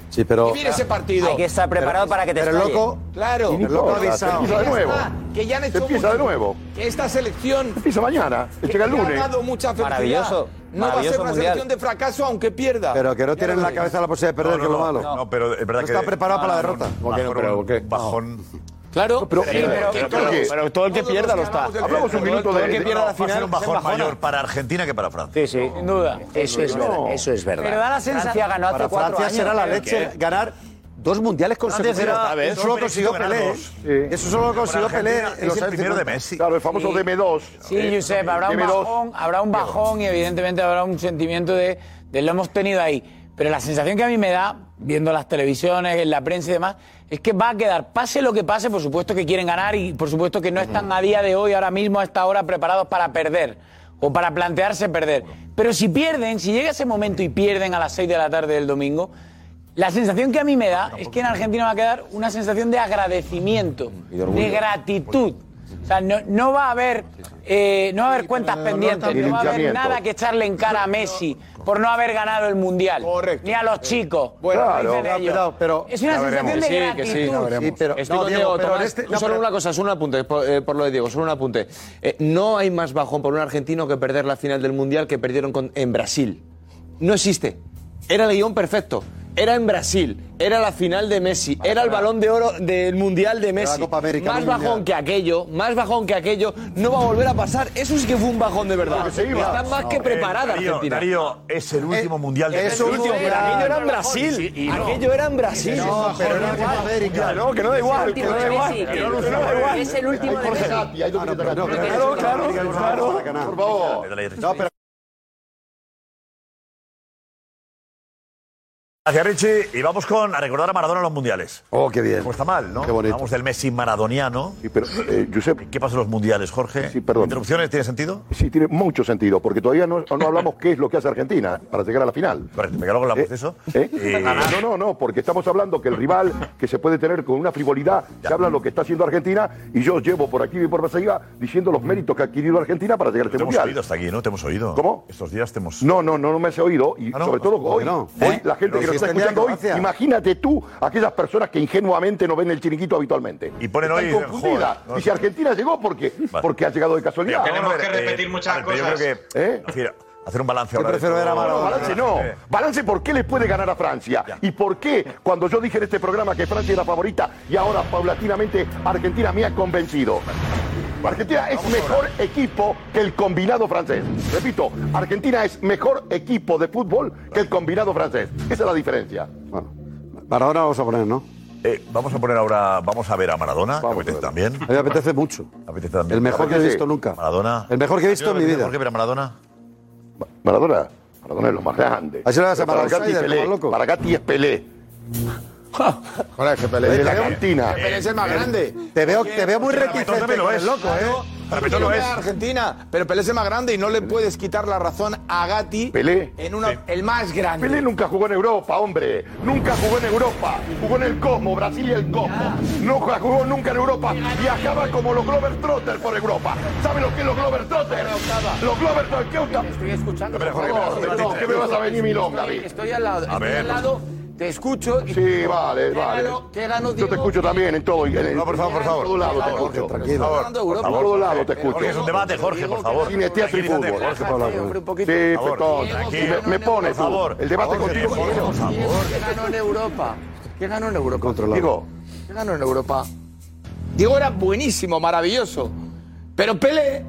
Speaker 6: Sí, pero. Ah,
Speaker 14: y mira ese partido.
Speaker 6: Hay que estar preparado para que te Pero estalle. loco-
Speaker 14: Claro.
Speaker 6: pero loco avisado.
Speaker 14: Que ya
Speaker 6: Empieza de
Speaker 14: está,
Speaker 6: nuevo.
Speaker 14: Que ya han hecho
Speaker 4: Empieza de
Speaker 14: mucho.
Speaker 4: nuevo.
Speaker 14: Que esta selección.
Speaker 4: Empieza mañana,
Speaker 14: que
Speaker 4: llega el
Speaker 14: le
Speaker 4: lunes.
Speaker 14: Ha dado mucha felicidad.
Speaker 4: Maravilloso,
Speaker 14: No va a ser
Speaker 4: maravilloso
Speaker 14: una
Speaker 4: mundial.
Speaker 14: selección de fracaso aunque pierda.
Speaker 6: Pero que no
Speaker 14: Ya
Speaker 6: tienen
Speaker 14: lo
Speaker 6: la
Speaker 14: veréis.
Speaker 6: cabeza la posibilidad de perder, que es lo malo.
Speaker 9: No, pero es verdad
Speaker 6: No
Speaker 9: que...
Speaker 6: está preparado para la derrota.
Speaker 9: ¿Por qué no? ¿Por qué? Bajón.
Speaker 14: Claro,
Speaker 9: pero,
Speaker 31: todo el que pierda lo está.
Speaker 9: Hablamos un minuto de...
Speaker 31: Todo el que pierda la
Speaker 9: va a ser
Speaker 31: final
Speaker 9: un
Speaker 31: se
Speaker 9: bajón
Speaker 31: embajona.
Speaker 9: mayor para Argentina que para Francia.
Speaker 30: Sí, sí. Sin duda. Eso es
Speaker 9: No.
Speaker 30: verdad. Eso es verdad.
Speaker 3: Pero da la
Speaker 30: Francia
Speaker 3: sensación-
Speaker 30: ganó hace
Speaker 3: Para
Speaker 30: cuatro
Speaker 3: Francia
Speaker 30: años.
Speaker 3: será la
Speaker 30: ¿Qué?
Speaker 3: leche
Speaker 30: ¿Qué?
Speaker 6: Ganar dos mundiales
Speaker 4: Antes
Speaker 6: consecutivos.
Speaker 4: era-
Speaker 6: Eso solo consiguió Pelé. ¿eh? Eso solo lo consiguió Pelé. en los años 50.
Speaker 4: Claro, el famoso
Speaker 6: Sí.
Speaker 4: DM2.
Speaker 2: Sí,
Speaker 4: Eh,
Speaker 2: Josep, habrá un
Speaker 4: DM2.
Speaker 2: bajón, habrá un bajón y evidentemente habrá un sentimiento de, de lo hemos tenido ahí. Pero la sensación que a mí me da, viendo las televisiones, en la prensa y demás, es que va a quedar, pase lo que pase, por supuesto que quieren ganar y por supuesto que no están a día de hoy, ahora mismo, a esta hora, preparados para perder o para plantearse perder. Pero si pierden, si llega ese momento y pierden a las 6 de la tarde del domingo, la sensación que a mí me da es que en Argentina va a quedar una sensación de agradecimiento,
Speaker 14: Y de
Speaker 2: de,
Speaker 14: orgullo.
Speaker 2: gratitud. O sea, no, no va a haber, eh, no va a haber cuentas
Speaker 14: pero de dolor
Speaker 2: pendientes,
Speaker 14: también.
Speaker 2: no va a haber
Speaker 14: Linchamiento.
Speaker 2: nada que echarle en cara a Messi por no haber ganado el Mundial. Ni a los chicos.
Speaker 6: Bueno,
Speaker 2: como dicen
Speaker 6: cuidado,
Speaker 2: ellos.
Speaker 6: cuidado, pero-
Speaker 2: es una
Speaker 6: Ya
Speaker 2: sensación
Speaker 6: veremos.
Speaker 2: de
Speaker 6: Sí,
Speaker 2: gratitud.
Speaker 6: que sí, ya veremos. Sí, pero-
Speaker 2: Estoy
Speaker 6: no,
Speaker 2: con
Speaker 6: Diego,
Speaker 2: Diego,
Speaker 6: pero
Speaker 2: Tomás.
Speaker 6: en este-
Speaker 2: No,
Speaker 1: solo una cosa, es un apunte, por, eh, por lo de Diego, solo un apunte. Eh, no hay más bajón por un argentino que perder la final del Mundial que perdieron con- en Brasil. No existe. Era el guión perfecto. Era en Brasil, era la final de Messi, era el balón de oro del Mundial de Messi.
Speaker 6: Copa América,
Speaker 1: más
Speaker 6: no
Speaker 1: bajón
Speaker 6: Mundial.
Speaker 1: que aquello, más bajón que aquello, no va a volver a pasar. Eso sí que fue un bajón de verdad. Está más que
Speaker 9: Eh,
Speaker 1: preparada
Speaker 9: Darío,
Speaker 1: Argentina.
Speaker 9: Darío, es el último mundial de
Speaker 1: es el último, pero aquello era en Brasil. Aquello era en Brasil.
Speaker 9: No, pero era Copa América.
Speaker 1: No, que no da igual, que no da igual. que no da igual.
Speaker 4: Es el último de
Speaker 24: Ah,
Speaker 4: Messi.
Speaker 1: Claro, claro, claro.
Speaker 4: Por favor.
Speaker 9: No,
Speaker 6: pero
Speaker 9: Gracias, Richie. Y vamos con a recordar a Maradona en los mundiales.
Speaker 4: Oh, qué bien.
Speaker 9: No está mal, ¿no?
Speaker 4: Qué bonito.
Speaker 9: Hablamos del Messi maradoniano.
Speaker 4: Sí, pero, eh, Josep.
Speaker 9: ¿Qué pasa en los mundiales, Jorge?
Speaker 4: Sí, perdón.
Speaker 9: ¿Interrupciones tiene sentido?
Speaker 4: Sí, tiene mucho sentido, porque todavía no, no hablamos qué es lo que hace Argentina para llegar a la final.
Speaker 9: Correcto, me quedo con la voz de eso.
Speaker 4: ¿Eh?
Speaker 9: Eh,
Speaker 4: No, no, no, porque estamos hablando que el rival que se puede tener con una frivolidad, se habla lo que está haciendo Argentina, y yo llevo por aquí y por más allá diciendo los méritos que ha adquirido Argentina para llegar a
Speaker 9: Te
Speaker 4: este
Speaker 9: hemos
Speaker 4: mundial.
Speaker 9: oído hasta aquí, ¿no? Te hemos oído.
Speaker 4: ¿Cómo?
Speaker 9: Estos días te hemos...
Speaker 4: No, no, no, no me has oído. Y
Speaker 9: Ah, no,
Speaker 4: sobre todo
Speaker 9: ¿cómo
Speaker 4: hoy,
Speaker 9: que no?
Speaker 4: hoy
Speaker 9: ¿Eh?
Speaker 4: la gente
Speaker 9: Pero si
Speaker 4: que nos está
Speaker 9: está en
Speaker 4: escuchando hoy,
Speaker 9: Croacia.
Speaker 4: imagínate tú aquellas personas que ingenuamente no ven el chiringuito habitualmente.
Speaker 9: Y ponen
Speaker 4: Están
Speaker 9: hoy y dicen,
Speaker 4: confundidas.
Speaker 9: "Joder, no
Speaker 4: Dice,
Speaker 9: sé".
Speaker 4: Argentina llegó porque, porque ha llegado de casualidad.
Speaker 9: Vamos a ver, eh, a ver, pero Yo creo que
Speaker 4: ¿Eh?
Speaker 9: hacer, hacer un balance ahora. de todo.
Speaker 4: No, Balance no.
Speaker 9: Eh,
Speaker 4: Balance por qué le puede ganar a Francia. Y por qué, cuando yo dije en este programa que Francia era favorita y ahora paulatinamente Argentina me ha convencido. Argentina es mejor equipo que el combinado francés. Repito, Argentina es mejor equipo de fútbol que el combinado francés. Esa es la diferencia.
Speaker 9: Para ahora vamos a poner, ¿no? Eh, vamos a poner ahora, vamos a ver a Maradona, que apetece también.
Speaker 1: A mí me apetece mucho.
Speaker 9: Apetece también.
Speaker 1: El mejor que he
Speaker 9: Apetece.
Speaker 1: visto nunca.
Speaker 9: Maradona.
Speaker 1: El mejor que he visto en mi vida.
Speaker 9: ¿Por qué ver a Maradona?
Speaker 4: Maradona, Maradona es lo más grande.
Speaker 1: Ayer la semana
Speaker 4: Pero Maragatti es
Speaker 1: del
Speaker 4: Pelé,
Speaker 1: Como loco.
Speaker 4: Maragatti es Pelé. Ahora que Pelé. De la cantina.
Speaker 1: Te veo, te veo muy reticente, con el loco, ¿eh?
Speaker 9: Repetón
Speaker 1: lo
Speaker 14: Ah, Pelé
Speaker 1: es.
Speaker 14: gana Argentina, pero Pelé es el más grande y no le puedes quitar la razón a Gatti
Speaker 4: Pelé.
Speaker 14: en una, el más grande.
Speaker 4: Pelé nunca jugó en Europa, hombre. Nunca jugó en Europa. Jugó en el Cosmo, Brasil y el Cosmo. No jugó nunca en Europa. Viajaba como los Glover Trotter por Europa. ¿Sabe lo que es los Glover Trotter? Los Glover Trotter. ¿Qué usted? Estoy
Speaker 14: escuchando.
Speaker 4: Pero,
Speaker 14: por
Speaker 4: Jorge,
Speaker 14: favor.
Speaker 4: pero, pero, ¿qué me vas a venir, Milón,
Speaker 14: Estoy-
Speaker 4: David?
Speaker 14: Estoy al lado,
Speaker 4: A
Speaker 14: estoy
Speaker 4: ver.
Speaker 14: al lado, te escucho. y-
Speaker 4: Sí, vale,
Speaker 14: ¿Qué
Speaker 4: vale.
Speaker 14: ganó- ¿Qué ganó
Speaker 4: Yo te
Speaker 14: Diego?
Speaker 4: escucho también en todo. En, en-
Speaker 9: No, por favor, por favor.
Speaker 4: En todo lado te
Speaker 9: Jorge,
Speaker 4: escucho.
Speaker 9: tranquilo.
Speaker 4: Por
Speaker 9: Hablando de
Speaker 4: favor,
Speaker 9: Europa.
Speaker 4: por todo lado te
Speaker 9: Jorge,
Speaker 4: escucho.
Speaker 9: Jorge, es un debate, Jorge, por favor.
Speaker 4: Cineteatro y
Speaker 9: Tranquilízate,
Speaker 4: fútbol.
Speaker 9: Jorge, por favor.
Speaker 4: Sí, perdón. Me- Me pone tú. El debate contigo.
Speaker 14: Diego, ¿Qué ganó en Europa? ¿Qué ganó en Europa?
Speaker 4: Diego.
Speaker 14: ¿Qué ganó en Europa? Diego era buenísimo, maravilloso. Pero Pelé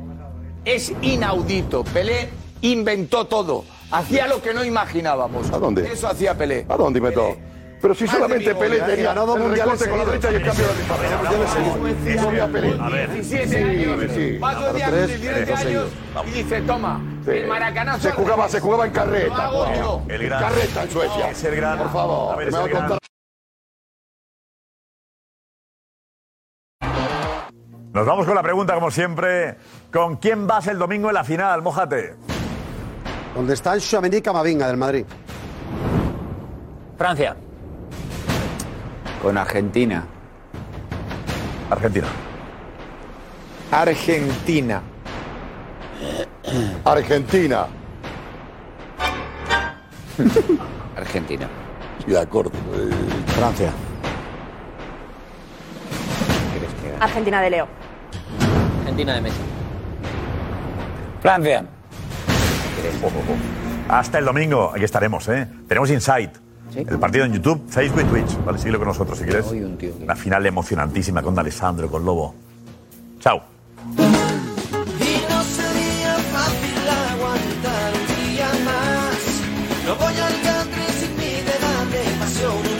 Speaker 14: es inaudito. Pelé inventó todo. Hacía lo que no imaginábamos.
Speaker 4: ¿A dónde?
Speaker 14: Eso hacía Pelé.
Speaker 4: ¿A dónde inventó? Pero si
Speaker 14: Más de
Speaker 4: solamente
Speaker 14: mil
Speaker 4: Pelé
Speaker 14: goles.
Speaker 4: tenía
Speaker 14: Ganó dos
Speaker 4: el
Speaker 14: mundiales
Speaker 4: recorte con la derecha y el cambio de la izquierda. Eso Pelé.
Speaker 9: A ver.
Speaker 14: 17 años,
Speaker 4: sí.
Speaker 14: paso de
Speaker 4: Tres,
Speaker 14: años, 17
Speaker 4: tres,
Speaker 14: años, y dice, toma,
Speaker 4: Sí.
Speaker 14: el maracanazo.
Speaker 4: Se jugaba, se jugaba en
Speaker 14: Lo
Speaker 4: carreta.
Speaker 14: hago yo.
Speaker 9: El
Speaker 4: En
Speaker 9: gran-
Speaker 4: Carreta en Suecia.
Speaker 9: Es el gran-
Speaker 4: Por favor.
Speaker 9: A ver,
Speaker 4: me
Speaker 9: es
Speaker 4: va
Speaker 9: el
Speaker 4: a contar-
Speaker 9: gran- Nos vamos con la pregunta, como siempre. ¿Con quién vas el domingo en la final? Mójate.
Speaker 1: Donde están Chouameni y Camavinga del Madrid.
Speaker 3: Francia.
Speaker 21: Con Argentina.
Speaker 9: Argentina.
Speaker 14: Argentina.
Speaker 4: Argentina.
Speaker 17: Argentina.
Speaker 4: Y de acuerdo.
Speaker 5: Francia.
Speaker 29: Argentina de Leo.
Speaker 3: Argentina de Messi.
Speaker 9: Francia. Hasta el domingo, aquí estaremos, ¿eh? Tenemos Insight. El partido en YouTube, Facebook y Twitch. Vale, síguelo con nosotros si quieres. Una final emocionantísima con Alessandro, con Lobo. Chao.
Speaker 24: Y no sería fácil aguantar un día más. No voy al country sin mi debate pasión